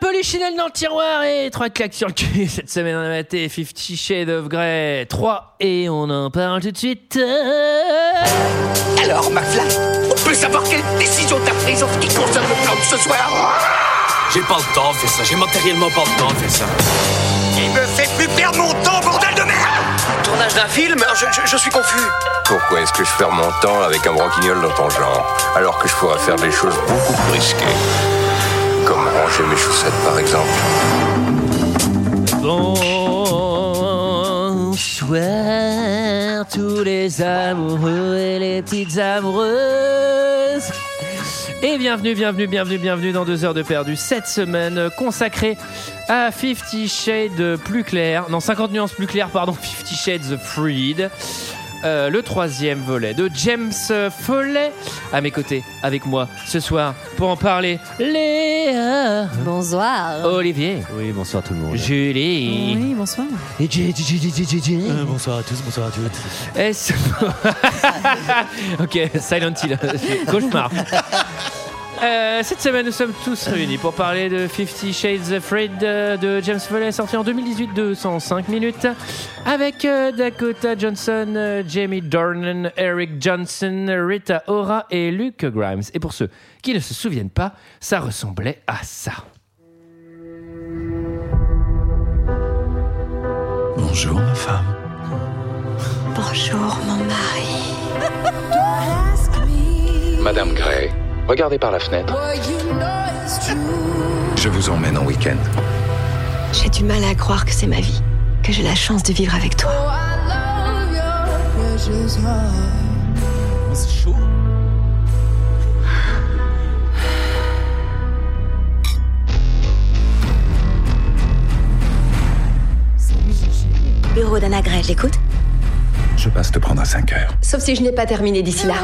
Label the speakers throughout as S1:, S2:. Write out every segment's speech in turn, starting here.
S1: Salut Chanel dans le tiroir et trois claques sur le cul. Cette semaine, on a maté 50 Shades of Grey 3 et on en parle tout de suite.
S2: Alors, McFly, on peut savoir quelle décision t'as prise en ce qui concerne le plan de ce soir
S3: J'ai pas le temps de faire ça, j'ai matériellement pas le temps de faire ça.
S2: Il me fait plus perdre mon temps, bordel de merde
S4: Tournage d'un film je, je- je suis confus.
S5: Pourquoi est-ce que je perds mon temps avec un branquignol dans ton genre, alors que je pourrais faire des choses beaucoup plus risquées Comme ranger mes chaussettes, par exemple.
S1: Bonsoir tous les amoureux et les petites amoureuses. Et bienvenue, bienvenue, bienvenue, bienvenue dans deux heures de perdu cette semaine consacrée à 50 Shades plus clair, non 50 nuances plus claires, pardon, 50 Shades Freed. Euh, le troisième volet de James Follet à mes côtés, avec moi ce soir pour en parler. Léa,
S6: Bonsoir.
S1: Olivier,
S7: Oui, bonsoir tout le monde.
S1: Julie.
S8: Oui, bonsoir.
S1: Et J- J- J- J- J- J-
S7: bonsoir à tous, bonsoir à toutes.
S1: Est-ce- ok, Silent Hill, cauchemar. Euh, cette semaine, nous sommes tous réunis pour parler de 50 Shades Afraid euh, de James Foley, sorti en 2018 de 105 minutes, avec euh, Dakota Johnson, euh, Jamie Dornan, Eric Johnson, Rita Ora et Luke Grimes. Et pour ceux qui ne se souviennent pas, ça ressemblait à ça.
S9: Bonjour ma femme.
S6: Bonjour mon mari.
S9: Madame Gray, regardez par la fenêtre. Je vous emmène en week-end.
S6: J'ai du mal à croire que c'est ma vie, que j'ai la chance de vivre avec toi. Bureau d'anagrège, j'écoute.
S9: Je passe te prendre à 5 heures.
S6: Sauf si je n'ai pas terminé d'ici là.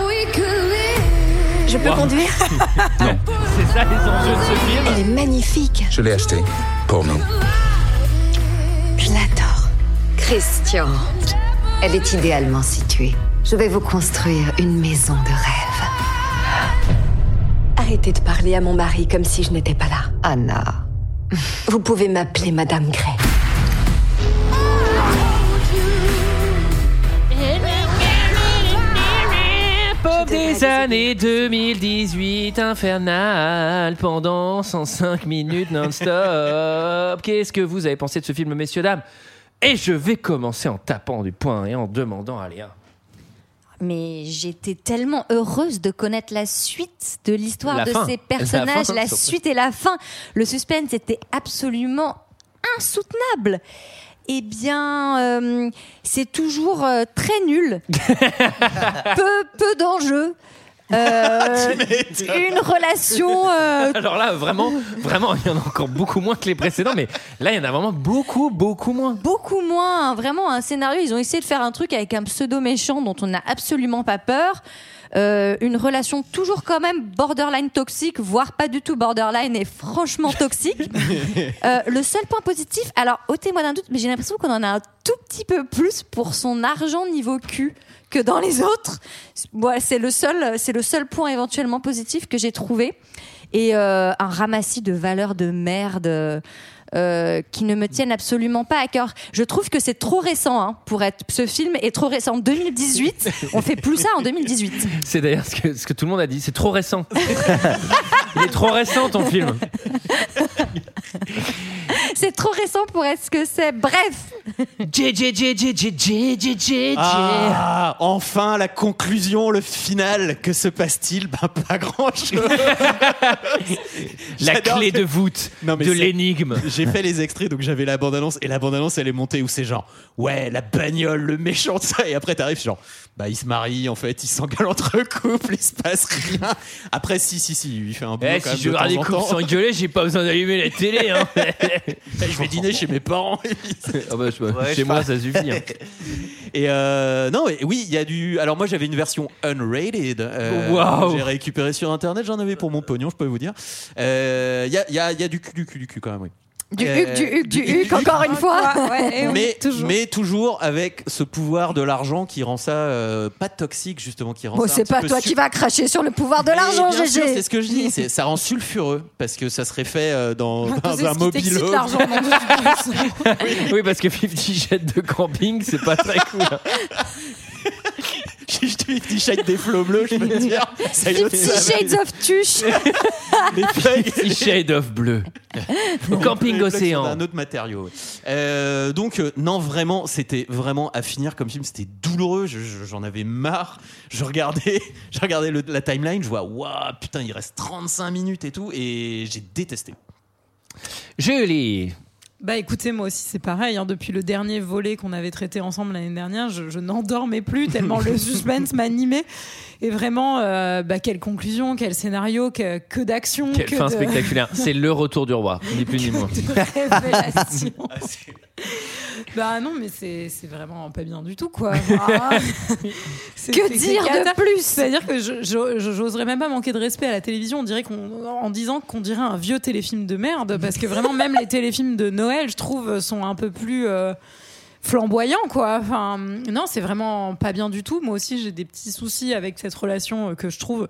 S6: Je peux conduire
S1: C'est ça les enjeux de ce film
S6: Elle est magnifique.
S9: Je l'ai acheté. Pour nous.
S6: Je l'adore. Christian, elle est idéalement située. Je vais vous construire une maison de rêve. Arrêtez de parler à mon mari comme si je n'étais pas là. Anna. Vous pouvez m'appeler Madame Gray.
S1: Pop des années 2018 infernal pendant 105 minutes non-stop. Qu'est-ce que vous avez pensé de ce film, messieurs, dames Et je vais commencer en tapant du poing et en demandant à Léa.
S10: Mais j'étais tellement heureuse de connaître la suite de
S1: La
S10: l'histoire de
S1: fin.
S10: ces
S1: La
S10: personnages,
S1: fin,
S10: la,
S1: surtout.
S10: suite et la fin. Le suspense était absolument insoutenable. Eh bien, euh, c'est toujours euh, très nul, peu, peu d'enjeux. Euh, une relation euh,
S1: Alors là, vraiment, vraiment, il y en a encore beaucoup moins que les précédents, mais là, il y en a vraiment beaucoup, beaucoup moins.
S10: beaucoup moins, hein, vraiment un scénario. Ils ont essayé de faire un truc avec un pseudo méchant dont on n'a absolument pas peur. Euh, une relation toujours quand même borderline toxique, voire pas du tout borderline et franchement toxique. Euh, le seul point positif, alors ôtez-moi d'un doute, mais j'ai l'impression qu'on en a un tout petit peu plus pour son argent niveau cul que dans les autres. Moi, c'est le seul, c'est le seul point éventuellement positif que j'ai trouvé. Et euh, un ramassis de valeurs de merde euh, euh, qui ne me tiennent absolument pas à cœur. Je trouve que c'est trop récent hein, pour être. Ce film est trop récent. 2018, on fait plus ça en 2018.
S1: C'est d'ailleurs ce que, ce que tout le monde a dit, c'est trop récent. il est trop récent, ton film.
S10: C'est trop récent pour être ce que c'est. Bref,
S1: J, J, J, J, J, J, J, J, J.
S11: Ah, enfin la conclusion, le final. Que se passe-t-il Ben pas grand-chose.
S1: La
S11: J'adore
S1: clé
S11: que-
S1: de voûte
S11: Non, mais
S1: de
S11: c'est-
S1: l'énigme.
S11: J'ai fait les extraits, donc j'avais la bande-annonce et la bande-annonce elle est montée où c'est genre ouais la bagnole, le méchant de ça et après t'arrives genre bah ils se marient en fait, ils s'engueulent entre couples, il se passe rien. Après si si si, il fait un boulot
S1: Eh,
S11: quand
S1: si
S11: même
S1: je
S11: de temps
S1: regarde les
S11: en
S1: couples
S11: temps.
S1: s'engueuler, j'ai pas besoin d'allumer la télé. Hein.
S11: Je vais dîner chez mes parents.
S1: bah, chez moi, ça suffit. hein.
S11: Et euh, non, mais oui, il y a du. Alors moi j'avais une version unrated. euh,
S1: Waouh.
S11: que J'ai récupéré sur internet, j'en avais pour mon pognon, je peux vous dire. Euh, Il y, a, il y a- il y a du cul, du cul, du cul quand même, oui.
S10: Du
S11: Euh,
S10: huc, du huc, du
S11: du huc,
S10: huc, encore une fois. Eh
S11: mais, mais toujours avec ce pouvoir de l'argent qui rend ça euh, pas toxique, justement, qui rend
S10: Bon,
S11: ça un
S10: c'est
S11: petit
S10: pas
S11: peu
S10: toi
S11: su-
S10: qui vas cracher sur le pouvoir de
S11: Mais
S10: l'argent,
S11: bien sûr,
S10: GG.
S11: C'est ce que je dis, c'est- ça rend sulfureux parce que ça serait fait euh, dans, dans
S8: Parce que
S11: un
S8: c'est ce qui t'excite,
S11: mobile.
S8: l'argent, mon Dieu, tu penses.
S1: Oui, parce que 50 jets de camping, c'est pas très cool.
S11: J'ai juste mis petit shake des flots bleus, je peux te dire. Ça y est, ça
S10: Fifty Shades of Tuche.
S11: les plaques-
S1: Petit shade of bleu. Au camping
S11: les plaques sont
S1: océan.
S11: d'un autre matériau. ouais. Euh, donc euh, non, vraiment, c'était vraiment à finir comme film. C'était douloureux. je- je- J'en avais marre. Je regardais, je regardais le- la timeline. Je vois, waouh, putain, il reste 35 minutes et tout, et j'ai détesté.
S1: Julie.
S8: Bah écoutez, moi aussi c'est pareil. hein. Depuis le dernier volet qu'on avait traité ensemble l'année dernière, je, je n'endormais plus tellement le suspense m'animait. Et vraiment, euh, bah, quelle conclusion, quel scénario, que, que d'action,
S1: Quelle
S8: que
S1: fin
S8: de-
S1: spectaculaire. C'est le retour du roi, ni plus ni moins.
S8: de révélation.
S11: Ah,
S8: bah non, mais c'est c'est vraiment pas bien du tout, quoi. Ah, c'est-
S10: Que
S8: c'est-
S10: dire
S8: c'est
S10: de
S8: cata.
S10: plus
S8: C'est-à-dire que je- je- je- j'oserais même pas manquer de respect à la télévision. On dirait qu'on, en disant qu'on dirait un vieux téléfilm de merde, parce que vraiment, même les téléfilms de Noël, je trouve, sont un peu plus. euh, flamboyants quoi enfin non c'est vraiment pas bien du tout moi aussi j'ai des petits soucis avec cette relation euh, que je trouve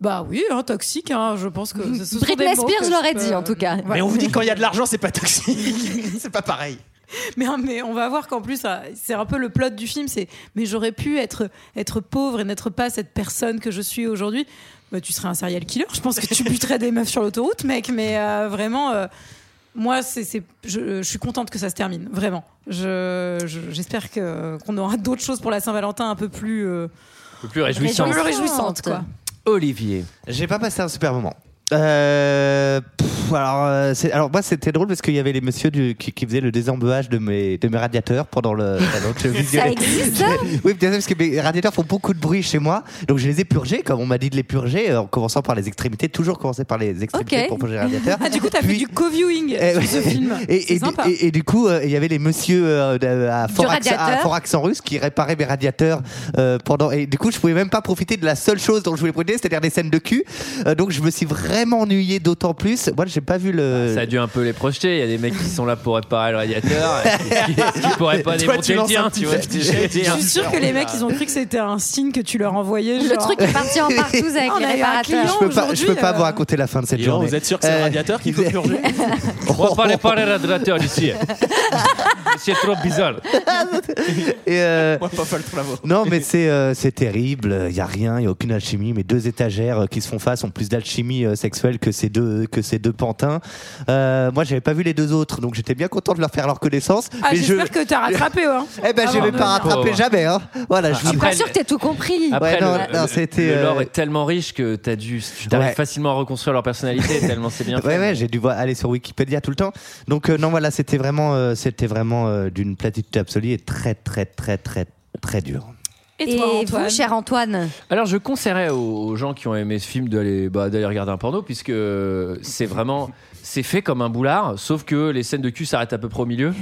S8: bah oui hein, toxique hein. je pense que ce sont des
S10: Britney
S8: mots
S10: Spears,
S8: que
S10: je l'aurais
S8: peux-
S10: dit, en tout cas.
S8: Voilà.
S11: Mais on vous dit que quand il y a de l'argent, c'est pas toxique. c'est pas pareil.
S8: Mais, hein, mais on va voir qu'en plus, ça- c'est un peu le plot du film, c'est mais j'aurais pu être, être pauvre et n'être pas cette personne que je suis aujourd'hui. Bah, tu serais un serial killer. Je pense que tu buterais des meufs sur l'autoroute, mec. Mais euh, vraiment, euh, moi, c'est, c'est- je, je suis contente que ça se termine, vraiment. Je, je- j'espère que, qu'on aura d'autres choses pour la Saint-Valentin un peu plus, euh,
S1: Le plus réjouissant.
S8: un peu plus réjouissantes. Quoi.
S1: Olivier.
S7: J'ai pas passé un super moment. Euh, pff, alors, euh, c'est- alors moi c'était drôle parce qu'il y avait les messieurs du- qui, qui faisaient le désembouage de mes, de mes radiateurs pendant le pendant que je
S10: Ça
S7: visionnais.
S10: existe ça
S7: Oui, bien sûr, parce que mes radiateurs font beaucoup de bruit chez moi, donc je les ai purgés comme on m'a dit de les purger euh, en commençant par les extrémités, toujours commencer par les extrémités
S10: Ok.
S7: pour purger les radiateurs.
S8: Ah, du coup, t'as
S7: Puis-
S8: fait du co-viewing
S7: Eh,
S8: sur ce
S7: ouais.
S8: film.
S7: Et,
S8: c'est
S7: et,
S8: sympa.
S7: et- et du coup, euh, il y avait les messieurs euh, de- à, fort accent, à
S10: radiateur.
S7: fort accent russe qui réparaient mes radiateurs euh, pendant. Et du coup, je pouvais même pas profiter de la seule chose dont je voulais profiter, c'est-à-dire des scènes de cul. Euh, donc, je me suis vraiment ennuyé d'autant plus. Moi, j'ai pas vu le.
S1: Ça a dû un peu les projeter. Il y a des mecs qui sont là pour réparer le radiateur. et qui- qui pourraient pas
S11: Toi,
S1: démonter
S11: tu
S1: le
S11: lances
S1: tien,
S11: un petit
S1: tu hein. vois.
S11: Fifty Shades.
S8: Je suis sûre que les mecs, ils ont cru que c'était un signe que tu leur envoyais.
S10: Le
S8: genre, Ah,
S10: truc est parti en partouze avec
S8: On
S10: les
S8: a eu un
S10: réparateurs.
S8: client.
S7: je peux pas, je
S8: aujourd'hui,
S7: peux pas
S8: euh,
S7: vous raconter la fin de cette
S11: Et alors,
S7: journée.
S11: vous êtes sûr que c'est
S7: Euh,
S11: le radiateur qu'il faut purger
S1: On va pas réparer le radiateur ici. C'est trop bizarre.
S7: Et, euh,
S11: Moi, pas le flambeau.
S7: Non, mais c'est euh, c'est terrible. Il y a rien, il y a aucune alchimie. Mes deux étagères euh, qui se font face ont plus d'alchimie euh, sexuelle que ces deux que ces deux pantins. Euh, moi, j'avais pas vu les deux autres, donc j'étais bien content de leur faire leur connaissance.
S8: Ah,
S7: mais je
S8: j'espère que t'as rattrapé, hein.
S7: eh ben,
S8: Ah
S7: je
S8: bon,
S7: vais
S8: non,
S7: pas
S8: non.
S7: rattraper
S1: Oh.
S7: jamais. Hein. Voilà,
S8: Ah,
S7: je vous-
S10: Je suis
S1: Après,
S10: pas sûre que t'aies tout compris.
S1: Après,
S7: Ouais, non,
S1: le,
S7: non,
S1: le-
S7: c'était,
S1: le lore
S7: euh,
S1: est tellement riche que t'as dû, tu t'arrives
S7: Ouais.
S1: facilement à reconstruire leur personnalité tellement c'est bien.
S7: Ouais,
S1: fait.
S7: ouais, j'ai dû voir- aller sur Wikipédia tout le temps. Donc, euh, non, voilà, c'était vraiment, euh, c'était vraiment euh, d'une platitude absolue et très, très, très, très, très dur.
S10: Et, vous, cher Antoine
S1: Alors je conseillerais aux, aux gens qui ont aimé ce film d'aller bah, d'aller regarder un porno puisque euh, c'est vraiment c'est fait comme un boulard sauf que les scènes de cul s'arrêtent à peu près au milieu.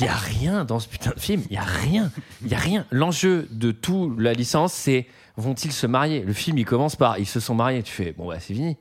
S1: Il y a rien dans ce putain de film, il y a rien, il y a rien. L'enjeu de tout la licence c'est vont-ils se marier Le film il commence par ils se sont mariés, tu fais bon bah c'est fini.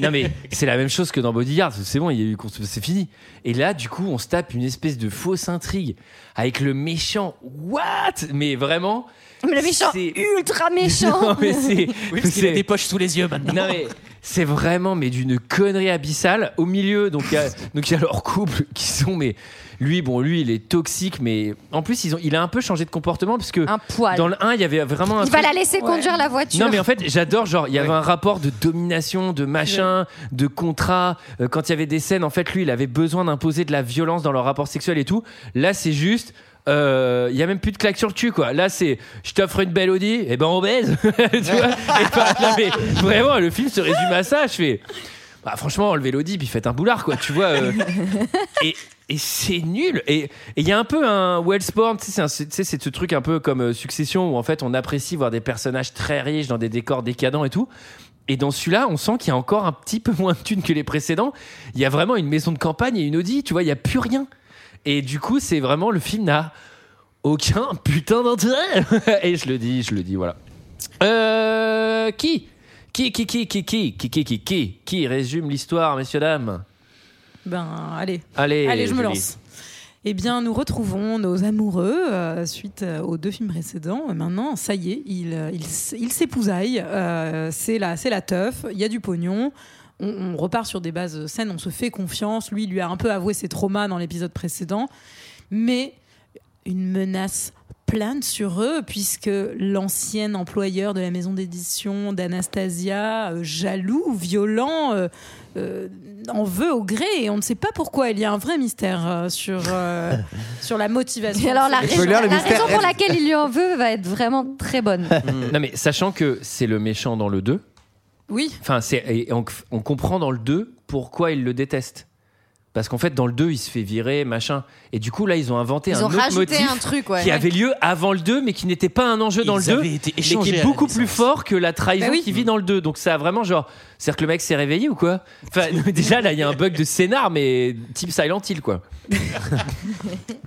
S1: non mais c'est la même chose que dans Bodyguard, c'est bon, il y a eu c'est fini. Et là du coup, on se tape une espèce de fausse intrigue avec le méchant what Mais vraiment
S10: Mais le méchant,
S1: C'est-
S10: ultra méchant
S1: non, mais c'est.
S11: Oui, parce qu'il a
S1: c'est-
S11: des poches sous les yeux maintenant.
S1: non, mais c'est vraiment mais d'une connerie abyssale au milieu donc il y a- donc il y a leur couple qui sont mais lui bon lui il est toxique mais en plus ils ont il a un peu changé de comportement parce que
S10: Un poil.
S1: dans le 1 il y avait vraiment un
S10: Il va
S1: truc-
S10: la laisser conduire la voiture.
S1: non mais en fait j'adore genre il y avait un rapport de domination de machin de contrat Euh, quand il y avait des scènes en fait lui il avait besoin d'imposer de la violence dans leur rapport sexuel et tout là c'est juste euh, il y a même plus de claque sur le cul quoi là c'est je t'offre une belle Audi et ben on baise tu vois Et pas- non, mais vraiment le film se résume à ça je fais bah, franchement enlevez l'Audi puis faites un boulard quoi tu vois euh. et et c'est nul et et il y a un peu un Wellsborn tu sais, c'est un- c'est tu sais, c'est ce truc un peu comme euh, Succession où en fait on apprécie voir des personnages très riches dans des décors décadents et tout et dans celui-là, on sent qu'il y a encore un petit peu moins de thunes que les précédents. Il y a vraiment une maison de campagne et une Audi, tu vois, il n'y a plus rien. Et du coup, c'est vraiment le film n'a aucun putain d'intérêt. et je le dis, je le dis, voilà. Euh, qui qui qui qui qui qui qui qui qui qui qui résume l'histoire, messieurs dames
S8: Ben, allez.
S1: Allez,
S8: je me
S1: Julie.
S8: lance. Eh bien, nous retrouvons nos amoureux euh, suite euh, aux deux films précédents. Euh, Maintenant, ça y est, ils euh, ils s- ils s'épousaillent. Euh, c'est la, c'est la teuf. Il y a du pognon. On, on repart sur des bases saines. On se fait confiance. Lui, il lui a un peu avoué ses traumas dans l'épisode précédent, mais une menace plane sur eux puisque l'ancien employeur de la maison d'édition d'Anastasia, euh, jaloux, violent, euh, euh, en veut au gré et on ne sait pas pourquoi. Il y a un vrai mystère euh, sur, euh, sur la motivation.
S10: Et alors la
S8: de ce-
S10: raison, la raison pour laquelle il lui en veut va être vraiment très bonne.
S1: Non, mais sachant que c'est le méchant dans le 2,
S8: Oui,
S1: enfin, c'est, et on, on comprend dans le 2 pourquoi il le déteste. Parce qu'en fait, dans le 2, il se fait virer, machin. Et du coup, là, ils ont inventé
S12: Ils
S1: un
S12: ont
S1: autre
S12: rajouté
S1: motif
S12: un truc, ouais.
S1: qui
S12: Ouais.
S1: avait lieu avant le 2, mais qui n'était pas un enjeu dans
S11: Ils
S1: le 2,
S11: avaient été
S1: mais qui
S11: échangés à
S1: est
S11: la
S1: beaucoup plus fort que la trahison
S8: Bah oui.
S1: qui vit dans le 2. Donc ça a vraiment genre, c'est-à-dire que le mec s'est réveillé ou quoi Enfin, déjà, là, il y a un bug de scénar, mais type Silent Hill, quoi.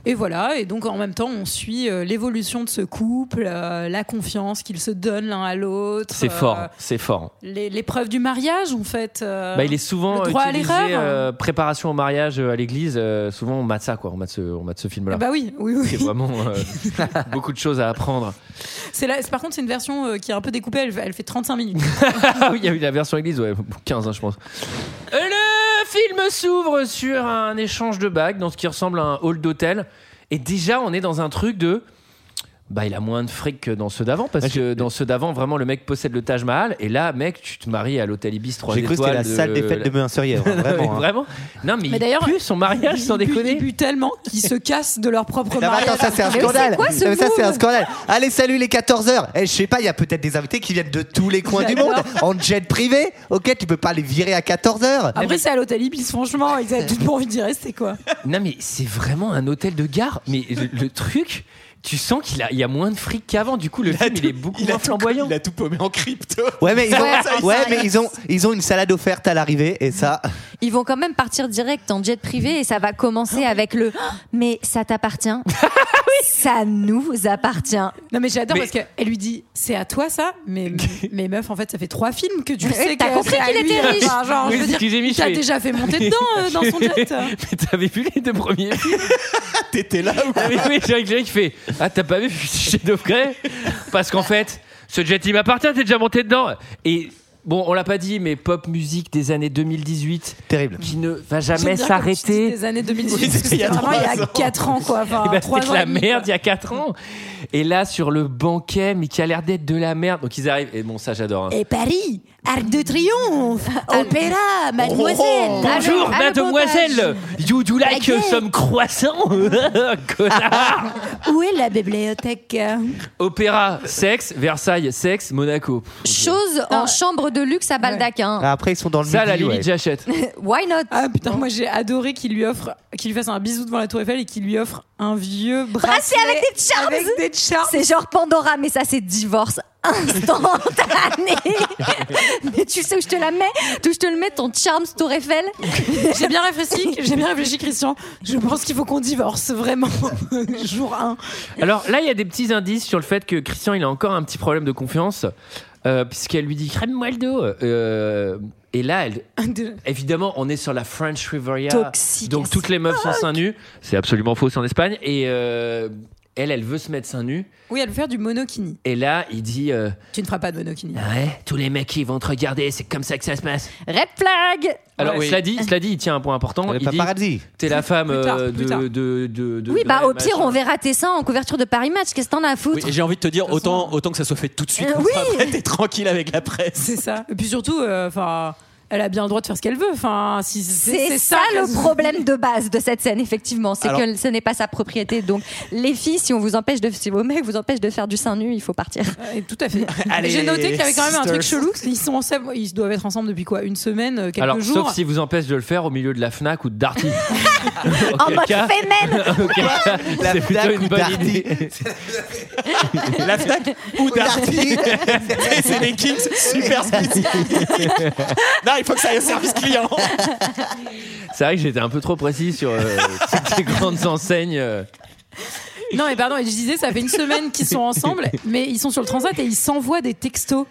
S8: Et voilà, et donc en même temps, on suit euh, l'évolution de ce couple, euh, la confiance qu'ils se donnent l'un à l'autre.
S1: C'est
S8: euh,
S1: fort, c'est fort.
S8: les- L'épreuve du mariage, en fait. euh,
S1: Bah, il est souvent
S8: le droit à
S1: utilisé
S8: l'erreur.
S1: euh, préparation au mariage euh, à l'église. euh, souvent, on mate ça, quoi. On mate ce, on mate ce film-là.
S8: Ah bah oui, oui, oui.
S1: C'est vraiment euh, beaucoup de choses à apprendre.
S8: C'est là, c'est- par contre, c'est une version euh, qui est un peu découpée, elle, elle fait 35 minutes.
S1: Ah oui, il y a eu la version église, ouais, 15, hein, je pense. Euh, Le film s'ouvre sur un échange de bagues dans ce qui ressemble à un hall d'hôtel. Et déjà, on est dans un truc de. Bah, il a moins de fric que dans ceux d'avant,
S7: Ah,
S1: parce que dans ceux d'avant, vraiment, le mec possède le Taj Mahal. Et là, mec, tu te maries à l'hôtel Ibis 3
S7: J'ai cru que c'était la salle des fêtes de Meunserière. Vraiment. hein.
S1: euh, Vraiment Non, mais,
S8: Mais
S1: il
S8: d'ailleurs,
S1: pue son
S7: Ah,
S1: mariage, sans
S8: Ils bu-
S1: déconner.
S8: Ils buent tellement qu'ils se cassent de leur propre
S7: Non, mais
S8: mariage.
S7: attends, ça c'est un
S8: Mais
S7: scandale.
S8: c'est quoi ce
S7: Non, mais ça c'est un
S8: move
S7: scandale. Allez, salut les 14h. Eh, je sais pas, il y a peut-être des invités qui viennent de tous les coins du monde en jet privé. OK, tu peux pas les virer à 14h.
S10: Ah,
S8: Après, c'est à l'hôtel Ibis, franchement, ils avaient tout pas envie d'y rester, quoi.
S1: Non, mais c'est vraiment un hôtel de gare. Mais le, le truc, tu sens qu'il a, il y a moins de fric qu'avant. Du coup, le film, il est beaucoup
S11: il a
S1: moins
S11: tout-
S1: flamboyant.
S11: Il a tout paumé en crypto.
S7: Ouais, mais ils
S10: Ouais,
S7: ont, ouais,
S10: ça,
S7: mais ils ont, ils ont une salade offerte à l'arrivée et ça.
S10: Ils vont quand même partir direct en jet privé et ça va
S8: Ah
S10: commencer avec le mais ça t'appartient. Ça nous appartient.
S8: Non, mais j'adore
S1: Mais-
S8: parce qu'elle lui dit c'est à toi ça, mais, mais meuf, en fait, ça fait trois films que tu
S10: Ouais,
S8: sais
S10: t'as
S8: que
S10: compris
S8: c'est à
S10: qu'il
S8: lui.
S10: était riche.
S8: Enfin, Ah, genre,
S1: Oui,
S8: je veux
S1: c'est ce
S8: dire,
S1: que j'ai mis,
S8: il
S1: je
S8: t'a
S1: fais-
S8: déjà fait monter dedans euh, dans son jet.
S1: Mais t'avais vu les deux premiers films
S11: T'étais là ou
S1: Ah, mais oui, j'ai un qui fait Ah, t'as pas vu chez Dofray Parce qu'en fait, ce jet, il m'appartient, t'es déjà monté dedans. Et bon, on l'a pas dit, mais pop musique des années 2018
S7: Terrible.
S1: qui ne va
S8: J'aime
S1: jamais
S8: bien comme tu dis
S1: s'arrêter.
S8: Des années 2018.
S11: Oui,
S8: parce que
S11: il y a
S8: vraiment, il y
S11: trois
S8: a
S11: ans.
S8: 4 ans, quoi. Enfin,
S1: Eh ben,
S8: trois
S1: c'était
S8: ans
S1: de la
S8: et demi,
S1: merde il
S8: quoi.
S1: y a 4 ans. Et là, sur le banquet, mais qui a l'air d'être de la merde. Donc ils arrivent. Et bon, ça, j'adore. hein.
S8: Et Paris, Arc de Triomphe,
S10: Ah
S8: Opéra,
S7: Oh,
S8: Mademoiselle.
S1: Bonjour,
S10: à le
S1: mademoiselle. You do like
S8: Baguette.
S1: some croissant Connard.
S8: Où est la bibliothèque
S1: Opéra, sexe. Versailles, sexe. Monaco.
S10: Chose en chambre de luxe à Baldaquin.
S7: Après, ils sont dans le
S1: Ça, la
S7: midi,
S1: Lily,
S7: ouais.
S1: j'achète.
S10: Why not
S8: Ah putain, moi j'ai adoré qu'il lui offre, qu'il lui fasse un bisou devant la Tour Eiffel et qu'il lui offre un vieux bracelet
S10: Bracelet Bah, avec des charms.
S8: Avec des charms.
S10: C'est genre Pandora, mais ça c'est divorce instantané. mais tu sais où je te la mets D'où je te le mets ton charme Tour Eiffel
S8: J'ai bien réfléchi, j'ai bien réfléchi, Christian. Je pense qu'il faut qu'on divorce vraiment. Jour 1
S1: Alors là, il y a des petits indices sur le fait que Christian, il a encore un petit problème de confiance. euh, Puisqu'elle lui dit crème-moi le dos. Euh, et là, elle, évidemment, on est sur la French Riviera.
S10: Toxique
S1: Donc
S10: as
S1: toutes les meufs sont seins nus. C'est absolument faux, c'est en Espagne. Et euh, elle, elle veut se mettre seins nus.
S8: Oui, elle veut faire du monokini.
S1: Et là, il dit euh,
S8: Tu ne feras pas de monokini.
S1: Ah Ouais, tous les mecs qui vont te regarder, c'est comme ça que ça se passe.
S10: Red flag.
S1: Alors,
S8: Ouais, oui.
S1: cela, dit, cela dit, il tient un point important.
S7: Le
S1: Il dit
S7: Euh, paparazzi.
S1: T'es la femme
S8: Plus tard,
S1: euh,
S8: plus
S1: de,
S8: tard.
S1: de, de- de-
S10: Oui,
S1: de
S10: bah
S1: la
S10: au pire,
S1: machin.
S10: on verra tes seins en couverture de Paris Match. Qu'est-ce que t'en as à
S11: hein. Oui,
S10: foutre
S11: et j'ai envie de te dire, autant, autant que ça soit fait tout de suite.
S10: Euh,
S11: comme ça,
S10: oui.
S11: après, t'es tranquille avec la presse.
S8: C'est ça. Et puis surtout, euh, enfin. elle a bien le droit de faire ce qu'elle veut. Enfin, si
S10: C'est ça, le problème de base de cette scène, effectivement. C'est
S11: Alors-
S10: que ce n'est pas sa propriété. Donc, les filles, si on vous empêche de, si vos mecs vous empêchent de faire du sein nu, il faut partir.
S8: Et tout à fait.
S11: Allez,
S8: J'ai noté qu'il y avait quand même un truc
S11: sisters.
S8: chelou. c'est Ils sont ensemble, ils doivent être ensemble depuis quoi Une semaine, euh, quelques
S1: Alors,
S8: jours.
S1: sauf si vous empêche de le faire au milieu de la Fnac ou de Darty.
S10: en mode
S1: cas-
S10: fémène
S1: Ok,
S7: La
S1: c'est plutôt
S7: Fnac
S1: une
S7: ou
S1: bonne
S7: Darty.
S1: idée.
S11: La Fnac ou Darty. Et c'est des kings super spécifiques. non, il faut que ça aille au service client.
S1: C'est vrai que j'étais un peu trop précis sur euh, toutes ces grandes enseignes. euh.
S8: Non, mais pardon, et je disais, ça fait une semaine qu'ils sont ensemble, mais ils sont sur le transat et ils s'envoient des textos.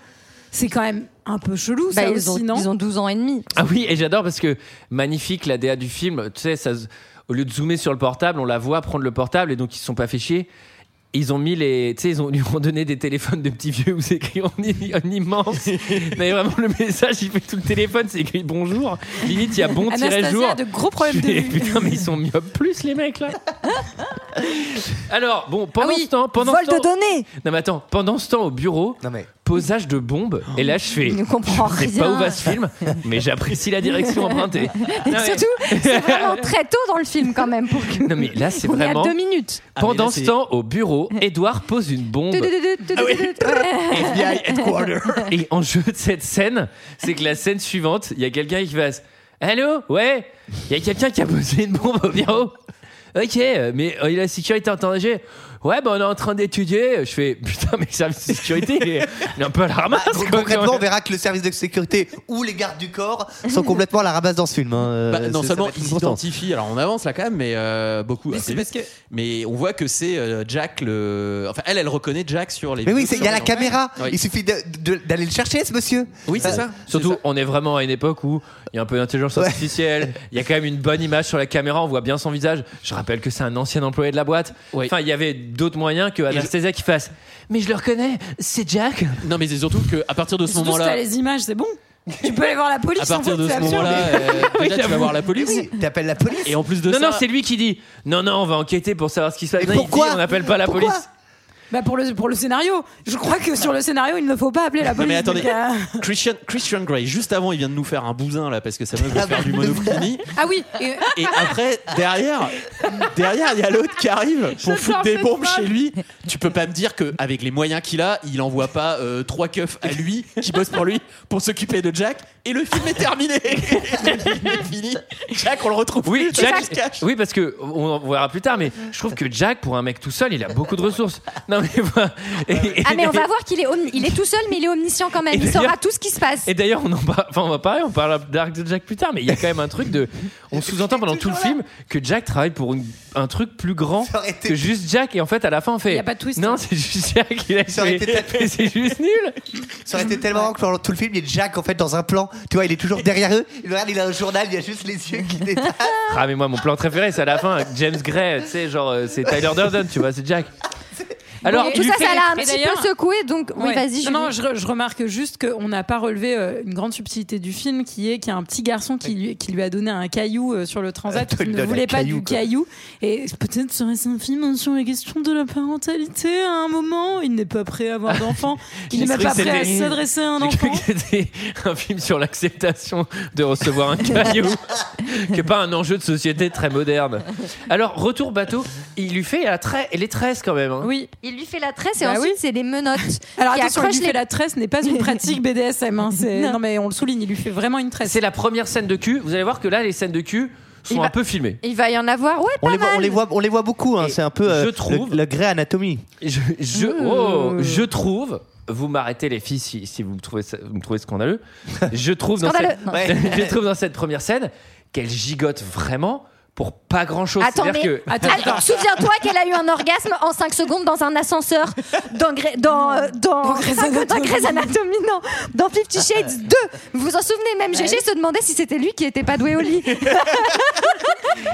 S8: C'est quand même un peu chelou,
S10: Bah,
S8: ça
S10: ils
S8: aussi,
S10: ont-
S8: non
S10: ils ont 12 ans et demi.
S1: Ah oui, et j'adore parce que magnifique la DA du film. Tu sais, ça, z- au lieu de zoomer sur le portable, on la voit prendre le portable et donc ils se sont pas fait chier. Ils ont mis les, tu sais, ils ont, ils ont donné des téléphones de petits vieux où c'est écrit on est un immense. Mais vraiment le message, il fait tout le téléphone, c'est écrit bonjour. Limite, il y a bon tiré
S8: Anastasia
S1: jour.
S8: a de gros problèmes de
S1: Je fais,
S8: vue.
S1: Putain, mais ils sont myopes plus les mecs là. Alors bon, pendant
S10: Ah oui,
S1: ce temps, pendant
S10: Vol
S1: ce temps,
S10: de données
S1: non mais attends, pendant ce temps au bureau,
S7: Non, mais.
S1: posage de bombe. Et là, je fais.
S10: Il ne comprend
S1: Je sais pas où
S10: rien.
S1: va ce film, mais j'apprécie la direction empruntée.
S10: Et
S1: Non, mais-
S10: surtout, c'est vraiment très tôt dans le film quand même. Pour que...
S1: Non, mais là, c'est
S10: On est à
S1: vraiment-
S10: deux minutes.
S11: Ah, mais
S1: Pendant
S11: là,
S1: ce
S11: c'est-
S1: temps, au bureau, Edouard pose une bombe.
S11: FBI headquarter.
S1: Et en jeu de cette scène, c'est que la scène suivante, il y a quelqu'un qui va se- Allô Ouais Il y a quelqu'un qui a posé une bombe au bureau. Ok, mais euh, la sécurité est en danger. Ouais, ben on est en train d'étudier. Je fais putain, mais le service de sécurité, il est- il est un peu à la ramasse.
S10: Ah,
S7: Donc,
S1: quoi,
S7: Concrètement,
S1: Bah, quand même.
S7: on verra que le service de sécurité ou les gardes du corps sont complètement à la ramasse dans ce film. hein. Euh,
S11: Bah,
S7: c'est-
S11: non
S7: ça
S11: seulement
S7: va être
S11: ils
S7: une constante.
S11: s'identifient, alors on avance là quand même, mais euh, beaucoup.
S8: Mais
S11: assez
S8: c'est
S11: vite.
S8: parce que
S11: Mais on voit que c'est euh, Jack le. Enfin, elle, elle reconnaît Jack sur les.
S7: Mais oui,
S11: vidéos
S7: c'est- il y a la
S11: surveillance.
S7: caméra.
S11: Oui.
S7: Il suffit de- de- d'aller le chercher, ce monsieur.
S11: Oui, c'est ça.
S1: Surtout, on est vraiment à une époque où il y a un peu d'intelligence
S7: Ouais.
S1: artificielle, il y a quand même une bonne image sur la caméra, on voit bien son visage. Je rappelle que c'est un ancien employé de la boîte.
S11: Oui.
S1: Enfin, il y avait d'autres moyens que Anastasia qui fasse. Mais je le reconnais, c'est Jack.
S11: Non, mais c'est surtout qu'à partir de
S8: Et
S11: ce
S8: surtout, si t'as
S11: moment-là.
S8: les images, c'est bon. Tu peux aller voir la police.
S11: À
S8: en
S11: partir
S8: fait,
S11: de
S8: c'est
S11: ce
S8: absurde.
S11: moment-là, euh, déjà, tu vas voir la police.
S7: Oui, T'appelles la police.
S11: Et en plus de
S1: non,
S11: ça.
S1: non, c'est lui qui dit Non, non, on va enquêter pour savoir ce qui se passe.
S7: Et
S1: Non, il dit,
S7: pourquoi
S1: On n'appelle pas la
S7: Pourquoi
S1: police.
S8: Bah pour le pour le scénario, je crois que sur le scénario, il ne faut pas appeler la
S11: Non,
S8: police.
S11: mais attendez.
S8: donc, euh,
S11: Christian, Christian Grey, juste avant, il vient de nous faire un bousin là parce que ça veut
S7: Ah
S11: faire
S7: bah,
S11: du monoclini.
S8: Ah oui.
S10: euh,
S8: et-
S11: Et après, derrière, derrière, il y a l'autre qui arrive pour foutre des bombes chez lui. Tu peux pas me dire que avec les moyens qu'il a, il envoie pas euh, trois keufs à lui qui bossent pour lui pour s'occuper de Jack. Et le film est terminé. Il est fini. Jack, on le retrouve.
S1: Oui,
S11: plus,
S1: Jack,
S11: il se cache.
S1: oui, parce que on en verra plus tard, mais je trouve que Jack, pour un mec tout seul, il a beaucoup de ressources. Non, mais voilà. Et-
S10: Ah mais on va voir qu'il est omni- il est tout seul mais il est omniscient quand même.
S1: Et
S10: Il
S1: d'ailleurs-
S10: saura tout ce qui se passe.
S1: Et d'ailleurs, on en par- enfin, on va parler, on parle d'Arc de Jack plus tard, mais il y a quand même un truc de. On sous-entend pendant tout le film que Jack travaille pour une- un truc plus grand
S7: Ça aurait été-
S1: que juste Jack, et en fait, à la fin, on fait.
S8: Y a pas de twist. hein.
S1: Non, c'est juste Jack, il a
S7: Ça aurait
S1: fait-
S7: été-
S1: mais C'est juste nul.
S7: Ça aurait été tellement marrant que pendant tout le film, il y ait Jack en fait dans un plan. Tu vois, il est toujours derrière eux. Il regarde, il a un journal, il y a juste les yeux qui dépassent.
S1: Ah, mais moi, mon plan préféré, c'est à la fin, James Gray, tu sais, genre, euh, c'est Tyler Durden, tu vois, c'est Jack. Alors,
S10: tout
S1: il
S10: ça,
S1: fait-
S10: ça l'a un
S8: Mais
S10: petit
S8: d'ailleurs-
S10: peu secoué. Donc oui,
S8: Ouais.
S10: vas-y.
S8: Non, non,
S10: Julie.
S8: je, re- je remarque juste qu'on n'a pas relevé euh, une grande subtilité du film qui est qu'il y a un petit garçon qui lui, qui lui a donné un caillou euh, sur le transat
S7: Elle te
S8: qui
S7: lui
S8: ne
S7: donne un
S8: voulait pas
S7: caillou,
S8: du
S7: quoi.
S8: caillou. Et peut-être serait-ce un film sur les questions de la parentalité à un moment. Il n'est pas prêt à avoir d'enfant. Il n'est
S1: J'ai
S8: même
S1: cru
S8: pas
S1: que
S8: prêt à
S1: c'était-
S8: s'adresser à un
S1: J'ai cru
S8: enfant.
S1: que c'était un film sur l'acceptation de recevoir un caillou, que pas un enjeu de société très moderne. Alors, retour bateau, il lui fait la trai- les tresses quand même. hein.
S8: Oui.
S10: Il lui fait la tresse et
S8: Bah
S10: ensuite
S8: oui.
S10: c'est des menottes.
S8: Alors
S10: qui
S8: attention, il
S10: accroche
S8: lui
S10: les-
S8: fait la tresse n'est pas une pratique BDSM. hein. C'est- Non. mais on le souligne, il lui fait vraiment une tresse.
S1: C'est la première scène de cul. Vous allez voir que là, les scènes de cul sont
S8: Eh
S10: Il
S8: bah-
S10: va-
S1: un peu filmées.
S10: Il va y en avoir. Ouais,
S7: On
S10: pas
S7: les, voit,
S10: mal.
S7: on, les voit, on les voit beaucoup. hein.
S1: Et
S7: C'est un peu
S1: je
S7: le-
S1: trouve-
S7: le, gré anatomie.
S1: Je, je,
S8: Mmh.
S1: oh, je trouve. Vous m'arrêtez les filles si, si vous, me trouvez, ça- vous me trouvez scandaleux. Je trouve, dans
S10: Scandaleux.
S1: cette,
S10: Non.
S1: je trouve dans cette première scène qu'elle gigote vraiment pour pas grand chose.
S10: Attends, mais
S1: que
S8: Attends,
S10: Ah, Souviens-toi qu'elle a eu un orgasme en 5 secondes dans un ascenseur dans Grey- dans euh,
S8: Dans
S10: dans
S8: Grey's
S10: dans
S8: Anatomy.
S10: Grey's Anatomy, non, dans Fifty Shades 2. Vous vous en souvenez même GG se demandait si c'était lui qui était pas doué au lit.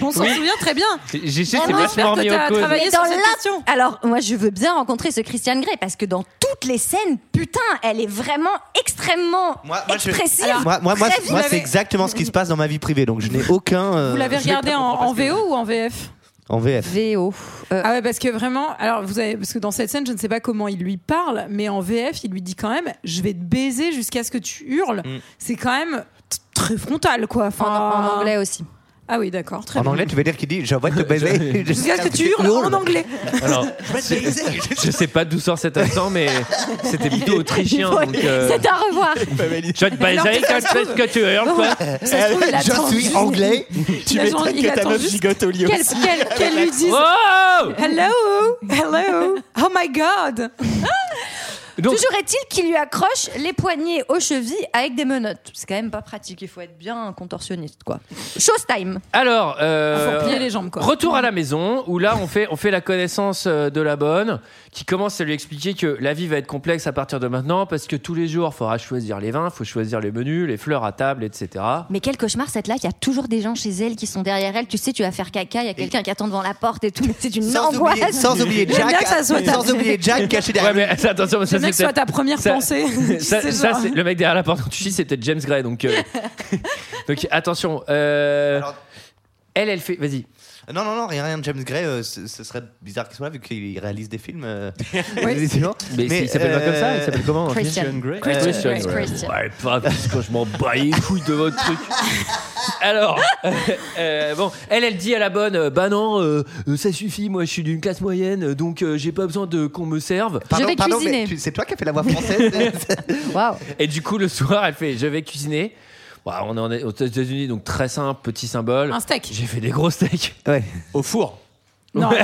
S8: on s'en souvient très bien.
S1: GG s'est
S8: Vraiment,
S1: vachement
S8: j'espère que
S1: remis
S8: t'as
S1: au cause.
S8: travaillé
S10: Mais
S8: sur
S10: dans
S8: cette
S10: la-
S8: question.
S10: Alors, moi, je veux bien rencontrer ce Christian Grey parce que dans toutes les scènes, putain, elle est vraiment extrêmement
S7: Moi- moi, je-
S10: expressive.
S7: moi, moi, moi,
S10: Très
S7: c'est-
S10: vite.
S7: moi,
S8: Vous
S7: c'est
S8: l'avez-
S7: exactement ce qui se passe dans ma vie privée. Donc je n'ai aucun. euh,
S8: Vous l'avez
S7: je vais
S8: regardé en,
S7: pas
S8: en
S7: comprendre parce que-
S8: VO ou en VF
S7: En VF.
S10: VO. Euh,
S8: Ah ouais, parce que vraiment, alors vous avez, parce que dans cette scène, je ne sais pas comment il lui parle, mais en VF, il lui dit quand même, je vais te baiser jusqu'à ce que tu hurles.
S7: Mm.
S8: C'est quand même t- très frontal, quoi.
S10: en,
S8: Enfin,
S10: en anglais aussi.
S8: Ah oui, d'accord, très
S7: En
S8: bien.
S7: anglais, tu veux dire qu'il dit J'envoie te baiser.
S8: Jusqu'à ce que tu hurles en anglais.
S1: Alors, je sais pas d'où sort cet accent, mais c'était plutôt autrichien. donc, euh,
S10: C'est à revoir.
S1: Je vais te baiser quand tu fais ce que tu hurles, quoi.
S8: Ça
S10: Euh,
S8: se trouve, il attend
S7: Je suis
S8: juste-
S7: anglais.
S11: Tu
S8: il attend-
S11: m'étonnes
S8: il
S11: que ta
S8: attend
S11: meuf
S8: juste
S11: gigote au lit
S8: Qu'elle
S11: aussi.
S8: qu'elle- qu'elle lui dise
S1: Oh
S8: Hello, hello, oh my god.
S10: Toujours est-il qu'il lui accroche les poignets aux chevilles avec des menottes. C'est quand même pas pratique, il faut être bien contorsionniste, quoi. Showtime
S1: Alors, euh,
S8: Ah,
S10: Faut plier les jambes, quoi.
S1: retour à la maison où là on fait, on fait la connaissance euh, de la bonne qui commence à lui expliquer que la vie va être complexe à partir de maintenant parce que tous les jours il faudra choisir les vins, il faut choisir les menus, les fleurs à table, etc.
S10: Mais quel cauchemar cette là, il y a toujours des gens chez elle qui sont derrière elle, tu sais, tu vas faire caca, il y a quelqu'un qui attend devant la porte et tout, mais c'est une
S7: Sans
S10: angoisse.
S7: oublier, sans oublier Jack, sans oublier Jack caché derrière.
S1: Ouais, mais attention, ça,
S8: Le mec
S1: c'est
S8: soit
S1: peut-être-
S8: ta première
S1: ça-
S8: pensée. Tu
S1: ça-
S8: sais,
S1: ça,
S8: genre.
S1: c'est- le mec derrière la porte quand tu chies, c'est peut-être James Gray. Donc, euh, donc attention. euh, elle, elle fait. Vas-y.
S7: Ah Non, non, non, rien, rien de James Gray. euh, ce, ce serait bizarre qu'il soit là vu qu'il réalise des films. euh,
S1: Oui.
S7: sinon.
S1: Mais s'il s'appelle pas comme ça, il s'appelle comment, hein
S10: Christian.
S1: Christian Grey
S7: Euh,
S10: Christian
S1: Christian
S10: Grey.
S1: Grey.
S10: Christian.
S1: Ouais, pas parce que je m'en bats les couilles de votre truc. Alors, euh, euh, bon, elle, elle dit à la bonne euh, Bah non, euh, euh, ça suffit, moi je suis d'une classe moyenne, euh, donc euh, j'ai pas besoin de qu'on me serve.
S7: Pardon,
S10: vais
S7: pardon,
S10: cuisiner.
S7: mais tu- c'est toi qui as fait la voix française euh,
S10: Waouh.
S1: Et du coup, le soir, elle fait Je vais cuisiner. Bah, on est en- aux États-Unis, donc très simple, petit symbole.
S8: Un steak.
S1: J'ai fait des gros steaks.
S7: Ouais.
S11: Au four.
S8: Non.
S10: Mais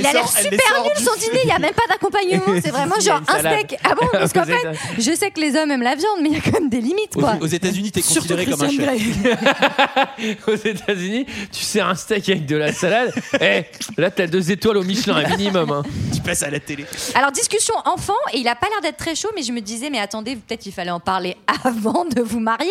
S10: il a l'air
S11: sort- elle les
S10: super
S11: sort
S10: nul
S11: du
S10: son dîner, il n'y a même pas d'accompagnement, c'est vraiment
S1: Si, il y a
S10: genre
S1: une
S10: un
S1: salade.
S10: steak. Ah bon Parce qu'en
S1: Vous êtes-
S10: fait, je sais que les hommes aiment la viande, mais il y a quand même des limites,
S11: Aux,
S10: quoi.
S11: aux États-Unis, t'es
S8: Surtout
S11: considéré comme un
S8: Christian
S11: chef.
S8: Grey.
S1: aux États-Unis, tu sers un steak avec de la salade. Eh, là, t'as deux étoiles au Michelin, un minimum. hein.
S11: Tu passes à la télé.
S10: Alors, discussion enfant, et il a pas l'air d'être très chaud, mais je me disais, mais attendez, peut-être il fallait en parler avant de vous marier.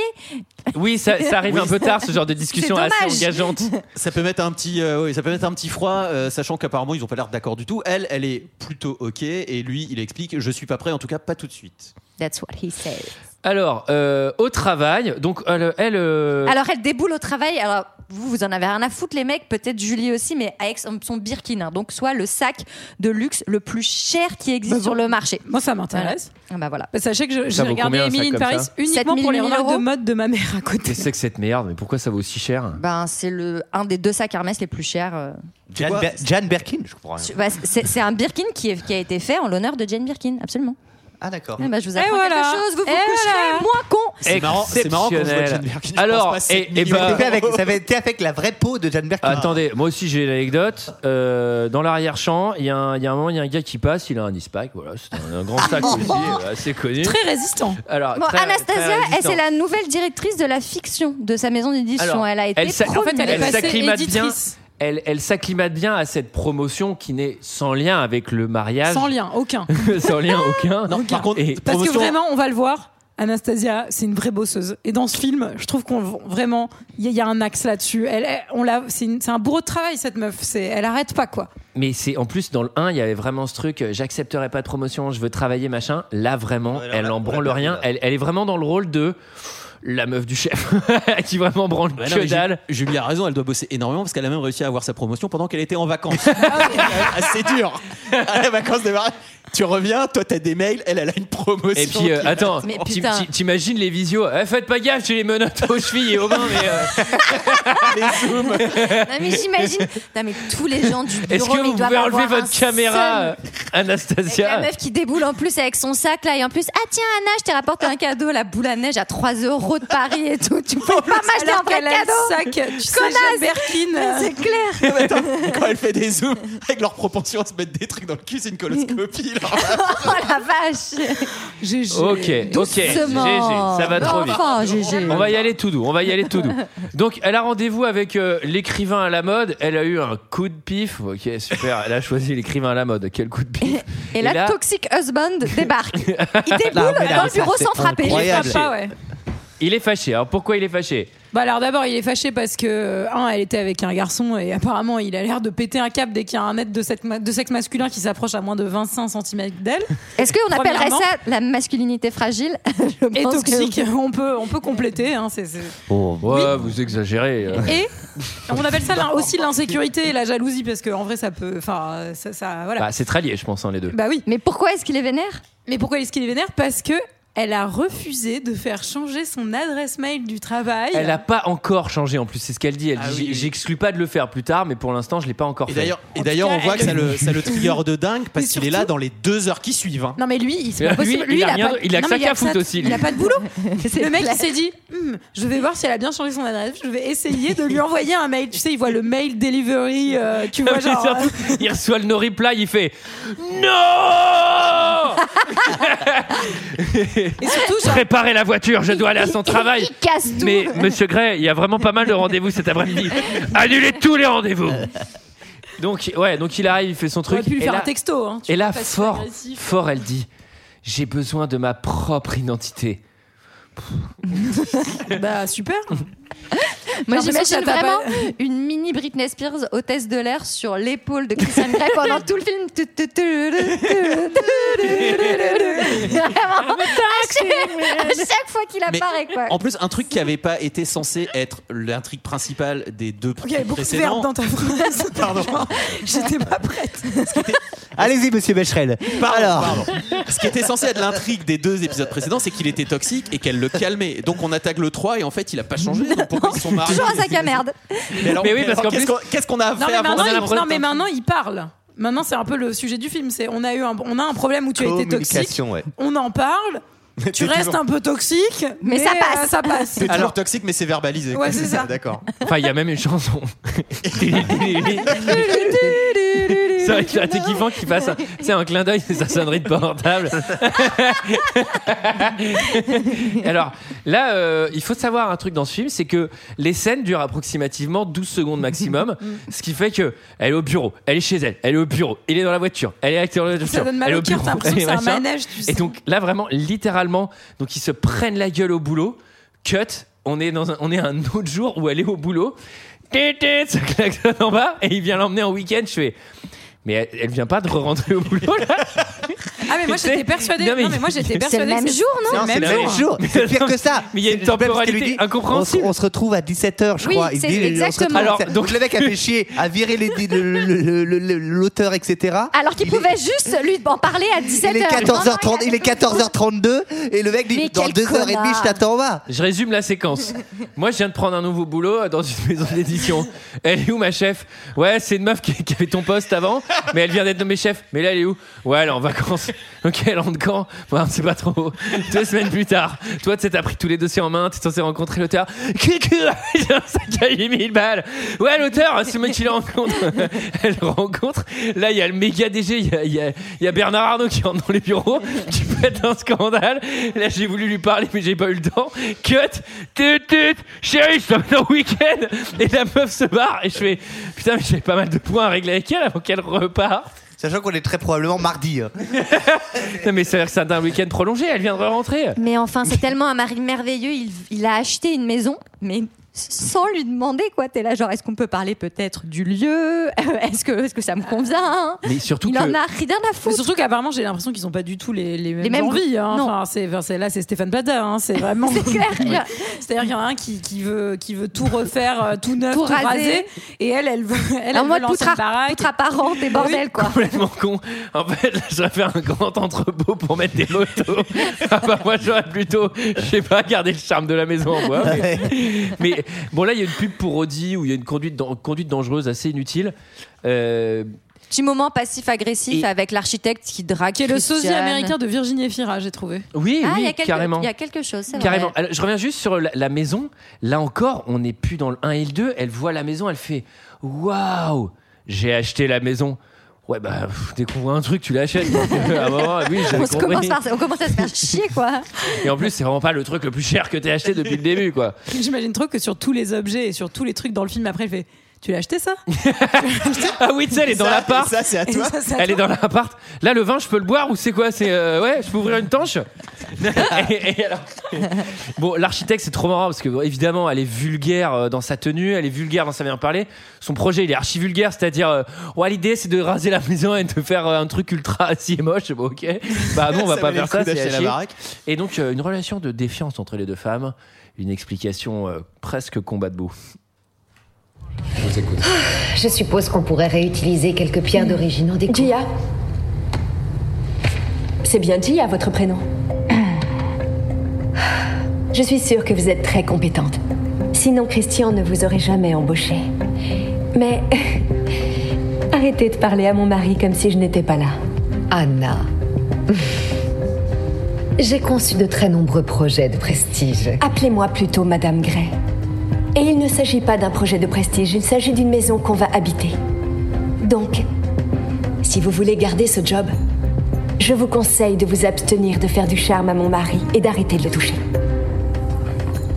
S1: Oui, ça, ça arrive un peu tard, ce genre de discussion
S10: C'est
S1: assez
S10: dommage.
S1: engageante.
S11: Ça peut mettre un petit, euh, oui, ça peut mettre un petit froid, euh, sachant qu'apparemment ils ont pas l'air d'accord du tout. Elle, elle est plutôt ok, et lui, il explique, je suis pas prêt, en tout cas pas tout de suite.
S10: That's what he said.
S1: Alors, euh, au travail, donc elle. elle, euh,
S10: Alors, elle déboule au travail. Alors, vous, vous en avez rien à foutre, les mecs. Peut-être Julie aussi, mais avec son son Birkin. hein. Donc, soit le sac de luxe le plus cher qui existe
S8: Bah,
S10: sur
S8: bon.
S10: le marché.
S8: Moi, ça m'intéresse.
S10: Ah bah voilà.
S8: Bah, Sachez que je-
S1: Ça
S8: j'ai
S1: vaut
S8: regardé
S1: combien, un
S8: Emily
S1: sac
S8: in
S1: comme
S8: Paris
S1: ça
S8: uniquement
S10: 7 000
S8: pour les remarques de
S10: euros
S8: mode de ma mère à côté.
S1: Qu'est-ce que c'est que cette merde Mais pourquoi ça vaut si cher
S10: Ben, c'est le un des deux sacs Hermès les plus chers. euh.
S7: Jan,
S11: vois-
S7: Ber- Jan Berkin, je comprends. rien.
S10: Tu- bah, c'est c'est un Birkin qui, est- qui a été fait en l'honneur de Jane Birkin, absolument.
S7: Ah, d'accord.
S10: Ah bah, je vous
S8: Et
S10: apprends
S8: voilà.
S10: quelque chose, vous vous
S8: Et
S10: coucherez
S8: voilà.
S10: moins con.
S11: C'est marrant, c'est marrant quand je vois
S1: Exceptionnel.
S11: Jane Birkin, je pense
S1: Alors,
S11: pas
S1: et,
S11: sept
S1: et
S11: millions
S1: bah,
S7: T'es fait avec, ça avait été avec la vraie peau de Jan Berkin.
S1: Attendez, moi aussi j'ai l'anecdote. Euh, dans l'arrière-champ, il y, a un il y a un moment, il y a un gars qui passe, il a un ispac, voilà, c'est un, un grand sac aussi, euh, assez connu.
S8: Très résistant.
S1: Alors,
S10: Bon,
S1: Ah, très- très
S10: Anastasia, elle,
S1: résistant.
S10: c'est la nouvelle directrice de la fiction de sa maison d'édition.
S1: Alors,
S10: Elle a été
S1: elle s'a- en fait,
S10: promue.
S1: Elle
S8: Elle est passée
S1: s'acclimate bien.
S8: éditrice.
S1: elle, elle s'acclimate bien à cette promotion qui n'est sans lien avec le mariage.
S8: Sans lien, aucun.
S1: Sans lien aucun.
S11: Non, par contre,
S1: Et-
S8: Parce que
S11: promotion-
S8: vraiment, on va le voir. Anastasia, c'est une vraie bosseuse. Et dans ce film, je trouve qu'on vraiment, il y, a- il y a un axe là-dessus. Elle, elle- on l'a, c'est une- c'est un bourreau de travail cette meuf. C'est, elle arrête pas quoi.
S1: Mais c'est en plus dans le 1, il y avait vraiment ce truc euh, j'accepterai pas de promotion, je veux travailler machin. Là vraiment,
S7: Ouais, là,
S1: elle
S7: là,
S1: en
S7: là,
S1: branle
S7: là,
S1: rien,
S7: là.
S1: elle, elle est vraiment dans le rôle de la meuf du chef qui vraiment branle
S11: Ouais, Bah non, mais
S1: que
S11: Ju-
S1: dalle.
S11: Julie a raison, elle doit bosser énormément parce qu'elle a même réussi à avoir sa promotion pendant qu'elle était en vacances. Ah C'est dur. À la vacances de mariage, tu reviens, toi t'as des mails, elle, elle a une promotion.
S1: Et puis euh,
S11: qui-
S1: attends,
S10: Mais
S1: t'im-
S10: putain.
S1: t'im- t'imagines les visios Eh, Faites pas gaffe, j'ai les menottes aux chevilles et aux mains, mais euh,
S10: Non, mais j'imagine. Non, mais tous les gens du bureau.
S1: est-ce que
S10: mais ils
S1: vous
S10: doivent
S1: pouvez enlever
S10: avoir un
S1: votre caméra,
S10: seum.
S1: euh,
S10: Avec la
S1: Anastasia
S10: meuf qui déboule en plus avec son sac là et en plus ah tiens Anna je t'ai rapporté un cadeau la boule à neige à 3 euros de Paris et tout tu peux pas m'acheter un
S8: Alors
S10: vrai
S8: qu'elle a le
S10: cadeau
S8: sac, tu sais,
S10: Connasse.
S8: Jeanne Berkin. euh,
S10: c'est clair
S11: Quand elle fait des zooms, avec leur propension à se mettre des trucs dans le cul, c'est une coloscopie. là.
S10: oh la vache
S8: GG.
S1: Ok, ok,
S10: Doucement.
S1: GG, ça va trop vite.
S10: Enfin, GG.
S1: On va y aller tout doux, on va y aller tout doux. Donc, elle a rendez-vous avec euh, l'écrivain à la mode. Elle a eu un coup de pif. Ok, super. Elle a choisi l'écrivain à la mode. Quel coup de pif.
S10: et là,
S1: Et là-
S10: Toxic Husband débarque il déboule
S7: Non, mais là,
S10: dans le
S7: ça,
S10: bureau
S7: c'est
S10: sans frapper
S7: incroyable.
S1: Il est
S8: Papa, ouais.
S1: Il est fâché. Alors, pourquoi il est fâché
S8: Bah alors d'abord, il est fâché parce que euh, un, elle était avec un garçon et apparemment, il a l'air de péter un câble dès qu'il y a un être de, cette ma- de sexe masculin qui s'approche à moins de 25 cm d'elle.
S10: est-ce qu'on appellerait
S8: Premièrement.
S10: ça la masculinité fragile Je
S8: Et
S10: pense que-
S8: toxique, on peut on peut compléter. hein, c'est- c'est-
S1: Ouais, vous exagérez. euh.
S8: Et on appelle ça l'in- aussi l'insécurité et la jalousie parce que en vrai, ça peut, enfin, euh, ça, ça- voilà.
S1: Bah, c'est très lié, je pense, hein, les deux.
S8: Bah oui.
S10: mais pourquoi est-ce qu'il est vénère
S8: Mais pourquoi est-ce qu'il est vénère Parce que elle a refusé de faire changer son adresse mail du travail.
S1: Elle n'a pas encore changé en plus, c'est ce qu'elle dit. Elle
S11: Ah
S1: dit
S11: oui,
S1: j'-
S11: oui.
S1: J'exclus pas de le faire plus tard, mais pour l'instant, je l'ai pas encore
S11: Et
S1: fait.
S11: d'ailleurs, et d'ailleurs, on voit que ça le, ça le trigger de dingue parce
S8: Mais
S11: qu'il est là dans les deux heures qui suivent. hein.
S8: Non mais lui, il, c'est pas
S11: Lui,
S8: possible.
S11: il a rien
S8: pas-
S11: de- il a
S8: Non,
S11: que ça
S8: mais
S11: qu'à foutre aussi, lui.
S8: Il a pas de boulot.
S10: C'est
S8: le mec
S10: clair.
S8: il s'est dit, Hmm, je vais voir si elle a bien changé son adresse. Je vais essayer de lui envoyer un mail. Tu sais, il voit le mail delivery. euh, tu vois
S1: Mais
S8: genre.
S1: surtout,
S8: euh,
S1: il reçoit le no reply, il fait Non
S8: Et surtout, genre,
S1: Préparez la voiture, je dois aller à son travail.
S10: casse tout.
S1: Mais monsieur Gray, il y a vraiment pas mal de rendez-vous cet après-midi. Annulez tous les rendez-vous. Donc, ouais, donc il arrive, il fait son
S8: on
S1: truc.
S8: aurait pu lui
S1: et
S8: faire
S1: là-
S8: un texto. hein, tu
S1: Et
S8: vois,
S1: là,
S8: pas si
S1: fort,
S8: agressif.
S1: fort, elle dit J'ai besoin de ma propre identité.
S8: Bah super.
S10: Moi,
S8: J'ai l'impression
S10: j'imagine
S8: que ça t'a
S10: vraiment une mini Britney Spears hôtesse de l'air sur l'épaule de Christian Grey pendant tout le film. Tu, tu, tu, tu, tu, tu, tu. Vraiment, à chaque- à chaque fois qu'il
S11: Mais
S10: apparaît, quoi.
S11: En plus, un truc qui n'avait pas été censé être l'intrigue principale des deux
S8: Il y avait
S11: trucs
S8: beaucoup de verbe
S11: précédents.
S8: dans ta phrase.
S11: Pardon.
S8: J'étais pas prête.
S7: Allez-y, monsieur Becherel.
S11: Pardon,
S7: Alors.
S11: pardon. Ce qui était censé être l'intrigue des deux épisodes précédents, c'est qu'il était toxique et qu'elle le calmait. Donc on attaque le 3 et en fait il a pas changé. Donc pourquoi ils sont mariés
S10: Toujours un sac à merde.
S11: Mais, alors,
S1: Mais oui, parce
S11: alors,
S1: qu'en
S11: qu'est-ce
S1: plus-
S11: qu'on- qu'est-ce qu'on a à
S8: Non mais
S11: faire
S1: on
S8: maintenant,
S11: avant-
S1: a
S8: il,
S1: l'impression-
S8: non, mais maintenant, il parle. Maintenant, c'est un peu le sujet du film. C'est on a eu un, on a un problème où tu as été toxique.
S7: Communication, ouais.
S8: On en parle. Tu restes un peu toxique,
S10: Mais ça
S8: euh,
S10: passe.
S8: ça passe.
S11: C'est toujours toxique, mais c'est verbalisé. quoi.
S8: Ouais, c'est ça.
S11: D'accord.
S1: Enfin, il y a même une chanson. Ça aurait été assez kiffant qu'il fasse un, tu sais, un clin d'œil, c'est sa sonnerie de portable. Alors là, euh, il faut savoir un truc dans ce film, c'est que les scènes durent approximativement 12 secondes maximum, ce qui fait que elle est au bureau, elle est chez elle, elle est au bureau, il est dans la voiture, elle est avec dans la voiture,
S8: Ça donne
S1: elle
S8: mal
S1: est
S8: au cœur,
S1: bureau,
S8: t'as
S1: elle
S8: l'impression que
S1: est
S8: c'est un
S1: machin.
S8: manège, tu sais.
S1: Et donc là, vraiment, littéralement, donc ils se prennent la gueule au boulot. Cut, on est, dans un, on est un autre jour où elle est au boulot. Tété, ça klaxonne en bas et il vient l'emmener en week-end. Je fais. Mais elle, elle vient pas de re-rentrer au boulot là
S8: Ah mais moi
S1: Tu sais,
S8: j'étais persuadée.
S1: non,
S8: Non
S1: mais-
S8: mais, moi j'étais
S10: C'est le
S8: persuadée.
S10: même
S8: que
S10: jour, non
S7: Non, c'est le même jour. C'est pire que ça.
S1: Mais il y a
S7: C'est
S1: une
S7: le problème, parce qu'il lui
S1: temporalité
S7: dit,
S1: incompréhensible.
S7: On, se- on se retrouve à 17h, je
S10: Oui,
S7: crois.
S10: c'est
S7: dit, on se
S10: exactement.
S7: retrouve à
S1: Alors,
S7: 17.
S1: donc-
S7: donc le mec a fait chier à virer les- le- le- le- le- l'auteur, etc.
S10: Alors qu'il
S7: Il est-
S10: pouvait juste lui en parler à 17h.
S7: Il est 14h30, il est 14h32 et le mec
S10: Mais
S7: dit dans
S10: quel
S7: 2h30
S10: connard.
S7: je t'attends en bas.
S1: Je résume la séquence. Moi, je viens de prendre un nouveau boulot euh, dans une maison d'édition. Elle est où, ma chef Ouais, c'est une meuf qui, qui avait ton poste avant, mais elle vient d'être nommée chef. Mais là, elle est où Ouais, elle est en vacances. Ok, elle rentre quand Ouais, on sait pas trop. Deux semaines plus tard. Toi, tu sais, t'as pris tous les dossiers en main, t'es censé rencontrer l'auteur. Cucu J'ai un sac à 8000 balles. Ouais, l'auteur, ce mec, il la rencontre. Elle le rencontre. Là, il y a le méga DG, il y a, il y a- il y a Bernard Arnault qui rentre dans les bureaux, qui pète un scandale. Là, j'ai voulu lui parler, mais j'ai pas eu le temps. Cut, tut, tut, chérie, je t'emmène au week-end. Et la meuf se barre. Et je fais, putain, mais j'avais pas mal de points à régler avec elle avant qu'elle repart.
S7: Sachant qu'on est très probablement mardi. hein.
S1: Non, mais ça veut dire que c'est un week-end prolongé, elle vient de rentrer.
S10: Mais enfin, c'est tellement un mari merveilleux. Il, il a acheté une maison, mais sans lui demander quoi. T'es là, genre, est-ce qu'on peut parler peut-être du lieu Euh, Est-ce que, est-ce que ça me convient
S1: Mais surtout
S10: Il
S1: que.
S10: en a rien à
S8: Mais
S10: foutre.
S8: surtout qu'apparemment j'ai l'impression qu'ils ont pas du tout les, les mêmes,
S10: mêmes
S8: envies. hein.
S10: goûts, non.
S8: Enfin, c'est, enfin, c'est- là c'est Stéphane Plaza. hein. C'est vraiment.
S10: C'est clair.
S8: C'est-à-dire qu'il y en a un qui, qui veut qui veut tout refaire, euh, tout neuf,
S10: Tout
S8: tout,
S10: raser.
S8: raser. et elle elle veut elle,
S10: En
S8: elle veut
S10: mode
S8: lancer
S10: poutre
S8: une baraque.
S10: poutre apparente et bordel, quoi.
S1: complètement con. En fait, là, j'aurais fait un grand entrepôt pour mettre des motos. Ah bah, moi, j'aurais plutôt, je sais pas, garder le charme de la maison en bois. Mais, mais bon, là, il y a une pub pour Audi où il y a une conduite, dan- conduite dangereuse assez inutile. Euh,
S10: Petit moment passif-agressif
S1: Et-
S10: avec l'architecte qui drague.
S8: Qui est le sosie
S10: Christiane.
S8: américain de Virginie Efira, j'ai trouvé.
S1: oui,
S10: Ah, il
S1: oui,
S10: y a quelque-
S1: carrément.
S10: Il y a quelque chose, c'est vrai.
S1: Carrément. Alors, je reviens juste sur la, la maison. Là encore, on n'est plus dans le 1 et le 2. Elle voit la maison, elle fait Waouh, j'ai acheté la maison. Ouais, bah, pff, découvre un truc, tu l'achètes. Donc, euh, à un moment, oui, j'avais
S10: On, se
S1: compris.
S10: commence par- on commence à se faire chier, quoi.
S1: Et en plus, c'est vraiment pas le truc le plus cher que t'aies acheté depuis le début, quoi.
S8: J'imagine trop que sur tous les objets et sur tous les trucs dans le film après elle fait tu l'as acheté ça
S1: Ah oui, tu sais, elle est dans
S11: Ça-
S1: l'appart.
S11: Ça, c'est à
S8: Et
S11: toi.
S8: ça, c'est à
S1: Elle est
S8: toi.
S1: dans l'appart. Là, le vin, je peux le boire ou c'est quoi C'est euh, ouais, je peux ouvrir une tanche. Et- et alors- bon, l'architecte, c'est trop marrant parce que bon, évidemment, elle est vulgaire euh, dans sa tenue, elle est vulgaire dans sa manière de parler. Son projet, il est archi vulgaire, c'est-à-dire, euh, ouais, l'idée, c'est de raser la maison et de faire euh, un truc ultra assis et moche. Bon, ok. Bah non, on va
S11: Ça
S1: pas
S11: valait le
S1: faire ça.
S11: coup
S1: c'est
S11: d'acheter
S1: à
S11: la
S1: chier.
S11: baraque.
S1: Et donc, euh, une relation de défiance entre les deux femmes, une explication euh, presque combat debout.
S6: Je suppose qu'on pourrait réutiliser quelques pierres d'origine en déco.
S12: Gia. C'est bien Gia, votre prénom. Je suis sûre que vous êtes très compétente. Sinon, Christian ne vous aurait jamais embauché. Mais arrêtez de parler à mon mari comme si je n'étais pas là.
S6: Anna. J'ai conçu de très nombreux projets de prestige.
S12: Appelez-moi plutôt Madame Gray. Et il ne s'agit pas d'un projet de prestige, il s'agit d'une maison qu'on va habiter. Donc, si vous voulez garder ce job, je vous conseille de vous abstenir de faire du charme à mon mari et d'arrêter de le toucher.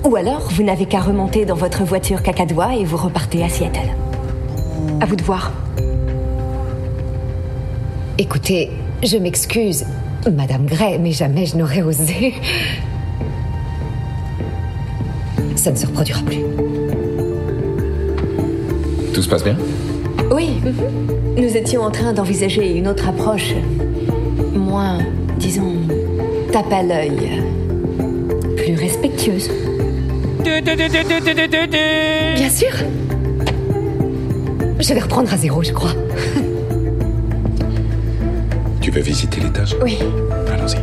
S12: Ou alors, vous n'avez qu'à remonter dans votre voiture cacadois et vous repartez à Seattle. À vous de voir.
S6: Écoutez, je m'excuse, Madame Gray, mais jamais je n'aurais osé. Ça ne se reproduira plus.
S9: Tout se passe bien
S12: Oui, mhm. nous étions en train d'envisager une autre approche. Moins, disons, tape à l'œil. Plus respectueuse.
S6: Bien sûr. Je vais reprendre à zéro, je crois.
S9: Tu veux visiter l'étage
S12: Oui.
S9: Allons-y.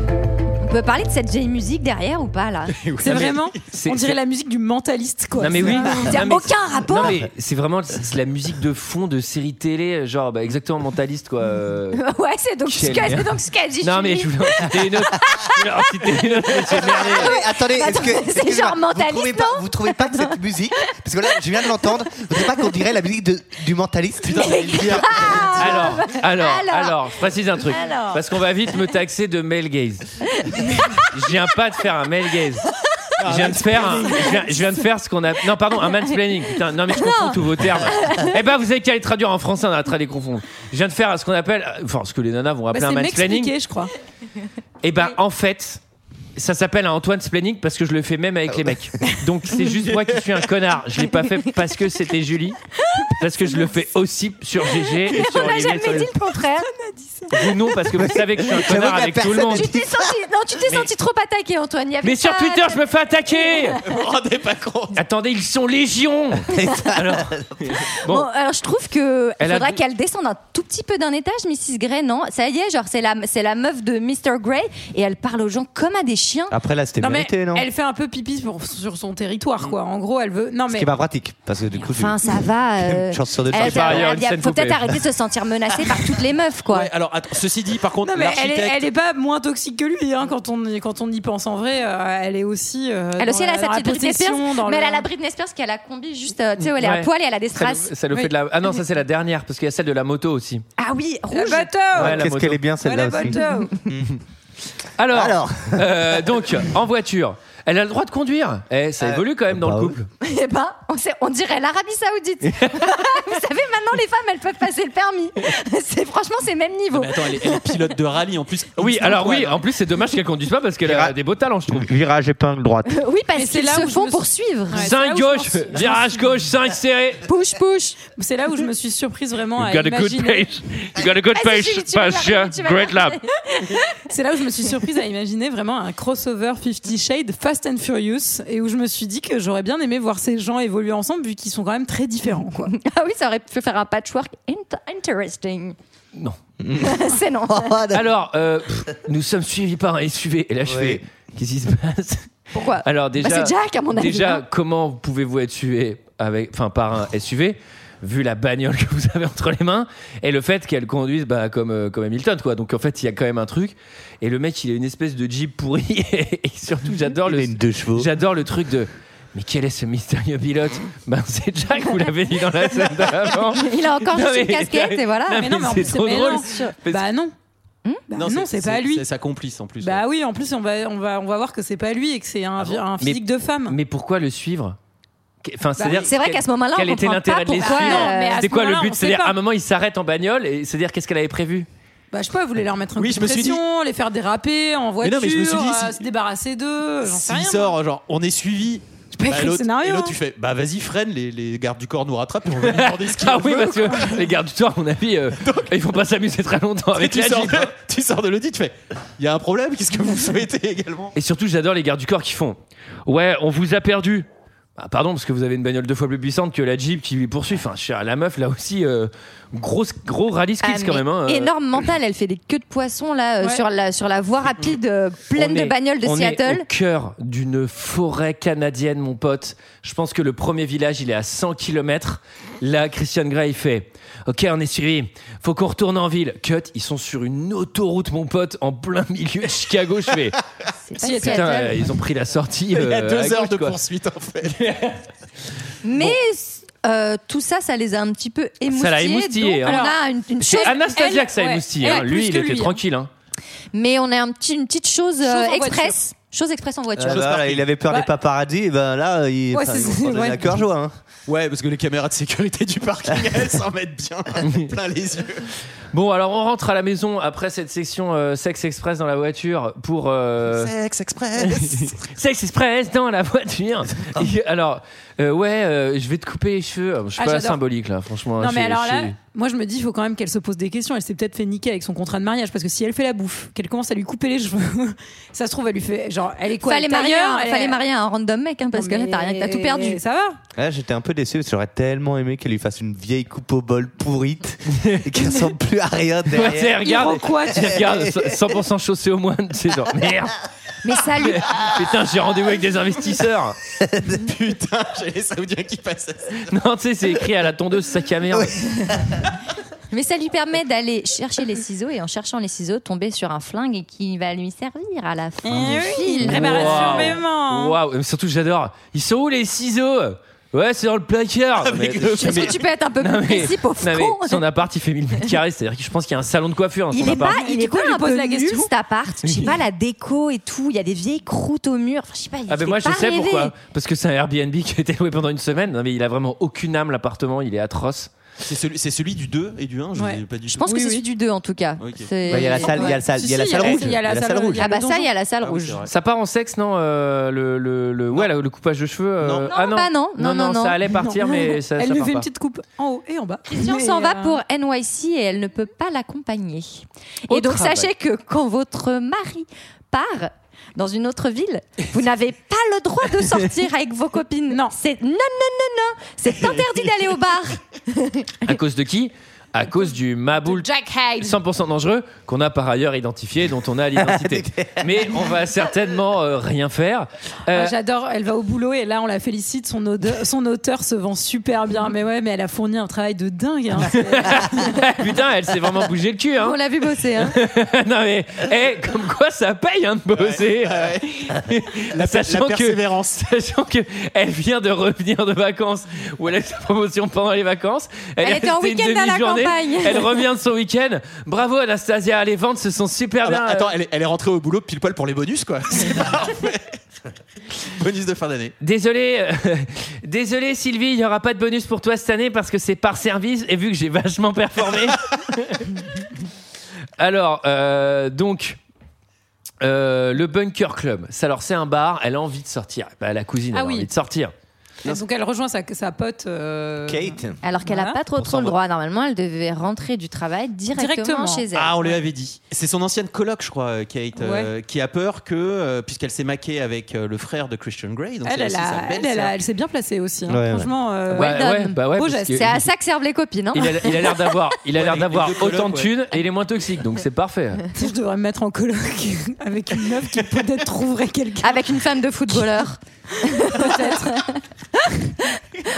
S10: On peut parler de cette vieille musique derrière ou pas là
S8: C'est vraiment, on dirait la musique du mentaliste quoi.
S1: Non mais oui.
S10: Il n'y a
S1: Non, mais-
S10: aucun rapport.
S1: Non mais c'est vraiment c'est c'est la musique de fond de série télé, genre bah, exactement mentaliste quoi. euh.
S10: ouais, c'est donc ce
S1: Quelle
S10: qu'a
S1: merde.
S10: c'est donc ce qu'a dit
S1: Non mais je
S10: Julie.
S1: voulais en citer une autre. Je voulais en citer une autre. mais j'ai merdé.
S7: Attendez, est-ce que.
S10: Attends, c'est
S7: excusez-moi,
S10: genre mentaliste,
S7: vous trouvez, pas, vous trouvez pas que cette musique. Parce que là, je viens de l'entendre. Vous trouvez pas qu'on dirait la musique de- du mentaliste
S1: Alors, alors,
S10: Alors.
S1: alors, je précise un truc.
S10: Alors.
S1: Parce qu'on va vite me taxer de male gaze. je viens pas de faire un male gaze. Je viens, de faire un- je, viens, je viens de faire ce qu'on a. Non, pardon, un mansplaining. Putain, non, mais je confonds tous vos termes. Eh ben, vous avez qu'à les traduire en français, on arrêtera de les confondre. Je viens de faire ce qu'on appelle. Enfin, ce que les nanas vont
S8: Bah,
S1: appeler
S8: c'est
S1: un mansplaining.
S8: m'expliquer, je crois.
S1: Eh ben, en fait. Ça s'appelle un Antoine Splaining parce que je le fais même avec les mecs. Donc c'est juste moi qui suis un connard. Je l'ai pas fait parce que c'était Julie, parce que je le fais aussi sur GG et sur
S10: On n'a
S1: Olivier,
S10: jamais
S1: sur les-
S10: dit le contraire.
S1: vous non, parce que vous savez que je suis un connard avec tout le monde.
S10: Tu t'es senti, non, tu t'es
S1: Mais-
S10: senti trop attaqué, Antoine. Il y avait
S1: Mais sur
S10: pas-
S1: Twitter, je me fais attaquer
S11: Vous vous rendez pas compte
S1: Attendez, ils sont légion Alors,
S10: Bon.
S1: bon,
S10: alors je trouve que
S1: Elle a
S10: faudra
S1: dou-
S10: qu'elle descende un tout petit peu d'un étage, Mrs Gray, non Ça y est, genre c'est la c'est la meuf de Mr Gray et elle parle aux gens comme à des chiens.
S1: Ah,
S7: Après, là, c'était
S8: Non mais
S7: mérité, non
S8: elle fait un peu pipi pour- sur son territoire quoi. En gros, elle veut. Non
S7: Ce
S8: mais
S7: qui est pas pratique. Parce que du coup,
S10: Enfin,
S7: je-
S10: ça va. euh,
S8: euh,
S7: Une chance sur deux de
S10: elle-
S7: faire ça.
S10: elle-
S1: Par ailleurs,
S10: elle-
S1: une scène
S10: faut peut-être
S1: coupée.
S10: arrêter de se sentir menacée par toutes les meufs, quoi.
S11: Ouais, alors, attends, ceci dit, par contre,
S8: Non, mais elle est,
S11: l'architecte.
S8: elle est pas moins toxique que lui hein, quand, on, y- quand on y pense en vrai. euh, elle est aussi. euh,
S10: Elle
S8: dans
S10: aussi, elle
S8: la-
S10: a
S8: dans
S10: sa
S8: la
S10: petite Britney
S8: possession,
S10: Spears,
S8: dans
S10: mais
S8: le-
S10: elle a la Britney Spears qui a la combi juste, euh, tu sais, où elle est à
S1: Ouais.
S10: poil et elle a des
S1: ça, le-
S10: strass.
S1: ça le fait de la. Ah non, ça c'est la dernière, parce qu'il y a celle de la moto aussi.
S10: Ah oui,
S8: La
S10: rouge.
S8: bateau
S11: Oh,
S1: Ouais, la
S7: Qu'est-ce
S1: moto.
S7: qu'elle est bien celle-là
S8: La
S7: aussi.
S8: bateau
S1: Alors,
S7: Alors.
S1: euh, donc, en voiture, elle a le droit de conduire. Eh, ça
S7: Euh,
S1: évolue quand même dans
S7: bah
S1: le
S7: oui.
S1: couple.
S10: Eh ben, on, sait- on dirait l'Arabie Saoudite. Vous savez, maintenant les femmes, elles peuvent passer le permis. C'est franchement, c'est même niveau.
S11: Mais
S1: Ah
S11: attends, elle est, elle est pilote de rallye en plus.
S1: Oui,
S11: Instant,
S1: alors
S11: quoi,
S1: oui,
S11: non
S1: en plus c'est dommage qu'elle conduise pas parce qu'elle a
S7: Ira-
S1: des beaux talents, je trouve.
S7: Virage épingle droite.
S1: ben,
S10: Oui, parce
S8: Mais c'est
S10: qu'ils
S8: là
S10: se
S8: où je
S10: font
S8: me-
S10: poursuivre.
S8: Ouais, c'est là
S1: Zinc
S8: où je
S1: gauche,
S8: pense-
S1: virage gauche, 5 serré.
S10: Push, push.
S8: C'est là où je me suis surprise vraiment à
S1: You got a good
S8: imaginer. Ah,
S1: pace. You got a good
S10: Vas-y,
S1: pace.
S10: Julie, Ah, tu vas
S1: Pass,
S10: y
S1: yeah.
S10: arriver, tu vas y
S1: Great lap.
S10: arriver.
S8: C'est là où je me suis surprise à imaginer vraiment un crossover 50 Shades Fast and Furious et où je me suis dit que j'aurais bien aimé voir ces gens évoluer ensemble vu qu'ils sont quand même très différents quoi.
S10: Ah oui, ça aurait pu faire un patchwork int- interesting.
S1: Non.
S10: c'est non.
S7: Oh,
S1: Alors, euh, pff, nous sommes suivis par un SUV. Et là, je
S7: Oui.
S1: fais, qu'est-ce qui se passe
S10: Pourquoi
S1: Alors Ah, déjà,
S10: Bah, c'est Jack, à mon avis.
S1: déjà,
S10: hein.
S1: comment pouvez-vous être suivi avec, enfin, par un SUV vu la bagnole que vous avez entre les mains et le fait qu'elle conduise bah, comme euh, comme Hamilton quoi. Donc en fait, il y a quand même un truc. Et le mec, il a une espèce de Jeep pourri. Et, surtout, j'adore
S7: Il
S1: le
S7: a une deux chevaux.
S1: j'adore le truc de. Mais quel est ce mystérieux pilote Ben c'est Jack, vous l'avez dit dans la scène d'avant.
S10: Il a encore
S1: Non,
S10: juste une
S1: mais-
S10: casquette et voilà.
S1: Non,
S8: Mais non mais en plus
S1: c'est trop drôle.
S8: non. Bah non.
S10: Hmm
S8: Bah non, c'est pas lui.
S11: C'est sa complice en plus. Ah
S8: Bah oui, en plus on va on va on va voir que c'est pas lui et que c'est un,
S1: bon
S8: un physique de femme.
S1: Mais pourquoi le suivre Qu'- Enfin, c'est-à-dire
S10: Bah C'est vrai
S1: quel-
S10: qu'à ce moment-là, on
S1: quel était
S10: comprend
S1: l'intérêt
S10: pas
S1: de les
S10: pourquoi.
S1: suivre
S8: Non, mais
S10: euh,
S8: à
S1: C'était
S8: ce
S1: quoi le
S8: moment-là,
S1: but
S8: on
S1: C'est-à-dire,
S8: sait pas.
S1: à un moment, il s'arrête en bagnole et c'est-à-dire, qu'est-ce qu'elle avait prévu
S8: Bah, je sais pas, elle voulait leur mettre un
S11: Oui,
S8: coup
S11: je
S8: de
S11: me suis dit-
S8: pression, les faire déraper en
S11: Mais
S8: voiture,
S11: non, mais je me suis dit,
S8: euh,
S11: si-
S8: se débarrasser d'eux, j'en sais
S11: S'il
S8: rien.
S11: sort, genre, on est suivi. Bah,
S8: J'ai pas écrit le
S11: l'autre, et
S8: scénario. hein.
S11: l'autre, tu fais, bah vas-y, freine, les, les gardes du corps nous rattrapent et on va lui demander ce qu'il
S1: Ah oui,
S11: veut.
S8: bah,
S1: parce que les gardes du soir, à mon avis, euh, ils vont pas s'amuser très longtemps
S11: Et
S1: avec
S11: tu,
S1: la
S11: sors
S1: Jeep. hein.
S11: de, tu sors de l'audit, tu fais, il y a un problème, qu'est-ce que vous souhaitez également
S1: Et surtout, j'adore les gardes du corps qui font Ouais, on vous a perdu. Ah, pardon, parce que vous avez une bagnole deux fois plus puissante que la Jeep qui lui poursuit. Enfin, je suis à la meuf, là aussi, euh, grosse, gros rallye skis
S10: Ah,
S1: quand
S10: mais
S1: même. hein.
S10: Énorme mental, elle fait des queues de poisson là euh,
S1: Ouais.
S10: sur la sur la voie rapide euh, pleine
S1: On
S10: de
S1: est-
S10: bagnoles de
S1: on Est
S10: Seattle.
S1: au cœur d'une forêt canadienne, mon pote. Je pense que le premier village, il est à 100 km. Là, Christian Grey, il fait Ok, on est suivi. Faut qu'on retourne en ville. Cut, ils sont sur une autoroute, mon pote, en plein milieu de Chicago. Je fais
S10: pas
S1: Putain,
S10: Seattle.
S1: euh, ils ont pris la sortie.
S11: Il y a
S1: euh,
S11: deux
S1: à
S11: heures
S1: gauche,
S11: de
S1: quoi.
S11: poursuite en fait.
S10: Mais euh, tout ça, ça les a un petit peu émoustillés.
S1: Ça l'a émoustillé.
S10: donc
S1: hein.
S10: On a une, une
S1: C'est
S10: chose-
S1: Anastasia
S10: elle-
S1: que ça a
S10: ouais,
S1: émoustillé.
S10: elle
S1: hein.
S10: a
S1: Lui,
S10: plus
S1: il
S10: que
S1: était
S10: lui, hein.
S1: tranquille. hein.
S10: Mais on a un petit, une petite chose euh,
S8: en
S10: express. Chose express en voiture.
S1: Euh,
S7: Ah bah, là, il avait peur
S10: Bah,
S7: des paparazzis, et ben là, il
S10: Ouais,
S7: enfin,
S10: c'est-
S7: ils vont se prendre
S10: ouais.
S7: la cœur joie. hein.
S11: Ouais, parce que les caméras de sécurité du parking, elles s'en mettent bien plein les yeux.
S1: Bon, alors on rentre à la maison après cette section euh, Sex Express dans la voiture pour. euh,
S11: Sex Express.
S1: Sex Express dans la voiture. Et alors, euh, ouais, euh, je vais te couper les cheveux. Je suis
S8: Ah,
S1: pas
S8: j'adore.
S1: symbolique là, franchement. hein,
S8: Non
S1: je
S8: mais
S1: suis-
S8: alors
S1: je
S8: là,
S1: suis-
S8: moi je me dis, il faut quand même qu'elle se pose des questions. Elle s'est peut-être fait niquer avec son contrat de mariage parce que si elle fait la bouffe, qu'elle commence à lui couper les cheveux, ça se trouve elle lui fait genre, elle est quoi
S10: fallait,
S8: elle est
S10: marier,
S8: tailleur,
S10: un-
S8: elle est-
S10: fallait marier un random mec hein, parce
S8: Non,
S10: que là,
S8: mais
S10: t'as rien, t'as tout perdu.
S8: Ça va
S7: Là, j'étais un peu déçu parce que j'aurais tellement aimé qu'elle lui fasse une vieille coupe au bol pourrite et qu'elle ressemble plus à rien derrière.
S1: Ouais, tu sais, regarde, tu sais, regarde,
S7: Eh.
S1: 100% chaussé au moine, c'est genre merde.
S10: Mais ça lui.
S1: Putain, j'ai rendez-vous avec des investisseurs.
S11: Putain, j'ai les Saoudiens qui passent.
S1: Non, tu sais, c'est écrit à la tondeuse sac à merde.
S10: Mais ça lui permet d'aller chercher les ciseaux et en cherchant les ciseaux, tomber sur un flingue qui va lui servir à la fin
S1: Eh
S10: du film.
S1: Waouh. Waouh, et surtout j'adore. Ils sont où les ciseaux Ouais, c'est dans le placard. Mais-
S10: Est-ce
S1: mais-
S10: que tu peux être un peu plus
S1: Non, Ah, mais-
S10: précis, pauvre
S1: non, mais
S10: con
S1: son appart il fait 1000 mètres carrés, c'est-à-dire que je pense qu'il y a un salon de coiffure dans son
S10: Il est pas,
S1: appart.
S10: il est
S8: coup,
S10: pas
S8: on lui
S10: un
S8: pose
S10: peu
S8: la
S10: nul
S8: question.
S10: cet appart. Je sais pas la déco et tout. Il y a des vieilles croûtes au mur. Enfin, je sais pas. il
S1: Ah
S10: fait
S1: ben moi je
S10: pas
S1: sais
S10: rêver.
S1: pourquoi parce que c'est un Airbnb qui a été loué pendant une semaine non mais il a vraiment aucune âme l'appartement il est atroce
S11: C'est celui, c'est celui du 2 et du 1, je
S8: Ouais.
S11: l'ai pas du
S10: Je pense que c'est celui du 2 en tout cas.
S11: Ok.
S10: C'est-
S7: Bah, Il y a la salle, il y a la salle,
S8: Si,
S7: il y a
S8: si,
S7: la
S8: il y a
S7: salle
S8: la-
S7: rouge.
S8: il y a la salle- il y a
S10: Ah bah
S8: le
S10: ça, il y
S8: donjon.
S10: a la salle rouge.
S1: ça part en sexe non euh, le le, le- ouais là, le coupage de cheveux euh,
S11: Non.
S1: ah non.
S10: bah non, non, non, non.
S1: ça allait partir
S8: Non.
S1: mais ça,
S8: Elle
S1: ça
S8: lui
S1: part
S8: fait une
S1: pas.
S8: petite coupe en haut et en bas.
S10: Si on
S8: Mais,
S10: s'en va
S8: euh,
S10: pour NYC et elle ne peut pas l'accompagner. Et
S1: Au
S10: donc
S1: travail.
S10: sachez que quand votre mari part dans une autre ville, vous n'avez pas le droit de sortir avec vos copines. Non, c'est non non non non, c'est interdit d'aller au bar.
S1: à cause de qui à cause du Maboul
S10: Jack Hyde.
S1: 100% dangereux qu'on a par ailleurs identifié dont on a l'identité mais on va certainement euh, rien faire Euh,
S8: Ah, J'adore, elle va au boulot et là on la félicite, son, odeur- son auteur se vend super bien. Mais ouais, mais elle a fourni un travail de dingue. hein.
S1: putain elle s'est vraiment bougé le cul hein.
S10: On l'a vu bosser. Hein.
S1: non mais, eh, comme quoi ça paye hein, de bosser.
S11: La,
S1: Sachant que-
S11: persévérance.
S1: Sachant que elle vient de revenir de vacances où elle a eu sa promotion pendant les vacances.
S10: Elle
S1: est
S10: était en
S1: restée une
S10: week-end à la
S1: demi-journée.
S10: campagne.
S1: Elle revient de son week-end. Bravo Anastasia, les ventes se sont super
S11: Ah bah,
S1: bien. euh,
S11: attends, elle est, elle est rentrée au boulot pile poil pour les bonus, quoi. C'est parfait. bonus de fin d'année.
S1: Désolé, euh, désolé Sylvie, il n'y aura pas de bonus pour toi cette année parce que c'est par service et vu que j'ai vachement performé. alors, euh, donc. euh, le Bunker Club, Ça, alors c'est un bar, elle a envie de sortir. Bah, la cousine elle
S8: Ah
S1: a
S8: oui.
S1: envie de sortir.
S8: Donc elle rejoint sa, sa pote. euh,
S7: Kate.
S10: Alors qu'elle n'a
S8: Voilà.
S10: pas trop trop le droit. Normalement, elle devait rentrer du travail directement,
S8: Directement.
S10: chez elle.
S11: Ah, on lui avait dit. C'est son ancienne coloc, je crois, Kate, euh, qui a peur que, euh, puisqu'elle s'est maquée avec euh, le frère de Christian Grey, donc
S8: Elle,
S11: c'est
S8: elle,
S11: aussi
S8: a-
S11: sa
S8: elle,
S11: belle
S8: elle a-
S11: sœur.
S8: elle s'est bien placée aussi. hein.
S7: Ouais, ouais.
S8: Franchement, euh,
S1: Bah,
S10: done.
S1: ouais, bah ouais,
S8: Beau
S1: parce
S8: geste.
S1: que-
S10: C'est à ça que servent les copines. hein.
S1: Il a il a l'air d'avoir, il a l'air
S11: les
S1: d'avoir
S11: deux colocs,
S1: autant de
S11: ouais.
S1: thunes et il est moins toxique, donc c'est parfait.
S8: je devrais me mettre en coloc avec une meuf qui peut-être trouverait quelqu'un.
S10: Avec une femme de footballeur.